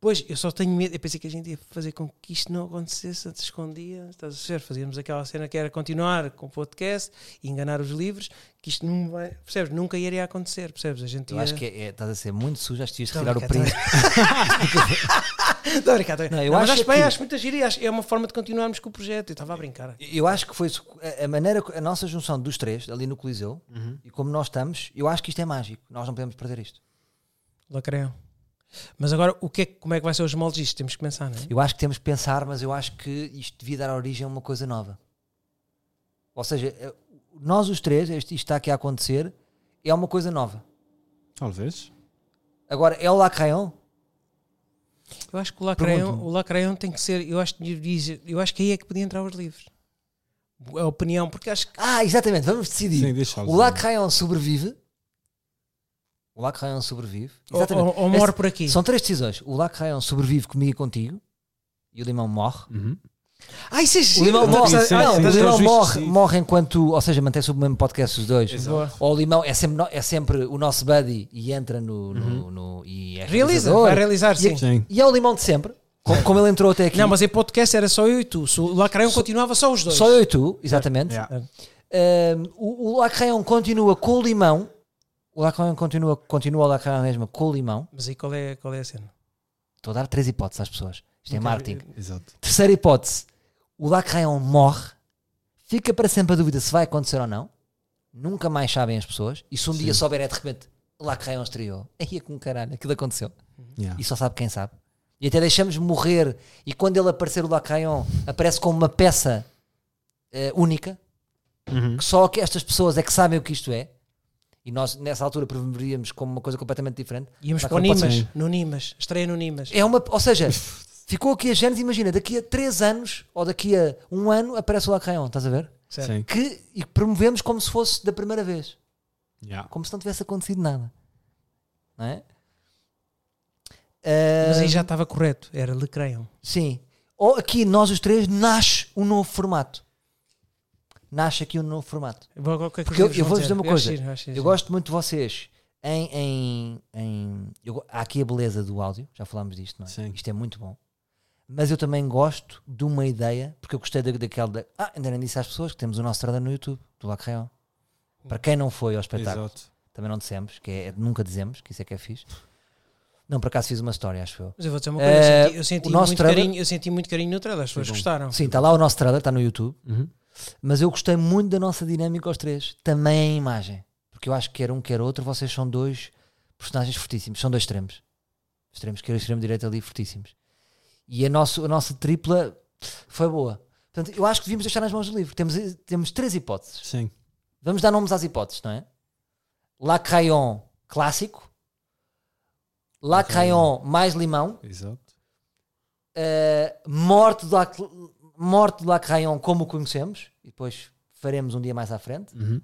[SPEAKER 1] pois, eu só tenho medo, eu pensei que a gente ia fazer com que isto não acontecesse, antes escondia, estás a ver? Fazíamos aquela cena que era continuar com o podcast e enganar os livros, que isto não vai, percebes? Nunca iria acontecer, percebes? A gente
[SPEAKER 2] Eu
[SPEAKER 1] ia...
[SPEAKER 2] acho que é, é- estás a ser muito sujo, acho que devias
[SPEAKER 1] Tô
[SPEAKER 2] retirar o
[SPEAKER 1] brincando,
[SPEAKER 2] príncipe.
[SPEAKER 1] Tô a brincar, tô a brincar.
[SPEAKER 2] Não, eu
[SPEAKER 1] Não, mas
[SPEAKER 2] acho
[SPEAKER 1] acho bem,
[SPEAKER 2] que-
[SPEAKER 1] acho muito giro e acho- é uma forma de continuarmos com o projeto, eu estava a brincar.
[SPEAKER 2] Eu acho que foi a- a maneira, a nossa junção dos três ali no Coliseu
[SPEAKER 1] Uhum.
[SPEAKER 2] e como nós estamos, eu acho que isto é mágico. Nós não podemos perder isto.
[SPEAKER 1] Lacreão. Mas agora, o que é, que- como é que vai ser os moldes disto? Temos que pensar, não é?
[SPEAKER 2] Eu acho que temos que pensar, mas eu acho que isto devia dar origem a uma coisa nova. Ou seja, eh, nós os três, isto isto está aqui a acontecer, é uma coisa nova.
[SPEAKER 3] Talvez.
[SPEAKER 2] Agora, é o Lac Rayon?
[SPEAKER 1] Eu acho que o Lacraion,
[SPEAKER 2] Pergunta-me.
[SPEAKER 1] o Lacraion tem que ser. Eu acho, que devia- eu acho que aí é que podia entrar os livros. A opinião, porque acho que.
[SPEAKER 2] Ah, exatamente, vamos decidir.
[SPEAKER 3] Sim, deixa
[SPEAKER 2] o Lac Rayon sobrevive. O Lac Rayon sobrevive.
[SPEAKER 1] Ou,
[SPEAKER 2] Exatamente.
[SPEAKER 1] ou- ou morre
[SPEAKER 2] Esse-
[SPEAKER 1] por aqui.
[SPEAKER 2] São três decisões. O Lac Rayon sobrevive comigo e contigo. E o Limão morre.
[SPEAKER 1] Ah, isso é
[SPEAKER 2] O
[SPEAKER 1] giro.
[SPEAKER 2] Limão
[SPEAKER 1] Não,
[SPEAKER 2] morre,
[SPEAKER 1] isso é-
[SPEAKER 3] sim,
[SPEAKER 2] não,
[SPEAKER 3] sim,
[SPEAKER 2] o
[SPEAKER 3] sim,
[SPEAKER 2] Limão
[SPEAKER 3] sim.
[SPEAKER 2] morre,
[SPEAKER 3] Sim.
[SPEAKER 2] morre enquanto, ou seja, mantém-se o mesmo podcast os dois.
[SPEAKER 1] Exato.
[SPEAKER 2] Ou o Limão é sempre, no- é sempre o nosso buddy e entra no, no- no- e é
[SPEAKER 1] Uhum. Realiza,
[SPEAKER 2] realizador.
[SPEAKER 1] vai realizar, sim.
[SPEAKER 3] Sim.
[SPEAKER 2] E é o Limão de sempre, como, como ele entrou até aqui.
[SPEAKER 1] Não, mas em podcast era só eu e tu. Se o Lacraion continuava só os dois.
[SPEAKER 2] Só eu e tu, exatamente.
[SPEAKER 3] Yeah.
[SPEAKER 2] Um, o, o Lacraão continua com o limão. O Lacraão continua, continua o Lacraão mesmo com o limão.
[SPEAKER 1] Mas aí qual é, qual é a cena?
[SPEAKER 2] Estou a dar três hipóteses às pessoas. Isto é marketing.
[SPEAKER 3] Exato.
[SPEAKER 2] Terceira hipótese: o Lacraão morre. Fica para sempre a dúvida se vai acontecer ou não. Nunca mais sabem as pessoas. E se um dia souberem de repente, o Lacraão estreou. Aí é com caralho, aquilo aconteceu.
[SPEAKER 3] Yeah.
[SPEAKER 2] E só sabe quem sabe. E até deixamos morrer. E quando ele aparecer, o Lacraão aparece como uma peça eh, única. que só que estas pessoas é que sabem o que isto é. E nós, nessa altura, promoveríamos como uma coisa completamente diferente.
[SPEAKER 1] Íamos
[SPEAKER 2] Lá
[SPEAKER 1] para o
[SPEAKER 2] que não pode
[SPEAKER 1] Nimas.
[SPEAKER 3] ser.
[SPEAKER 1] No Nimas. Estreia no Nimas.
[SPEAKER 2] É uma, ou seja, ficou aqui a Gênesis, imagina, daqui a 3 anos ou daqui a um ano aparece o Lacrayon, estás a ver?
[SPEAKER 1] Certo.
[SPEAKER 3] Sim.
[SPEAKER 2] Que, e promovemos como se fosse da primeira vez,
[SPEAKER 3] Yeah.
[SPEAKER 2] como se não tivesse acontecido nada. Não é?
[SPEAKER 1] Mas
[SPEAKER 2] Ah,
[SPEAKER 1] aí já estava correto. Era Lacraion.
[SPEAKER 2] Sim. Ou aqui, nós os três, nasce um novo formato. Nasce aqui um novo formato.
[SPEAKER 1] é
[SPEAKER 2] Porque eu, eu vou-vos dizer uma coisa. eu gosto muito de vocês. Em, em, em- eu go- há aqui a beleza do áudio, já falámos disto, não é?
[SPEAKER 3] Sim.
[SPEAKER 2] Isto é muito bom. Mas eu também gosto de uma ideia, porque eu gostei da, daquela. da- ah, ainda nem disse às pessoas que temos o nosso trailer no YouTube, do Lacreon. Para quem não foi ao espetáculo,
[SPEAKER 3] Exato.
[SPEAKER 2] também não dissemos, que é, nunca dizemos, que isso é que é fixe. Não, por acaso fiz uma história, acho eu.
[SPEAKER 1] Mas eu vou dizer uma coisa,
[SPEAKER 2] Eh,
[SPEAKER 1] eu, senti, eu senti
[SPEAKER 2] o nosso
[SPEAKER 1] muito
[SPEAKER 2] trailer-
[SPEAKER 1] carinho, eu senti muito carinho no trailer, as pessoas gostaram.
[SPEAKER 2] Sim, está lá o nosso trailer, está no YouTube.
[SPEAKER 3] Uhum.
[SPEAKER 2] Mas eu gostei muito da nossa dinâmica aos três. Também a imagem. Porque eu acho que quer um, quer outro, vocês são dois personagens fortíssimos. São dois extremos. Extremos esquerda e extremo direito ali, fortíssimos. E a, nosso, a nossa tripla foi boa. Portanto, eu acho que devíamos deixar nas mãos do livro. Temos, temos três hipóteses.
[SPEAKER 3] Sim.
[SPEAKER 2] Vamos dar nomes às hipóteses, não é? Lacrayon clássico. Lacrayon mais limão.
[SPEAKER 3] Exato.
[SPEAKER 2] Uh, morte do Lac- morte do Lacrayon como o conhecemos e depois faremos um dia mais à frente
[SPEAKER 3] Uhum.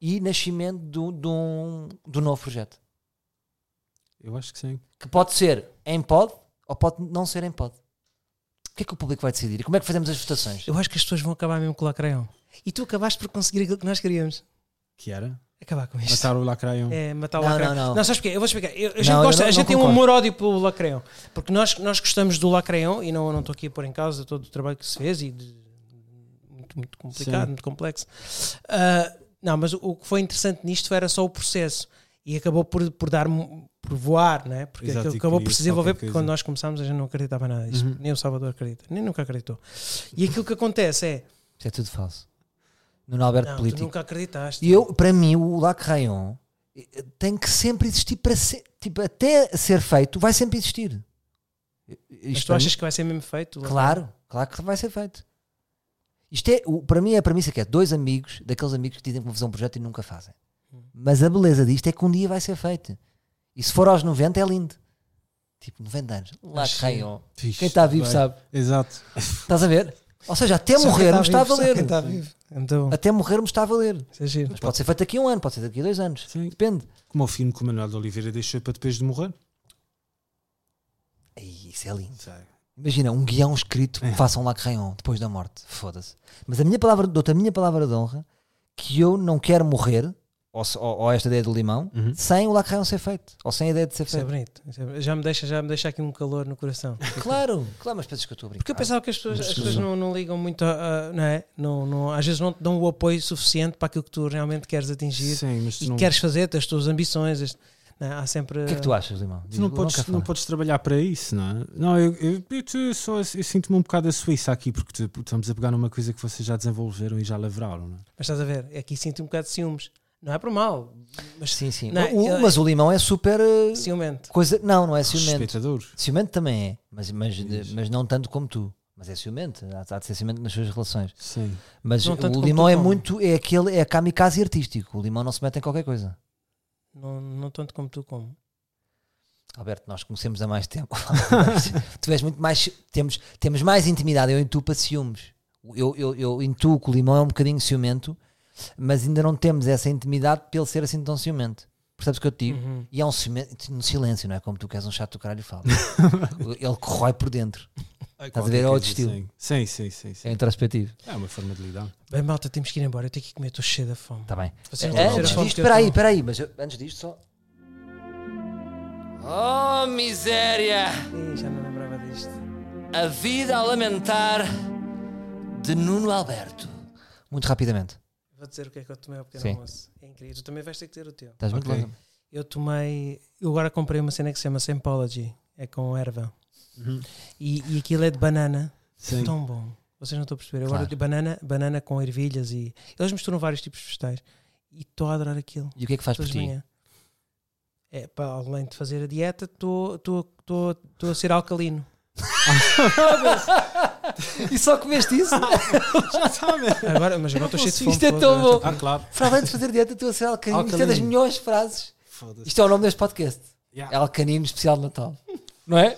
[SPEAKER 2] e nascimento do, de um- do novo projeto
[SPEAKER 3] Eu acho que sim.
[SPEAKER 2] que pode ser em pod ou pode não ser em pod o que é que o público vai decidir e como é que fazemos as votações
[SPEAKER 1] Eu acho que as pessoas vão acabar mesmo com o Lacraion. E tu acabaste por conseguir aquilo que nós queríamos.
[SPEAKER 3] Que era?
[SPEAKER 1] Acabar com isto.
[SPEAKER 3] Matar o Lacraion.
[SPEAKER 1] É, matar o
[SPEAKER 2] Não,
[SPEAKER 1] Lacraion.
[SPEAKER 2] não, não.
[SPEAKER 1] sabes porquê? Eu vou explicar. Eu- a gente,
[SPEAKER 2] Não, eu
[SPEAKER 1] gosta,
[SPEAKER 2] não-
[SPEAKER 1] a
[SPEAKER 2] não
[SPEAKER 1] gente tem um
[SPEAKER 2] concordo.
[SPEAKER 1] amor-ódio pelo Lacraion. Porque nós, nós gostamos do Lacraion, e não não estou aqui a pôr em causa todo o trabalho que se fez e de- muito, muito complicado,
[SPEAKER 3] Sim.
[SPEAKER 1] muito complexo. Ah, não, mas o, o que foi interessante nisto era só o processo. E acabou por, por dar por voar, né? porque
[SPEAKER 3] Exato,
[SPEAKER 1] aquilo
[SPEAKER 3] e
[SPEAKER 1] acabou
[SPEAKER 3] queria
[SPEAKER 1] por se desenvolver,
[SPEAKER 3] qualquer
[SPEAKER 1] porque
[SPEAKER 3] coisa.
[SPEAKER 1] quando nós começámos a gente não acreditava em nada disto.
[SPEAKER 2] Uhum.
[SPEAKER 1] Nem o Salvador acredita, nem nunca acreditou. E aquilo que acontece é,
[SPEAKER 2] isto é tudo falso Nuno Alberto
[SPEAKER 1] não, tu
[SPEAKER 2] político
[SPEAKER 1] nunca acreditaste.
[SPEAKER 2] e eu para mim o Lacrayon eh, tem que sempre existir para ser, tipo, até ser feito vai sempre existir
[SPEAKER 1] Mas
[SPEAKER 2] isto
[SPEAKER 1] tu
[SPEAKER 2] é
[SPEAKER 1] achas que vai ser mesmo feito?
[SPEAKER 2] Claro, claro que vai ser feito. Isto é, o- para mim é a premissa que é dois amigos, daqueles amigos que dizem que vão fazer um projeto e nunca fazem.
[SPEAKER 1] Hum.
[SPEAKER 2] Mas a beleza disto é que um dia vai ser feito. E se for aos 90 é lindo. Tipo, 90 anos. Lá
[SPEAKER 1] Acho
[SPEAKER 2] caiu.
[SPEAKER 3] Fixe.
[SPEAKER 2] Quem está vivo
[SPEAKER 3] Bem.
[SPEAKER 2] sabe.
[SPEAKER 3] Exato.
[SPEAKER 2] Estás a ver? Ou seja, até
[SPEAKER 1] Só é quem tá
[SPEAKER 2] morrermos está a
[SPEAKER 1] vivo, só
[SPEAKER 2] valer.
[SPEAKER 1] quem Está vivo. É muito bom.
[SPEAKER 2] Até morrermos está a valer.
[SPEAKER 1] Isso é giro.
[SPEAKER 2] Mas pode ser feito daqui a um ano, pode ser daqui a dois anos.
[SPEAKER 3] Sim.
[SPEAKER 2] Depende.
[SPEAKER 3] Como o filme que o Manuel de Oliveira deixou para depois de morrer.
[SPEAKER 2] Ei, isso é lindo.
[SPEAKER 3] Sei.
[SPEAKER 2] Imagina, um guião escrito
[SPEAKER 1] É.
[SPEAKER 2] que façam lá Crayon depois da morte. Foda-se. Mas a minha palavra, dou-te a minha palavra de honra que eu não quero morrer, ou, se- ou- ou esta ideia do limão, sem o Lacrayon ser feito. Ou sem a ideia de ser
[SPEAKER 1] Uhum. Isso é
[SPEAKER 2] feito.
[SPEAKER 1] bonito. Isso é- Já me, deixa, já me deixa aqui um calor no coração.
[SPEAKER 2] Claro, claro, mas pensas que eu estou a brincar.
[SPEAKER 1] Porque eu pensava que as pessoas, as
[SPEAKER 3] Mas
[SPEAKER 1] pessoas
[SPEAKER 3] sim.
[SPEAKER 1] não, não ligam muito, a, a- não é? Não, não, às vezes não te dão o apoio suficiente para aquilo que tu realmente queres atingir
[SPEAKER 3] Sim, mas tu
[SPEAKER 1] e
[SPEAKER 3] não,
[SPEAKER 1] queres fazer, as tuas ambições. as- não é? Há sempre.
[SPEAKER 2] O que é que tu achas, limão?
[SPEAKER 3] tu não, podes, não podes trabalhar para isso, não é? Não, eu, eu, eu te- só, eu sinto-me um bocado a Suíça aqui, porque te- estamos a pegar numa coisa que vocês já desenvolveram e já lavraram, não é?
[SPEAKER 1] Mas estás a ver? Aqui sinto um bocado de ciúmes. Não é por mal, mas
[SPEAKER 2] Sim, sim.
[SPEAKER 1] Não,
[SPEAKER 2] O-
[SPEAKER 1] eu-
[SPEAKER 2] mas o limão é super. eh,
[SPEAKER 1] ciumento.
[SPEAKER 2] Coisa... Não, não é ciumento.
[SPEAKER 3] Respeitador.
[SPEAKER 2] Ciumento também é, mas, mas, mas não tanto como tu. Mas é ciumento. Há, há de ser ciumento nas suas relações.
[SPEAKER 3] Sim.
[SPEAKER 2] Mas
[SPEAKER 1] Não tanto
[SPEAKER 2] o
[SPEAKER 1] como
[SPEAKER 2] limão
[SPEAKER 1] tu
[SPEAKER 2] é
[SPEAKER 1] comes.
[SPEAKER 2] muito. É aquele. É kamikaze artístico. O limão não se mete em qualquer coisa.
[SPEAKER 1] Não, não tanto como tu como.
[SPEAKER 2] Alberto, nós conhecemos há mais tempo. tu és muito mais. Temos, temos mais intimidade. Eu entupo a ciúmes. Eu, eu, eu intuo que o Limão é um bocadinho ciumento, mas ainda não temos essa intimidade para ele ser assim tão ciumento. Percebes o que eu te digo?
[SPEAKER 1] Uhum.
[SPEAKER 2] E é um ciumento no silêncio, não é? Como tu queres um chato do caralho e fala. ele corrói por dentro. Estás a ver? É outro estilo.
[SPEAKER 3] Sim, sim, sim. sim, sim.
[SPEAKER 2] É introspectivo.
[SPEAKER 3] É uma forma de lidar.
[SPEAKER 1] Bem, malta, temos que ir embora. Eu tenho que comer, estou cheio da fome.
[SPEAKER 2] Está Tá bem. É,
[SPEAKER 1] Vocês não
[SPEAKER 2] Antes
[SPEAKER 1] fizeram
[SPEAKER 2] disto,
[SPEAKER 1] só-
[SPEAKER 2] espera aí, espera aí, mas eu- antes disto só.
[SPEAKER 4] Oh, miséria!
[SPEAKER 1] Ih, já não lembrava disto.
[SPEAKER 4] A vida a lamentar de Nuno Alberto.
[SPEAKER 2] Muito rapidamente.
[SPEAKER 1] Vou dizer o que é que eu tomei ao pequeno
[SPEAKER 2] Sim.
[SPEAKER 1] almoço. É incrível. Tu também vais ter que ter o teu.
[SPEAKER 2] Estás muito
[SPEAKER 3] Ok.
[SPEAKER 2] longe.
[SPEAKER 1] Eu tomei. Eu agora comprei uma cena que se chama Sempology. É com erva.
[SPEAKER 2] Uhum.
[SPEAKER 1] E, e aquilo é de banana.
[SPEAKER 3] Sim.
[SPEAKER 1] Tão bom. Vocês não estão a perceber. Eu
[SPEAKER 2] Claro.
[SPEAKER 1] Agora de banana, banana com ervilhas e. Eles misturam vários tipos de vegetais. E estou a adorar aquilo.
[SPEAKER 2] E o que é que faz por
[SPEAKER 1] Todas de
[SPEAKER 2] ti?
[SPEAKER 1] manhã. É, pá, além de fazer a dieta, estou a ser alcalino.
[SPEAKER 2] e só comeste isso?
[SPEAKER 1] Agora, mas agora estou cheio de fome.
[SPEAKER 2] Isto é
[SPEAKER 1] pô,
[SPEAKER 2] tão
[SPEAKER 1] agora
[SPEAKER 2] bom.
[SPEAKER 1] estou-
[SPEAKER 3] Ah, claro.
[SPEAKER 2] Para além de fazer dieta, estou a ser alcanino. Isto é das
[SPEAKER 3] Alcalino.
[SPEAKER 2] melhores frases.
[SPEAKER 3] Foda-se.
[SPEAKER 2] Isto é o nome deste podcast.
[SPEAKER 3] Yeah.
[SPEAKER 2] Alcanino Especial de Natal. Não é?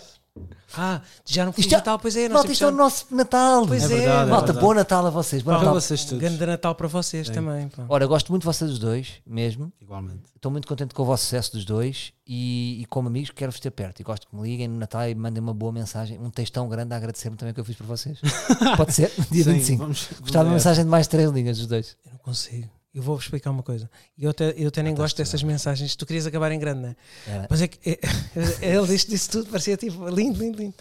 [SPEAKER 1] Ah, já não fiz
[SPEAKER 2] Isto é-
[SPEAKER 1] Natal, pois é. Não
[SPEAKER 2] Malta,
[SPEAKER 1] sei
[SPEAKER 2] isto é o nosso Natal.
[SPEAKER 1] Pois
[SPEAKER 3] É verdade, é
[SPEAKER 2] Malta,
[SPEAKER 3] verdade.
[SPEAKER 2] bom Natal a vocês. Bom Natal.
[SPEAKER 3] vocês todos. É.
[SPEAKER 1] Grande Natal para vocês também. pá.
[SPEAKER 2] Ora, eu gosto muito de vocês os dois, mesmo.
[SPEAKER 3] Igualmente.
[SPEAKER 2] Estou muito contente com o vosso sucesso dos dois e, e como amigos quero-vos ter perto. E gosto que me liguem no Natal e me mandem uma boa mensagem, um textão grande a agradecer-me também o que eu fiz para vocês. Pode ser? Dia
[SPEAKER 3] Sim,
[SPEAKER 2] 25.
[SPEAKER 3] vamos-
[SPEAKER 2] Gostava de uma
[SPEAKER 3] é.
[SPEAKER 2] mensagem de mais três linhas dos dois.
[SPEAKER 1] Eu não consigo. Eu vou-vos explicar uma coisa. Eu até, eu até nem gosto dessas mensagens. Tu querias acabar em grande, não é?
[SPEAKER 2] Era.
[SPEAKER 1] Mas é que é- ele disse, disse tudo, parecia tipo lindo, lindo, lindo.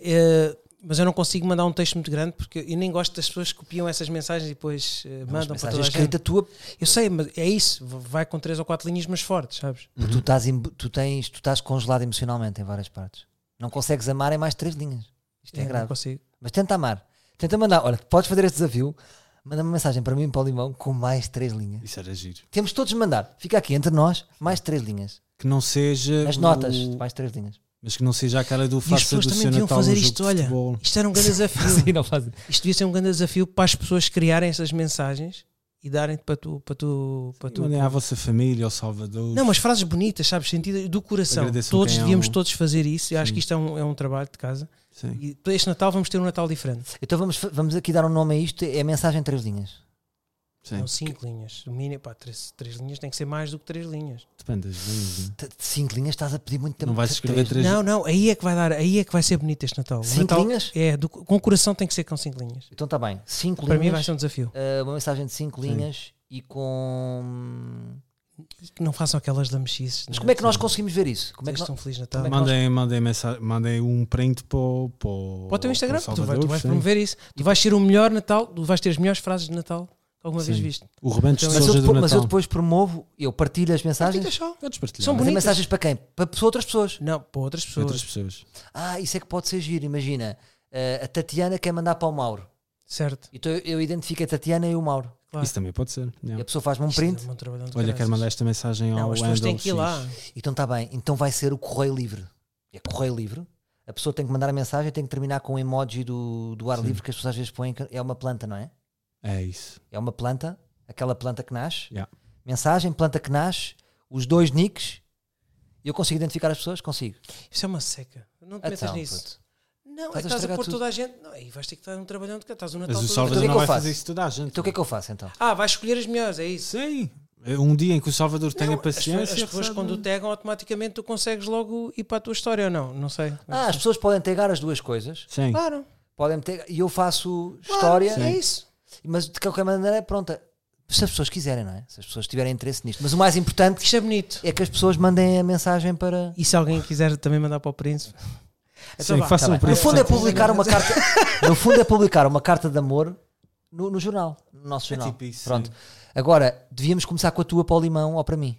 [SPEAKER 1] Eh, mas eu não consigo mandar um texto muito grande porque eu nem gosto das pessoas que copiam essas mensagens e depois eh,
[SPEAKER 2] Mas
[SPEAKER 1] mandam para
[SPEAKER 2] mensagem
[SPEAKER 1] toda a gente.
[SPEAKER 2] escrita tua,
[SPEAKER 1] Eu sei, mas é isso. V- Vai com três ou quatro linhas, mas fortes, sabes?
[SPEAKER 2] porque tu, estás em- tu tens, tu estás congelado emocionalmente em várias partes. Não consegues amar em mais três linhas. Isto é,
[SPEAKER 1] Eu não
[SPEAKER 2] grave.
[SPEAKER 1] consigo.
[SPEAKER 2] Mas tenta amar. Tenta mandar. Olha, podes fazer este desafio. Manda uma mensagem para mim e para o Limão com mais três linhas.
[SPEAKER 3] É. Isso era giro.
[SPEAKER 2] Temos todos de mandar. Fica aqui entre nós, mais três linhas.
[SPEAKER 3] Que não seja.
[SPEAKER 2] As
[SPEAKER 3] o-
[SPEAKER 2] notas, mais três linhas.
[SPEAKER 3] Mas que não seja aquela do
[SPEAKER 1] E as
[SPEAKER 3] faça
[SPEAKER 1] pessoas
[SPEAKER 3] do
[SPEAKER 1] também
[SPEAKER 3] seu
[SPEAKER 1] deviam
[SPEAKER 3] Natal um
[SPEAKER 1] fazer
[SPEAKER 3] jogo
[SPEAKER 1] isto.
[SPEAKER 3] de
[SPEAKER 1] Olha,
[SPEAKER 3] futebol.
[SPEAKER 1] isto era um grande desafio.
[SPEAKER 2] não fazem.
[SPEAKER 1] Isto devia ser um grande desafio para as pessoas criarem essas mensagens e darem para tu. Para tu, para tu
[SPEAKER 3] Mandem é à vossa família, ao Salvador.
[SPEAKER 1] Não, mas frases bonitas, sabes? Sentidas do coração.
[SPEAKER 3] Agradeço
[SPEAKER 1] todos
[SPEAKER 3] quem
[SPEAKER 2] é
[SPEAKER 1] devíamos
[SPEAKER 3] amo.
[SPEAKER 1] todos fazer isso. Eu acho
[SPEAKER 3] Sim.
[SPEAKER 1] que isto é um, é um trabalho de casa.
[SPEAKER 3] Sim.
[SPEAKER 1] E para este Natal vamos ter um Natal diferente.
[SPEAKER 2] Então vamos, fa- vamos aqui dar um nome a isto. É a mensagem em três linhas.
[SPEAKER 3] Sim.
[SPEAKER 1] São cinco linhas. O mínimo, pá, três, três linhas tem que ser mais do que três linhas.
[SPEAKER 3] Depende das vezes. né?
[SPEAKER 2] T- Cinco linhas estás a pedir muito tempo.
[SPEAKER 3] Não vais escrever três.
[SPEAKER 1] Uhum. Não, não, aí é que vai dar, aí é que vai ser bonito este Natal. O
[SPEAKER 2] Cinco
[SPEAKER 1] Natal
[SPEAKER 2] linhas?
[SPEAKER 1] É, do- com o coração tem que ser com cinco linhas.
[SPEAKER 2] Então está bem. Cinco
[SPEAKER 1] Para mim vai
[SPEAKER 2] linhas.
[SPEAKER 1] ser um desafio.
[SPEAKER 2] eh, uma mensagem de cinco linhas e com.
[SPEAKER 1] E que não façam aquelas lamechices.
[SPEAKER 2] Mas como é que nós conseguimos ver isso? Como é que
[SPEAKER 1] Este
[SPEAKER 2] nós...
[SPEAKER 1] um Feliz Natal.
[SPEAKER 2] Como é que
[SPEAKER 3] Mandem, mandem, mensa- mandem um print para o. Para o
[SPEAKER 1] Para o teu um Instagram,
[SPEAKER 3] para o
[SPEAKER 1] tu, vai- tu
[SPEAKER 3] Salvador,
[SPEAKER 1] vais
[SPEAKER 3] sim.
[SPEAKER 1] promover isso. Tu vais ser o melhor Natal, tu vais ter as melhores frases de Natal que alguma vez
[SPEAKER 3] Sim. Tá,
[SPEAKER 1] viste.
[SPEAKER 3] O rebento de
[SPEAKER 1] Mas
[SPEAKER 2] Mas, eu
[SPEAKER 3] soja um do
[SPEAKER 2] depois, mas eu
[SPEAKER 3] Natal.
[SPEAKER 2] depois promovo, eu partilho as mensagens.
[SPEAKER 1] Fica só.
[SPEAKER 3] Podes partilhar.
[SPEAKER 1] São
[SPEAKER 2] Mas é
[SPEAKER 1] bonitas.
[SPEAKER 2] mensagens para quem? Para pessoas- outras pessoas.
[SPEAKER 1] Não, para outras
[SPEAKER 3] Com outras
[SPEAKER 1] pessoas.
[SPEAKER 3] pessoas.
[SPEAKER 2] Ah, isso é que pode ser giro. Imagina, eh, a Tatiana quer mandar para o Mauro.
[SPEAKER 1] Certo.
[SPEAKER 2] Então eu, eu identifico a Tatiana e o Mauro.
[SPEAKER 1] Claro.
[SPEAKER 3] Isso também pode ser. yeah.
[SPEAKER 2] E a pessoa faz-me um
[SPEAKER 1] Isto
[SPEAKER 2] print.
[SPEAKER 1] dá-me um trabalhão de
[SPEAKER 3] Olha, quero
[SPEAKER 1] caraças.
[SPEAKER 3] mandar esta mensagem
[SPEAKER 1] Não,
[SPEAKER 3] ao
[SPEAKER 1] as pessoas têm
[SPEAKER 3] Handel
[SPEAKER 1] que ir lá.
[SPEAKER 3] X.
[SPEAKER 2] Então está bem, então vai ser o correio livre. É correio livre. A pessoa tem que mandar a mensagem, tem que terminar com um emoji do, do ar
[SPEAKER 3] Sim.
[SPEAKER 2] livre que as pessoas às vezes põem. que É uma planta, não é?
[SPEAKER 3] É isso.
[SPEAKER 2] É uma planta, aquela planta que nasce.
[SPEAKER 1] Então,
[SPEAKER 3] Yeah.
[SPEAKER 2] Mensagem, planta que nasce, os dois nicks. Eu consigo identificar as pessoas? Consigo.
[SPEAKER 1] Isso é uma seca. Não te metas
[SPEAKER 2] Então,
[SPEAKER 1] nisso.
[SPEAKER 2] puto.
[SPEAKER 1] Não,
[SPEAKER 2] Estás
[SPEAKER 1] é
[SPEAKER 2] a
[SPEAKER 1] que estás a
[SPEAKER 2] estragar
[SPEAKER 1] pôr
[SPEAKER 2] tudo.
[SPEAKER 1] toda a gente. Não, aí vais ter que estar um trabalhão de cá. Estás um Natal
[SPEAKER 3] Mas o
[SPEAKER 1] todo
[SPEAKER 2] Então, o
[SPEAKER 3] Salvador
[SPEAKER 2] que é
[SPEAKER 3] não
[SPEAKER 2] que
[SPEAKER 3] vai
[SPEAKER 2] eu faço?
[SPEAKER 3] fazer isso toda a gente.
[SPEAKER 2] Então o que é que eu faço então?
[SPEAKER 1] Ah, vais escolher as melhores, é isso.
[SPEAKER 3] Sim. Um dia em que o Salvador tenha
[SPEAKER 1] Não, as pessoas-
[SPEAKER 3] paciência.
[SPEAKER 1] As pessoas
[SPEAKER 3] recebe-
[SPEAKER 1] quando o tagam automaticamente tu consegues logo ir para a tua história ou não? Não sei.
[SPEAKER 2] Ah, as pessoas podem pegar as duas coisas.
[SPEAKER 3] Sim.
[SPEAKER 1] Claro.
[SPEAKER 2] Podem ter, e eu faço história,
[SPEAKER 1] É isso.
[SPEAKER 2] mas de qualquer maneira, pronta. Se as pessoas quiserem, não é? Se as pessoas tiverem interesse nisto. Mas o mais importante
[SPEAKER 1] Isto é bonito.
[SPEAKER 2] é que as pessoas mandem a mensagem para.
[SPEAKER 1] E se alguém quiser também mandar para o príncipe?
[SPEAKER 3] Sim,
[SPEAKER 1] Então vá.
[SPEAKER 3] façam
[SPEAKER 2] Tá
[SPEAKER 3] um
[SPEAKER 2] bem. No
[SPEAKER 3] print.
[SPEAKER 2] fundo é publicar uma carta. No fundo é publicar uma carta de amor no, no jornal, no
[SPEAKER 1] É
[SPEAKER 2] nosso jornal.
[SPEAKER 3] tipo isso,
[SPEAKER 2] Pronto.
[SPEAKER 3] sim.
[SPEAKER 2] Agora, devíamos começar com a tua para o Limão ou para mim.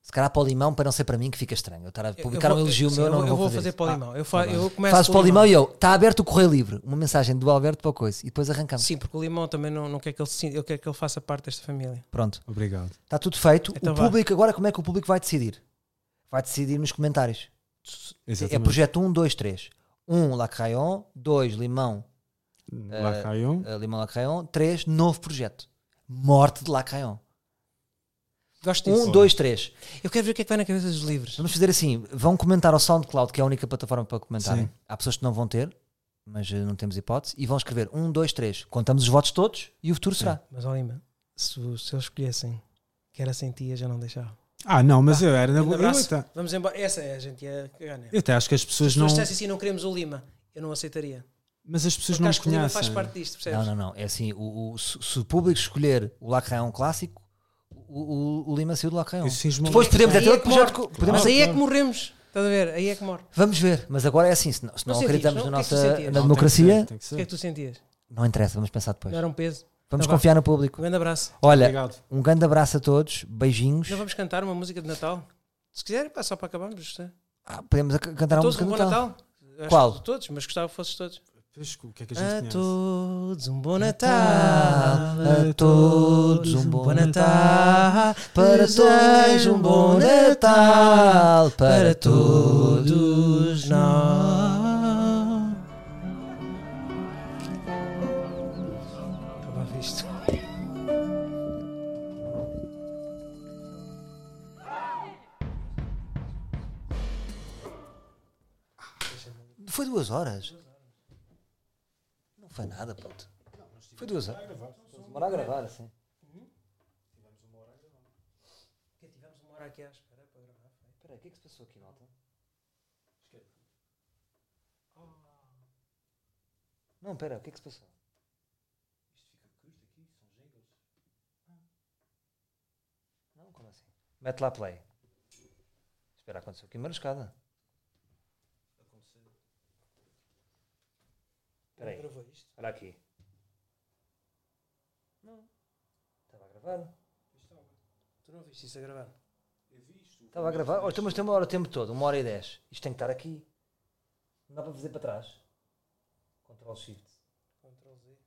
[SPEAKER 2] Se calhar para o Limão, para não ser para mim, que fica estranho. Eu estar a
[SPEAKER 1] Eu- eu
[SPEAKER 2] publicar
[SPEAKER 1] vou-
[SPEAKER 2] um elogio
[SPEAKER 1] sim,
[SPEAKER 2] meu,
[SPEAKER 1] eu
[SPEAKER 2] não,
[SPEAKER 1] vou-
[SPEAKER 2] não
[SPEAKER 1] Eu
[SPEAKER 2] vou
[SPEAKER 1] vou
[SPEAKER 2] fazer.
[SPEAKER 1] fazer
[SPEAKER 2] Tá
[SPEAKER 1] para o limão. Eu fa- Eu começo
[SPEAKER 2] Fazes para
[SPEAKER 1] com
[SPEAKER 2] o Limão e eu. Está aberto o correio livre. Uma mensagem do Alberto para o Coice e depois arrancamos.
[SPEAKER 1] Sim, porque o limão também não, não quer que ele se sinta. Eu quero que ele faça parte desta família.
[SPEAKER 2] Pronto.
[SPEAKER 3] Obrigado.
[SPEAKER 2] Está tudo feito.
[SPEAKER 1] Então
[SPEAKER 2] o
[SPEAKER 1] vá.
[SPEAKER 2] público, agora como é que o público vai decidir? Vai decidir nos comentários. É
[SPEAKER 3] Exatamente.
[SPEAKER 2] projeto 1, 2, 3. 1, Lacrayon. 2, Limão,
[SPEAKER 3] Lá um. caiu.
[SPEAKER 2] eh, Limão Lacrayon. 3, novo projeto. Morte de Lacrayon.
[SPEAKER 1] Gosto disso.
[SPEAKER 2] Um, dois, três.
[SPEAKER 1] Eu quero ver o que é que vai na cabeça dos livros.
[SPEAKER 2] Vamos fazer assim: vão comentar ao SoundCloud, que é a única plataforma para comentarem.
[SPEAKER 3] Sim.
[SPEAKER 2] Há pessoas que não vão ter, mas eh, não temos hipótese. E vão escrever um, dois, três. Contamos os votos todos e o futuro será.
[SPEAKER 1] Mas olha, meu, se, o- se eles escolhessem que era sem tia, já não deixava.
[SPEAKER 3] Ah, não, mas eu era na
[SPEAKER 1] Um
[SPEAKER 3] boa. Eu
[SPEAKER 1] abraço.
[SPEAKER 3] até,
[SPEAKER 1] Vamos embora. Essa é a gente. É, cagar nela.
[SPEAKER 3] eu até acho que as pessoas
[SPEAKER 1] Se
[SPEAKER 3] não.
[SPEAKER 1] não... dissessem assim, não queremos o Lima, eu não aceitaria.
[SPEAKER 3] Mas as pessoas
[SPEAKER 1] Porque
[SPEAKER 3] não me
[SPEAKER 1] acho que o Lima faz
[SPEAKER 3] conhecem.
[SPEAKER 1] parte disto, percebes?
[SPEAKER 2] Não, não, não. É assim: o, o- se, se o público escolher o Lacraão um clássico, o, o- o Lima saiu do Lacraão.
[SPEAKER 3] Eu cismo-
[SPEAKER 2] Depois podemos
[SPEAKER 1] Aí
[SPEAKER 2] até
[SPEAKER 1] é
[SPEAKER 2] outro
[SPEAKER 1] que
[SPEAKER 2] projeto.
[SPEAKER 1] morre.
[SPEAKER 2] co- podemos-
[SPEAKER 1] Mas aí é que morremos. Estás a ver? Aí é que morre.
[SPEAKER 2] Vamos ver, mas agora é assim: se não, se não
[SPEAKER 1] Não sentias,
[SPEAKER 2] acreditamos
[SPEAKER 1] não?
[SPEAKER 2] na
[SPEAKER 1] O que é que tu
[SPEAKER 2] nossa
[SPEAKER 1] sentias?
[SPEAKER 2] na
[SPEAKER 1] Não, O
[SPEAKER 2] democracia,
[SPEAKER 3] Tem que
[SPEAKER 1] que é
[SPEAKER 3] ser.
[SPEAKER 1] que tu sentias?
[SPEAKER 2] não interessa, vamos pensar depois.
[SPEAKER 1] Não era um peso?
[SPEAKER 2] Vamos
[SPEAKER 1] Tá bem.
[SPEAKER 2] confiar no público.
[SPEAKER 1] Um grande abraço.
[SPEAKER 2] Olha,
[SPEAKER 3] Obrigado.
[SPEAKER 2] um grande abraço a todos, beijinhos.
[SPEAKER 1] Não vamos cantar uma música de Natal? Se quiserem, pá, só para acabarmos. tá?
[SPEAKER 2] Ah, podemos a- cantar uma
[SPEAKER 1] todos
[SPEAKER 2] música
[SPEAKER 1] um
[SPEAKER 2] de
[SPEAKER 1] bom
[SPEAKER 2] Natal.
[SPEAKER 1] Natal? Acho
[SPEAKER 2] Qual?
[SPEAKER 1] que Todos, mas gostava que fosses todos.
[SPEAKER 3] Pois, O que é que a
[SPEAKER 2] Ah,
[SPEAKER 3] gente
[SPEAKER 1] A
[SPEAKER 3] conhece?
[SPEAKER 1] todos um bom Natal.
[SPEAKER 2] Natal, Tá. a todos um bom Natal, para todos um bom Natal, para todos
[SPEAKER 1] nós. Acabava isto.
[SPEAKER 2] Foi duas horas? Não foi nada, puto. Foi duas horas. Demora a gravar, assim.
[SPEAKER 1] Tivemos uma hora aqui à espera para gravar.
[SPEAKER 2] Espera aí, o que é que se passou aqui, malta?
[SPEAKER 1] Ah.
[SPEAKER 2] Não, espera, o que é que se passou? Não, como assim? Mete lá play. Espera, aconteceu aqui uma escada. Espera aí,
[SPEAKER 1] Gravou isto?
[SPEAKER 2] olha aqui. Não. Estava a gravar?
[SPEAKER 1] Tu não viste isso a gravar?
[SPEAKER 2] Estava a gravar? Olha, então, mas tem uma hora o tempo todo, uma hora e dez. Isto tem que estar aqui. Não dá para fazer para trás. Ctrl Shift.
[SPEAKER 1] Ctrl Z.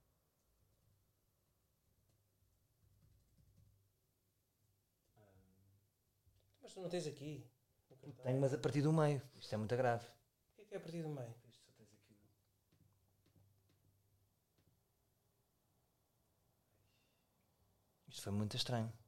[SPEAKER 1] Mas tu não tens aqui. O cartão.
[SPEAKER 2] Tenho, mas a partir do meio. Isto é muito grave.
[SPEAKER 1] O que é que é a partir do meio?
[SPEAKER 2] Isto foi muito estranho.